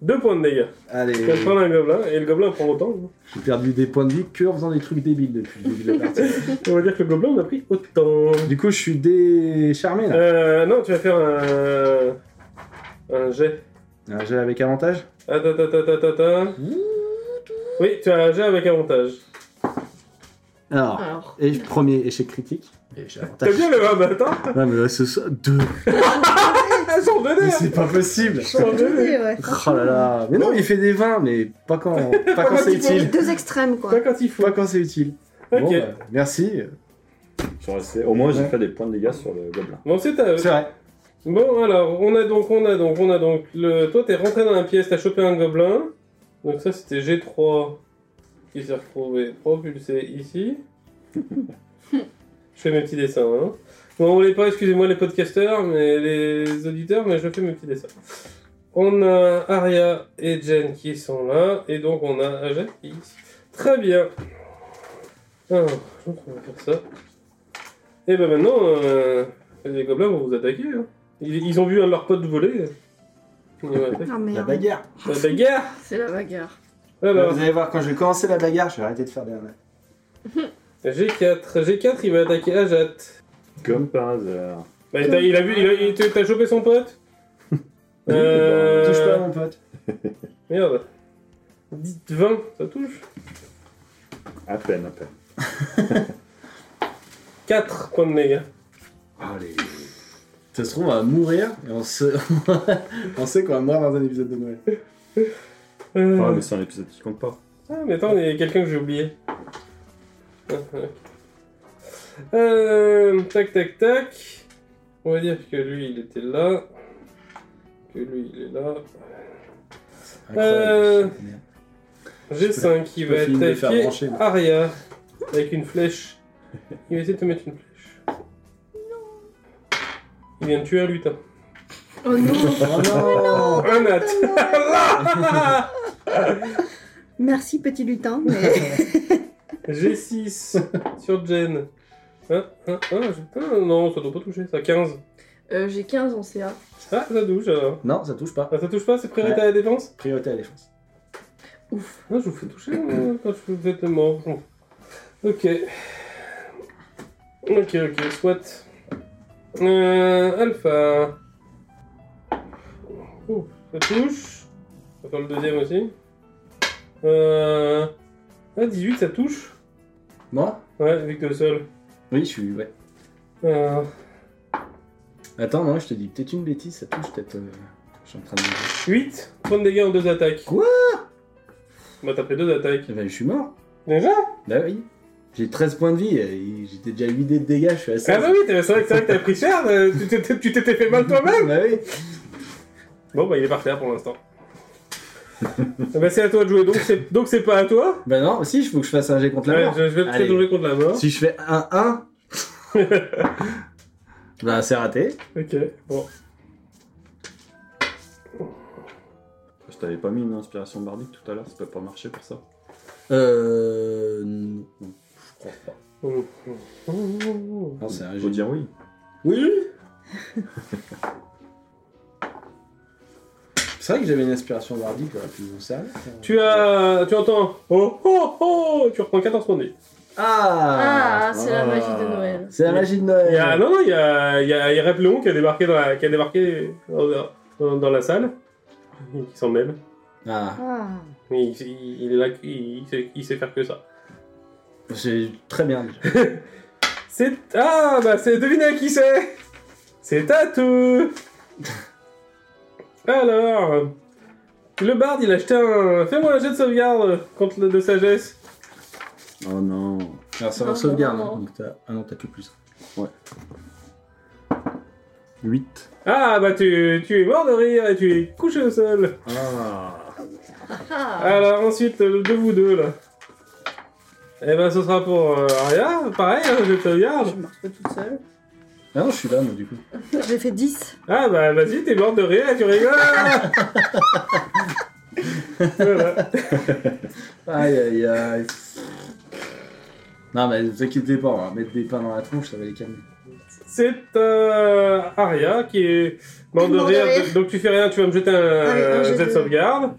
Deux points de dégâts. Tu vas te Allez, prendre un gobelin et le gobelin prend autant. hein. J'ai perdu des points de vie que en faisant des trucs débiles depuis le début de la partie. On va dire que le gobelin en a pris autant. du coup, je suis décharmé là. Euh, non, tu vas faire un. Un jet. Un jet Euh, avec avantage Attends, attends, attends, attends. Oui, tu as un jet avec avantage. Alors, Alors, et premier échec critique. Et j'ai T'as avantage. bien le 1 matin Ouais, mais là, ce soit 2. Ah, j'en donnais, mais hein. c'est pas possible. J'en donnais. Attendez, ouais. Oh là là. Mais non, il fait des 20, mais pas quand, pas quand c'est Il y a les utile. deux extrêmes, quoi. Pas quand il faut. Pas quand c'est utile. Ok. Euh, Bon, bah, merci. J'en restais- Au moins, j'ai Ouais. fait des points de dégâts sur le gobelin. Bon, c'est à eux. C'est vrai. Bon, alors, on a donc, on a donc, on a donc. Le... Toi, t'es rentré dans la pièce, t'as chopé un gobelin. Donc, ça, c'était G3 qui s'est retrouvé propulsé ici. je fais mes petits dessins. Hein. Bon, on les pas, excusez-moi, les podcasteurs, mais les auditeurs, mais je fais mes petits dessins. On a Aria et Jen qui sont là, et donc on a Aja qui. Très bien. Alors, je pense qu'on va faire ça. Et ben maintenant, euh, les gobelins vont vous attaquer. hein. Ils, ils ont vu un de leurs potes voler. Ils vont attaquer. Eh Non, La Ah, merde. bagarre. La bagarre C'est la bagarre. Alors, Vous allez voir, quand je vais commencer la bagarre, je vais arrêter de faire des remarques. G4. G4, il va attaquer Ajat. Comme par hasard. Bah, t'as- il a vu, il a- il- t'as chopé son pote Euh, Touche pas à mon pote. Merde. 10, 20, ça touche À peine, à peine. 4 points de dégâts. Allez. Ça se trouve, on va mourir et on, se... on sait qu'on va mourir dans un épisode de Noël. Euh, Ah, mais c'est un épisode qui compte pas. Ah, mais attends, il y a quelqu'un que j'ai oublié. Ah, ouais. Euh, tac, tac, tac. On va dire que lui, il était là. Que lui, il est là. Euh, cette merde. G5, il peux va finir de les faire attaquer brancher, moi. Aria. Avec une flèche. Il va essayer de te mettre une flèche. Il vient de tuer un lutin. Oh non Oh non Un nat Merci, petit lutin. Mais... G6 sur Jen. Hein, hein, hein, je- ah, non, ça doit pas toucher, ça 15. Euh, J'ai 15 en CA. Ah, ça touche alors. Non, ça touche pas. Ah, ça touche pas, c'est priorité à la défense Priorité à la défense. Ouf. Non, je vous fais toucher euh, quand je vous êtes mort. Bon. Ok. Ok, ok, soit. Euh, alpha. Ouh, ça touche. Ça faire le deuxième aussi. Euh, ah, 18, ça touche. Moi Ouais, vu que t'es au sol. Oui, je suis. Ouais. Euh, Attends, non, je te dis peut-être une bêtise, ça touche peut-être. euh, Je suis en train de. 8 points de dégâts en deux attaques. Quoi Bah, t'as pris deux attaques. Eh ben, je suis mort. Déjà Bah oui. J'ai 13 points de vie, et j'étais déjà 8 dés de dégâts, je suis à 16. Ah, bah oui, t'as- c'est vrai que c'est vrai que t'as pris cher, euh, tu t'étais- tu t'étais fait mal toi-même. Bah oui. Bon, bah, il est par terre pour l'instant. Eh bah, c'est à toi de jouer, donc c'est, donc c'est pas à toi. Bah non, si, il faut que je fasse un jet contre la Ouais, mort. je, je vais te faire Allez. jouer contre la mort. Si je fais 1-1, bah c'est raté. Ok, bon. Je t'avais pas mis une inspiration bardique tout à l'heure, ça peut pas marcher pour ça. Euh. Non, je crois pas. Non, Oh, c'est un Faut jet. dire oui. Oui C'est vrai que j'avais une inspiration bardique, j'aurais pu vous servir. Tu as. Tu entends. Oh oh oh Tu reprends 14 points de vie. Ah Ah, c'est la magie de Noël. C'est la magie de Il y a, Noël non, non, il y a, il y a Irep Léon qui a débarqué dans la, qui a débarqué dans, dans- dans la salle. Il s'en mêle. Ah, Ah. Mais il, il- il est là, il, il sait, il sait faire que ça. c'est très bien. C'est. Ah bah c'est devinez à qui c'est C'est Tatou Alors. Le bard il a acheté un. Fais-moi un jet de sauvegarde contre le de sagesse. Oh non. Alors c'est Non, en sauvegarde, non, hein, non. donc t'as... Ah non, t'as que plus. 8. Ah bah tu, tu es mort de rire et tu es couché au sol. Ah. Ah, Alors ensuite le- de vous deux là. Et ben ce sera pour euh, Aria, pareil, un jet de sauvegarde. Je marche pas toute seule. Ah non, je suis là, moi, du coup. J'ai fait 10. Ah bah vas-y, t'es mort de rire et tu rigoles Voilà. Aïe, aïe, aïe. Non, mais ne vous inquiétez pas, on va mettre des pains dans la tronche, ça va les calmer. C'est euh, Aria qui est mort de Mort de rire. rire. Donc tu fais rien, tu vas me jeter un, Ah oui, un jet jet de de- sauvegarde.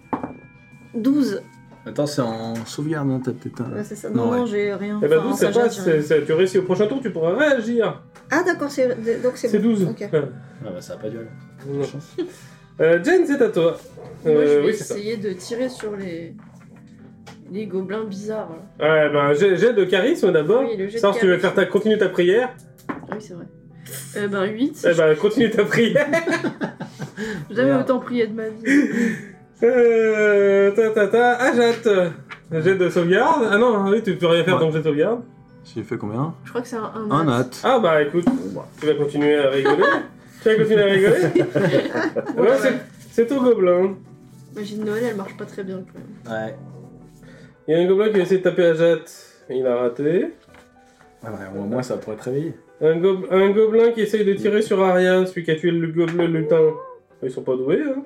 12. Attends, c'est en sauvegarde, non T'as peut-être un... Ouais, c'est ça. Non, Ouais. non, j'ai rien. Et bah Enfin, 12, ça j'ai passe. c'est- rien. c'est- tu réussis au prochain tour, tu pourras réagir. Ah, d'accord, c'est... donc c'est C'est bon. 12. Ok. Ouais. Ah bah ça a pas duré. Non. Euh, Jen, c'est à toi. Moi, je Euh, vais oui, c'est ça. essayer de tirer sur les... les gobelins bizarres. là. Ouais, ben, jet, jet de charisme d'abord. Oui, le jet de Sans si tu veux charisme. faire ta, continue ta prière. Ah oui, c'est vrai. Euh, ben, 8. Eh ben, continue ta prière. J'ai jamais merde. autant prié de ma vie. Euh, ta ta ta. Ajat. Jet de sauvegarde. Ah non, oui, tu peux rien faire Ouais. donc jet de sauvegarde. J'ai fait combien Je crois que c'est un 1. Un nat. Ah bah écoute, tu vas continuer à rigoler. tu vas continuer à rigoler. Ouais, c'est- C'est au gobelin. Magie de Noël, elle marche pas très bien quand même. Ouais. Il y a un gobelin qui a essayé de taper à Jatte. Il a raté. Ah bah, au moins ça pourrait te réveiller. Un, gobe- un gobelin qui essaye de tirer sur Aria, celui qui a tué le gobelin le lutin. Ils sont pas doués, hein.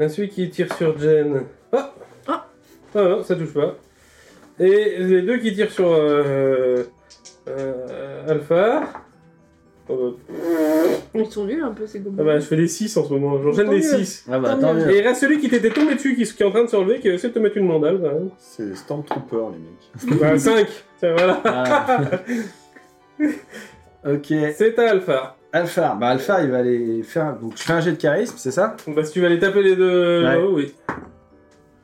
Un celui qui tire sur Jen. Ah Ah. Ah non, ça touche pas. Et les deux qui tirent sur euh, euh, Alpha. Euh, Ils sont nuls un peu ces ah gobelins. bah, je fais des 6 en ce moment, j'enchaîne Tant des mieux. 6. Ah bah Tant tant mieux. mieux. Et il reste celui qui t'était tombé dessus, qui, qui est en train de se relever, qui essaie de te mettre une mandale quand même. C'est les Stormtroopers, les mecs. Bah, 5 Tiens, voilà. Ah. ok. C'est à Alpha. Alpha. Bah Alpha, il va aller faire. Donc je fais un jet de charisme, c'est ça Bah, si tu vas les taper les deux Ouais. là-haut, oui.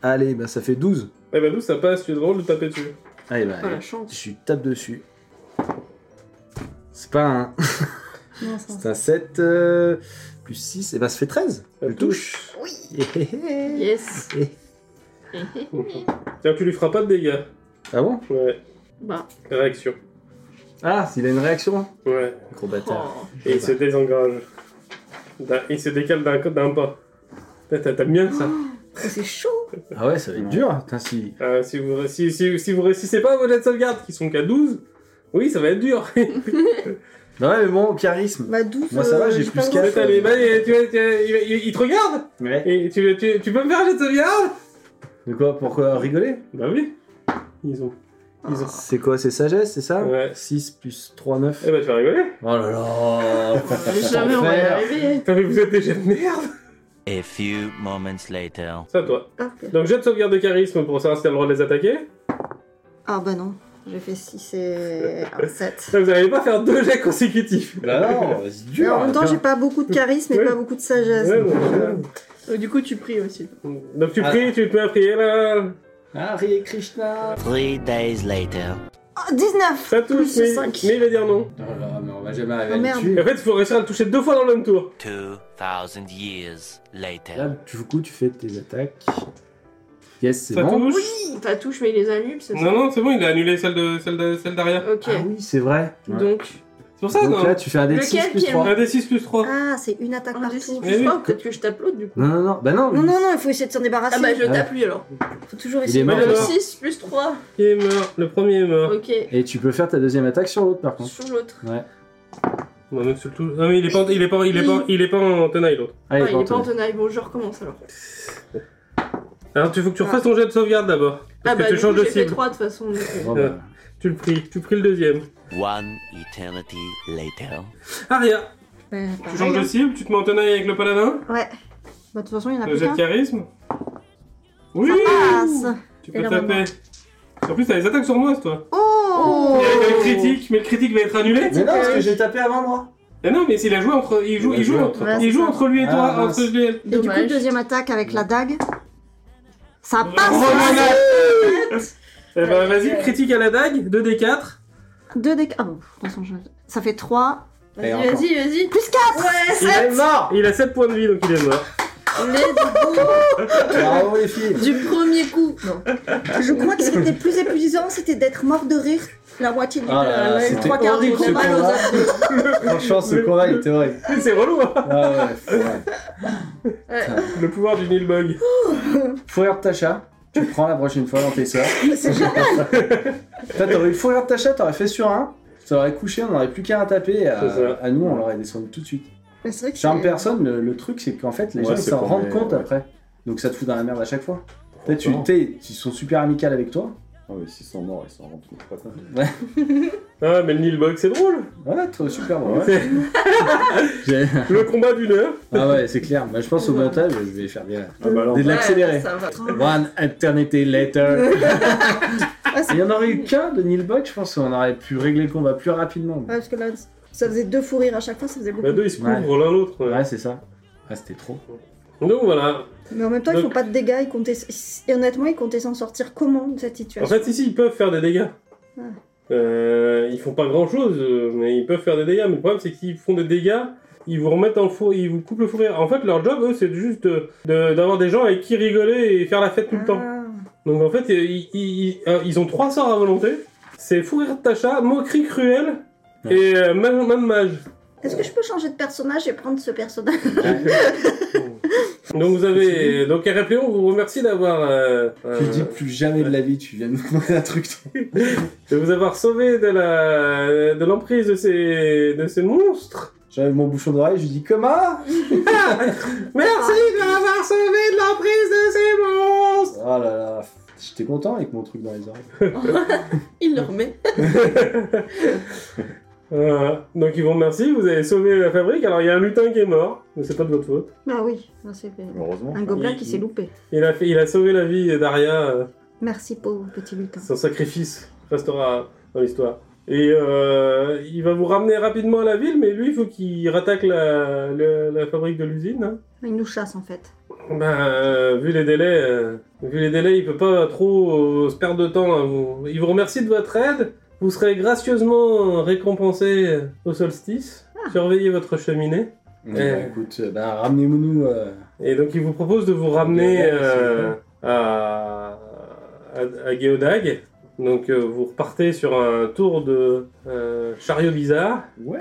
Allez, bah ça fait 12. Eh bah, d'où ça passe, tu es drôle de taper dessus. Allez, bah Ah, la chance. je lui tape dessus. C'est pas un. Non, ça- C'est un 7 plus 6, et bah ça fait 13. Ça Je touche. Oui. Eh, eh, Yes. eh. Tiens, tu lui feras pas de dégâts. Ah bon Ouais, bah. réaction. Ah, il a une réaction Ouais. Gros bâtard. Oh. Et il se désengage. D'un- Il se décale d'un d'un pas. T'as- t'as- T'aimes bien ça Oh, C'est chaud. Ah ouais, ça va être dur. Putain, si. Euh, si, vous, si, si, si vous réussissez pas vos jets de sauvegarde, qui sont qu'à 12, oui, ça va être dur. Bah ouais, mais bon, charisme. Bah, 12. Moi, ça va, j'ai plus T'as quatre. quatre. les mains et tu, tu- il, il- il te regarde Ouais. Et tu, tu, tu peux me faire un jet de sauvegarde De quoi Pourquoi rigoler Bah oui. Ils ont. Ils ont. C'est quoi C'est sagesse, c'est ça Ouais. 6 plus 3, 9. Eh bah, tu vas rigoler. Oh là là Jamais on va y Enfer. arriver. T'as vu, vous êtes des jets de merde. A few moments later. C'est à toi. Ah, ok. Donc, jet de sauvegarde de charisme pour savoir si t'as le droit de les attaquer. Ah, bah non. J'ai fait 6 et 7. Ça, vous n'allez pas faire deux jets consécutifs. Bah non, c'est Mais dur en même temps, j'ai pas beaucoup de charisme et Ouais. pas beaucoup de sagesse. Ouais, donc, ouais, euh, Euh, Du coup, tu pries aussi. Donc, tu pries, tu te mets à prier là. Ah, Hare Krishna Three days later. oh, 19 Ça touche, Plus mais, cinq. mais il va dire non. Oh là là, mais on va jamais Oh, arriver à le merde. Et tuer. en fait, il faut réussir à le toucher deux fois dans le même tour. Two thousand years Là, later. du coup, tu fais tes attaques. Yes, c'est Ça bon touche. Ta touche, mais il les annule, c'est ça Non, non, c'est bon, il a annulé celle, de, celle, de- celle derrière. Ok. Ah oui, c'est vrai. Donc, C'est pour ça, Donc non là, tu fais un D6 Lequel plus qui est 3. Un des 6 plus Oh. 3. Ah, c'est une attaque un des six partout. Mais oui. plus 3, peut-être que je tape l'autre du coup. Non, non, non. Bah non. Non, non, non, il faut essayer de s'en débarrasser. Ah bah, je Ouais. tape lui alors. Faut toujours Il essayer. est de- mort. Mais Le alors 6 plus 3. Il est mort, le premier est mort. Ok. Et tu peux faire ta deuxième attaque sur l'autre, par contre. Sur l'autre. On va mettre sur le tout. Non, mais il est pas, en- il est pas, il est pas, il est pas en tenaille l'autre. Allez, Ah, il est pas en Pantone. tenaille. Bon, je recommence alors. Alors, tu faut que tu refasses ton jet de sauvegarde d'abord. Ah Parce bah, que tu du coup, changes de j'ai fait cible. 3 de toute façon. donc, euh, Oh, bah. Tu le pries, tu pries le deuxième. One eternity later. Aria, Ouais, bah, tu changes de cible, tu te mets en tenaille avec le paladin. Ouais. Bah, de toute façon, il y en a Ah, Le plus jet de qu'un. charisme. Oui Passe. Tu Et peux là, taper. En plus, t'as les attaques sournoises, toi. Oh Il y a le critique, mais le critique va être annulé. Mais non, parce que j'ai tapé avant moi. Mais non, mais s'il a joué entre. Il joue, Il a il joue, joué entre, entre- il joue entre lui et toi, Ah, mince. entre lui et. Et du coup, Dommage. Oh. deuxième attaque avec la dague. Ah, Ça passe Oh, Remonade. Eh ben, Ouais. vas-y, critique à la dague, 2d4. 2 des... Ah bon, de toute façon, je- ça fait 3. Et Vas-y, encore. vas-y, vas-y. Plus 4 Ouais Il est mort Et il a 7 points de vie, donc il est mort. Bravo Ah, les filles Du premier coup. Non. Ah, Je crois que ce qui était plus épuisant, c'était d'être mort de rire la moitié du... Ah là là, euh, les c'était trois quarts du horrible, ce combat. combat. Franchement, ce combat, il était horrible. C'est relou, hein Ah ouais, faut rire. Le pouvoir du Nilbug. Fourrure de Tacha, tu le prends la prochaine fois dans tes sœurs. C'est génial. Toi, t'aurais eu fourrure de Tacha, t'aurais fait sur un, t'aurais couché, on n'aurait plus qu'à un taper, et C'est ça. à, à nous, on l'aurait descendu tout de suite. Mais c'est vrai que Charme c'est- personne, le, le truc, c'est qu'en fait, les Ouais, gens, ils c'est s'en pour rendent les- compte ouais. après. Donc ça te fout dans la merde à chaque fois. Peut-être tu Non. t'es- ils sont super amicaux avec toi. Non, Ah, mais s'ils sont morts, ils s'en rendent pas compte. Ouais, Ah, mais le Nilbug, c'est drôle. ouais toi, super bon. ouais. C'est J'ai- le combat d'une heure. Ah ouais, c'est clair. Bah, je pense au montage, je vais faire bien. Ah bah là, Dès de l'accéléré. Ouais, ça va. One eternity later. Ah, c'est- Il y en aurait eu qu'un de Neil Buck, je pense qu'on aurait pu régler le combat plus rapidement. Ouais, parce que là, ça faisait deux fous rires à chaque fois, ça faisait beaucoup. Les Bah, deux, ils se couvrent l'un l'autre. Ouais, c'est ça. Ah, c'était trop. Donc voilà. Mais en même temps, ils Donc- font pas de dégâts, ils comptaient... Et honnêtement, ils comptaient s'en sortir comment de cette En situation fait, ici, ils peuvent faire des dégâts. Ah. Euh, ils font pas grand chose, mais ils peuvent faire des dégâts. Mais le problème, c'est qu'ils font des dégâts, ils vous remettent dans le four, ils vous coupent le four. En fait, leur job, eux, c'est juste de- de- d'avoir des gens avec qui rigoler et faire la fête tout Ah. le temps. Donc en fait, ils, ils- ils- euh, ils ont trois sorts à volonté. C'est fou rire de Tacha, moquerie cruelle et euh, main, main de mage. Ah. Est-ce que je peux changer de personnage et prendre ce personnage donc vous avez... Donc Héracléon, on vous remercie d'avoir... euh, euh, Tu dis plus jamais de la vie, tu viens de me demander un truc. de vous avoir sauvé de la de l'emprise de ces de ces monstres. J'avais mon bouchon d'oreille, je lui dis comment Merci de m'avoir sauvé de l'emprise de ces monstres. Oh là là. J'étais content avec mon truc dans les oreilles. Il le remet. Euh, donc ils vous remercient, vous avez sauvé la fabrique. Alors il y a un lutin qui est mort, mais c'est pas de votre faute. Ah oui, non, c'est Heureusement. un gobelin il- qui s'est loupé. Il a, fait, il a sauvé la vie d'Aria, euh, Merci pauvre petit lutin. son sacrifice restera dans l'histoire. Et euh, il va vous ramener rapidement à la ville, mais lui il faut qu'il rattaque la, la- la fabrique de l'usine. hein. Il nous chasse en fait. Ben, euh, vu les délais, euh, vu les délais, il peut pas trop euh, se perdre de temps. hein. Vous- il vous remercie de votre aide. Vous serez gracieusement récompensé euh, au solstice. Surveillez votre cheminée. Bah, écoute, euh, bah, ramenez-nous euh, Et donc il vous propose de vous ramener Guéodag, euh, à, à, à Guéodag. Donc euh, vous repartez sur un tour de euh, chariot bizarre. Ouh.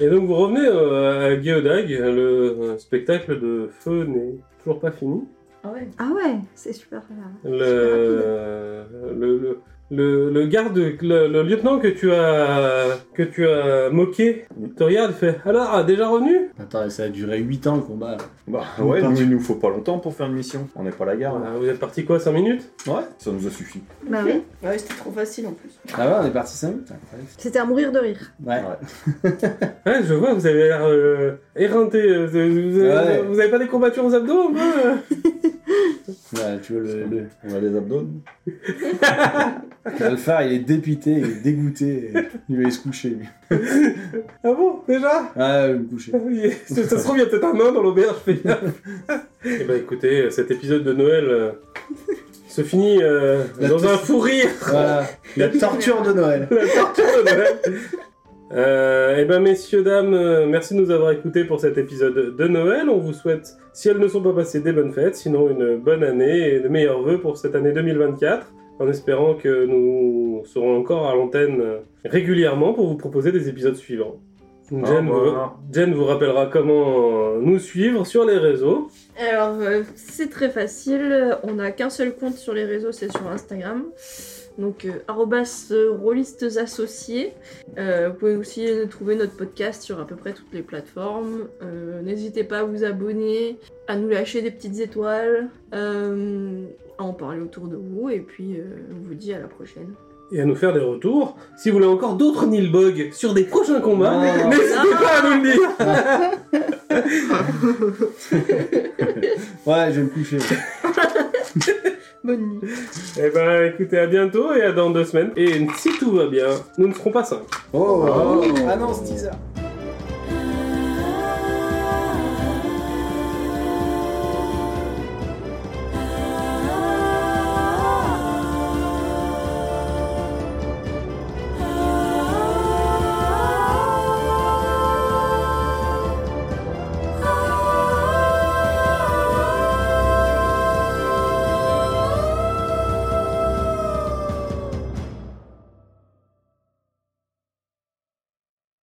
Et donc vous revenez euh, à Guéodag. Le euh, spectacle de feu n'est toujours pas fini. Ah ouais. Ah ouais, c'est super. euh, super rapide. le, le, le, le- le garde, le, le lieutenant que tu as, que tu as moqué, te regarde et fait Alors, ah, déjà revenu Attends, ça a duré 8 ans le combat. là. Bah ouais, nous, il nous faut pas longtemps pour faire une mission. On n'est pas à la gare. Voilà, Ah, Vous êtes parti quoi, 5 minutes Ouais, ça nous a suffi. Bah oui, Ouais, c'était trop facile en plus. Ah ouais, on est parti 5 minutes. incroyable. c'était à mourir de rire. Ouais. Ouais, Hein, je vois, vous avez l'air euh, éreinté. euh, Vous, vous- Ouais. vous avez pas des combattures aux abdos un peu, euh Ouais, tu vois, le, le, On a des abdos. Alpha, il est dépité, il est dégoûté. et il va aller se coucher, lui. Ah bon, déjà Ah, il va me coucher. Ça ça se trouve, il y a peut-être un nain dans l'auberge, fais gaffe. Eh ben écoutez, cet épisode de Noël euh, se finit euh, La dans un tos- fou rire. Voilà. La torture de Noël. La torture de Noël. Euh, eh ben messieurs, dames, euh, merci de nous avoir écoutés pour cet épisode de Noël. On vous souhaite, si elles ne sont pas passées, des bonnes fêtes, sinon une bonne année et de meilleurs vœux pour cette année 2024, en espérant que nous serons encore à l'antenne euh, régulièrement pour vous proposer des épisodes suivants. Jen, vous, revoir. Jen vous rappellera comment euh, nous suivre sur les réseaux. Alors, euh, c'est très facile. On n'a qu'un seul compte sur les réseaux, c'est sur Instagram. Donc, euh, arrobas euh, rôlistes associés. Euh, vous pouvez aussi trouver notre podcast sur à peu près toutes les plateformes. Euh, N'hésitez pas à vous abonner, à nous lâcher des petites étoiles, euh, à en parler autour de vous. Et puis, euh, on vous dit à la prochaine. Et à nous faire des retours. Si vous voulez encore d'autres Nilbog sur des prochains combats, Non. n'hésitez pas à nous le dire. Ouais, je vais me coucher. Bonne nuit. Eh ben écoutez, à bientôt et à dans deux semaines. Et si tout va bien, nous ne serons pas cinq. Oh, annonce teaser.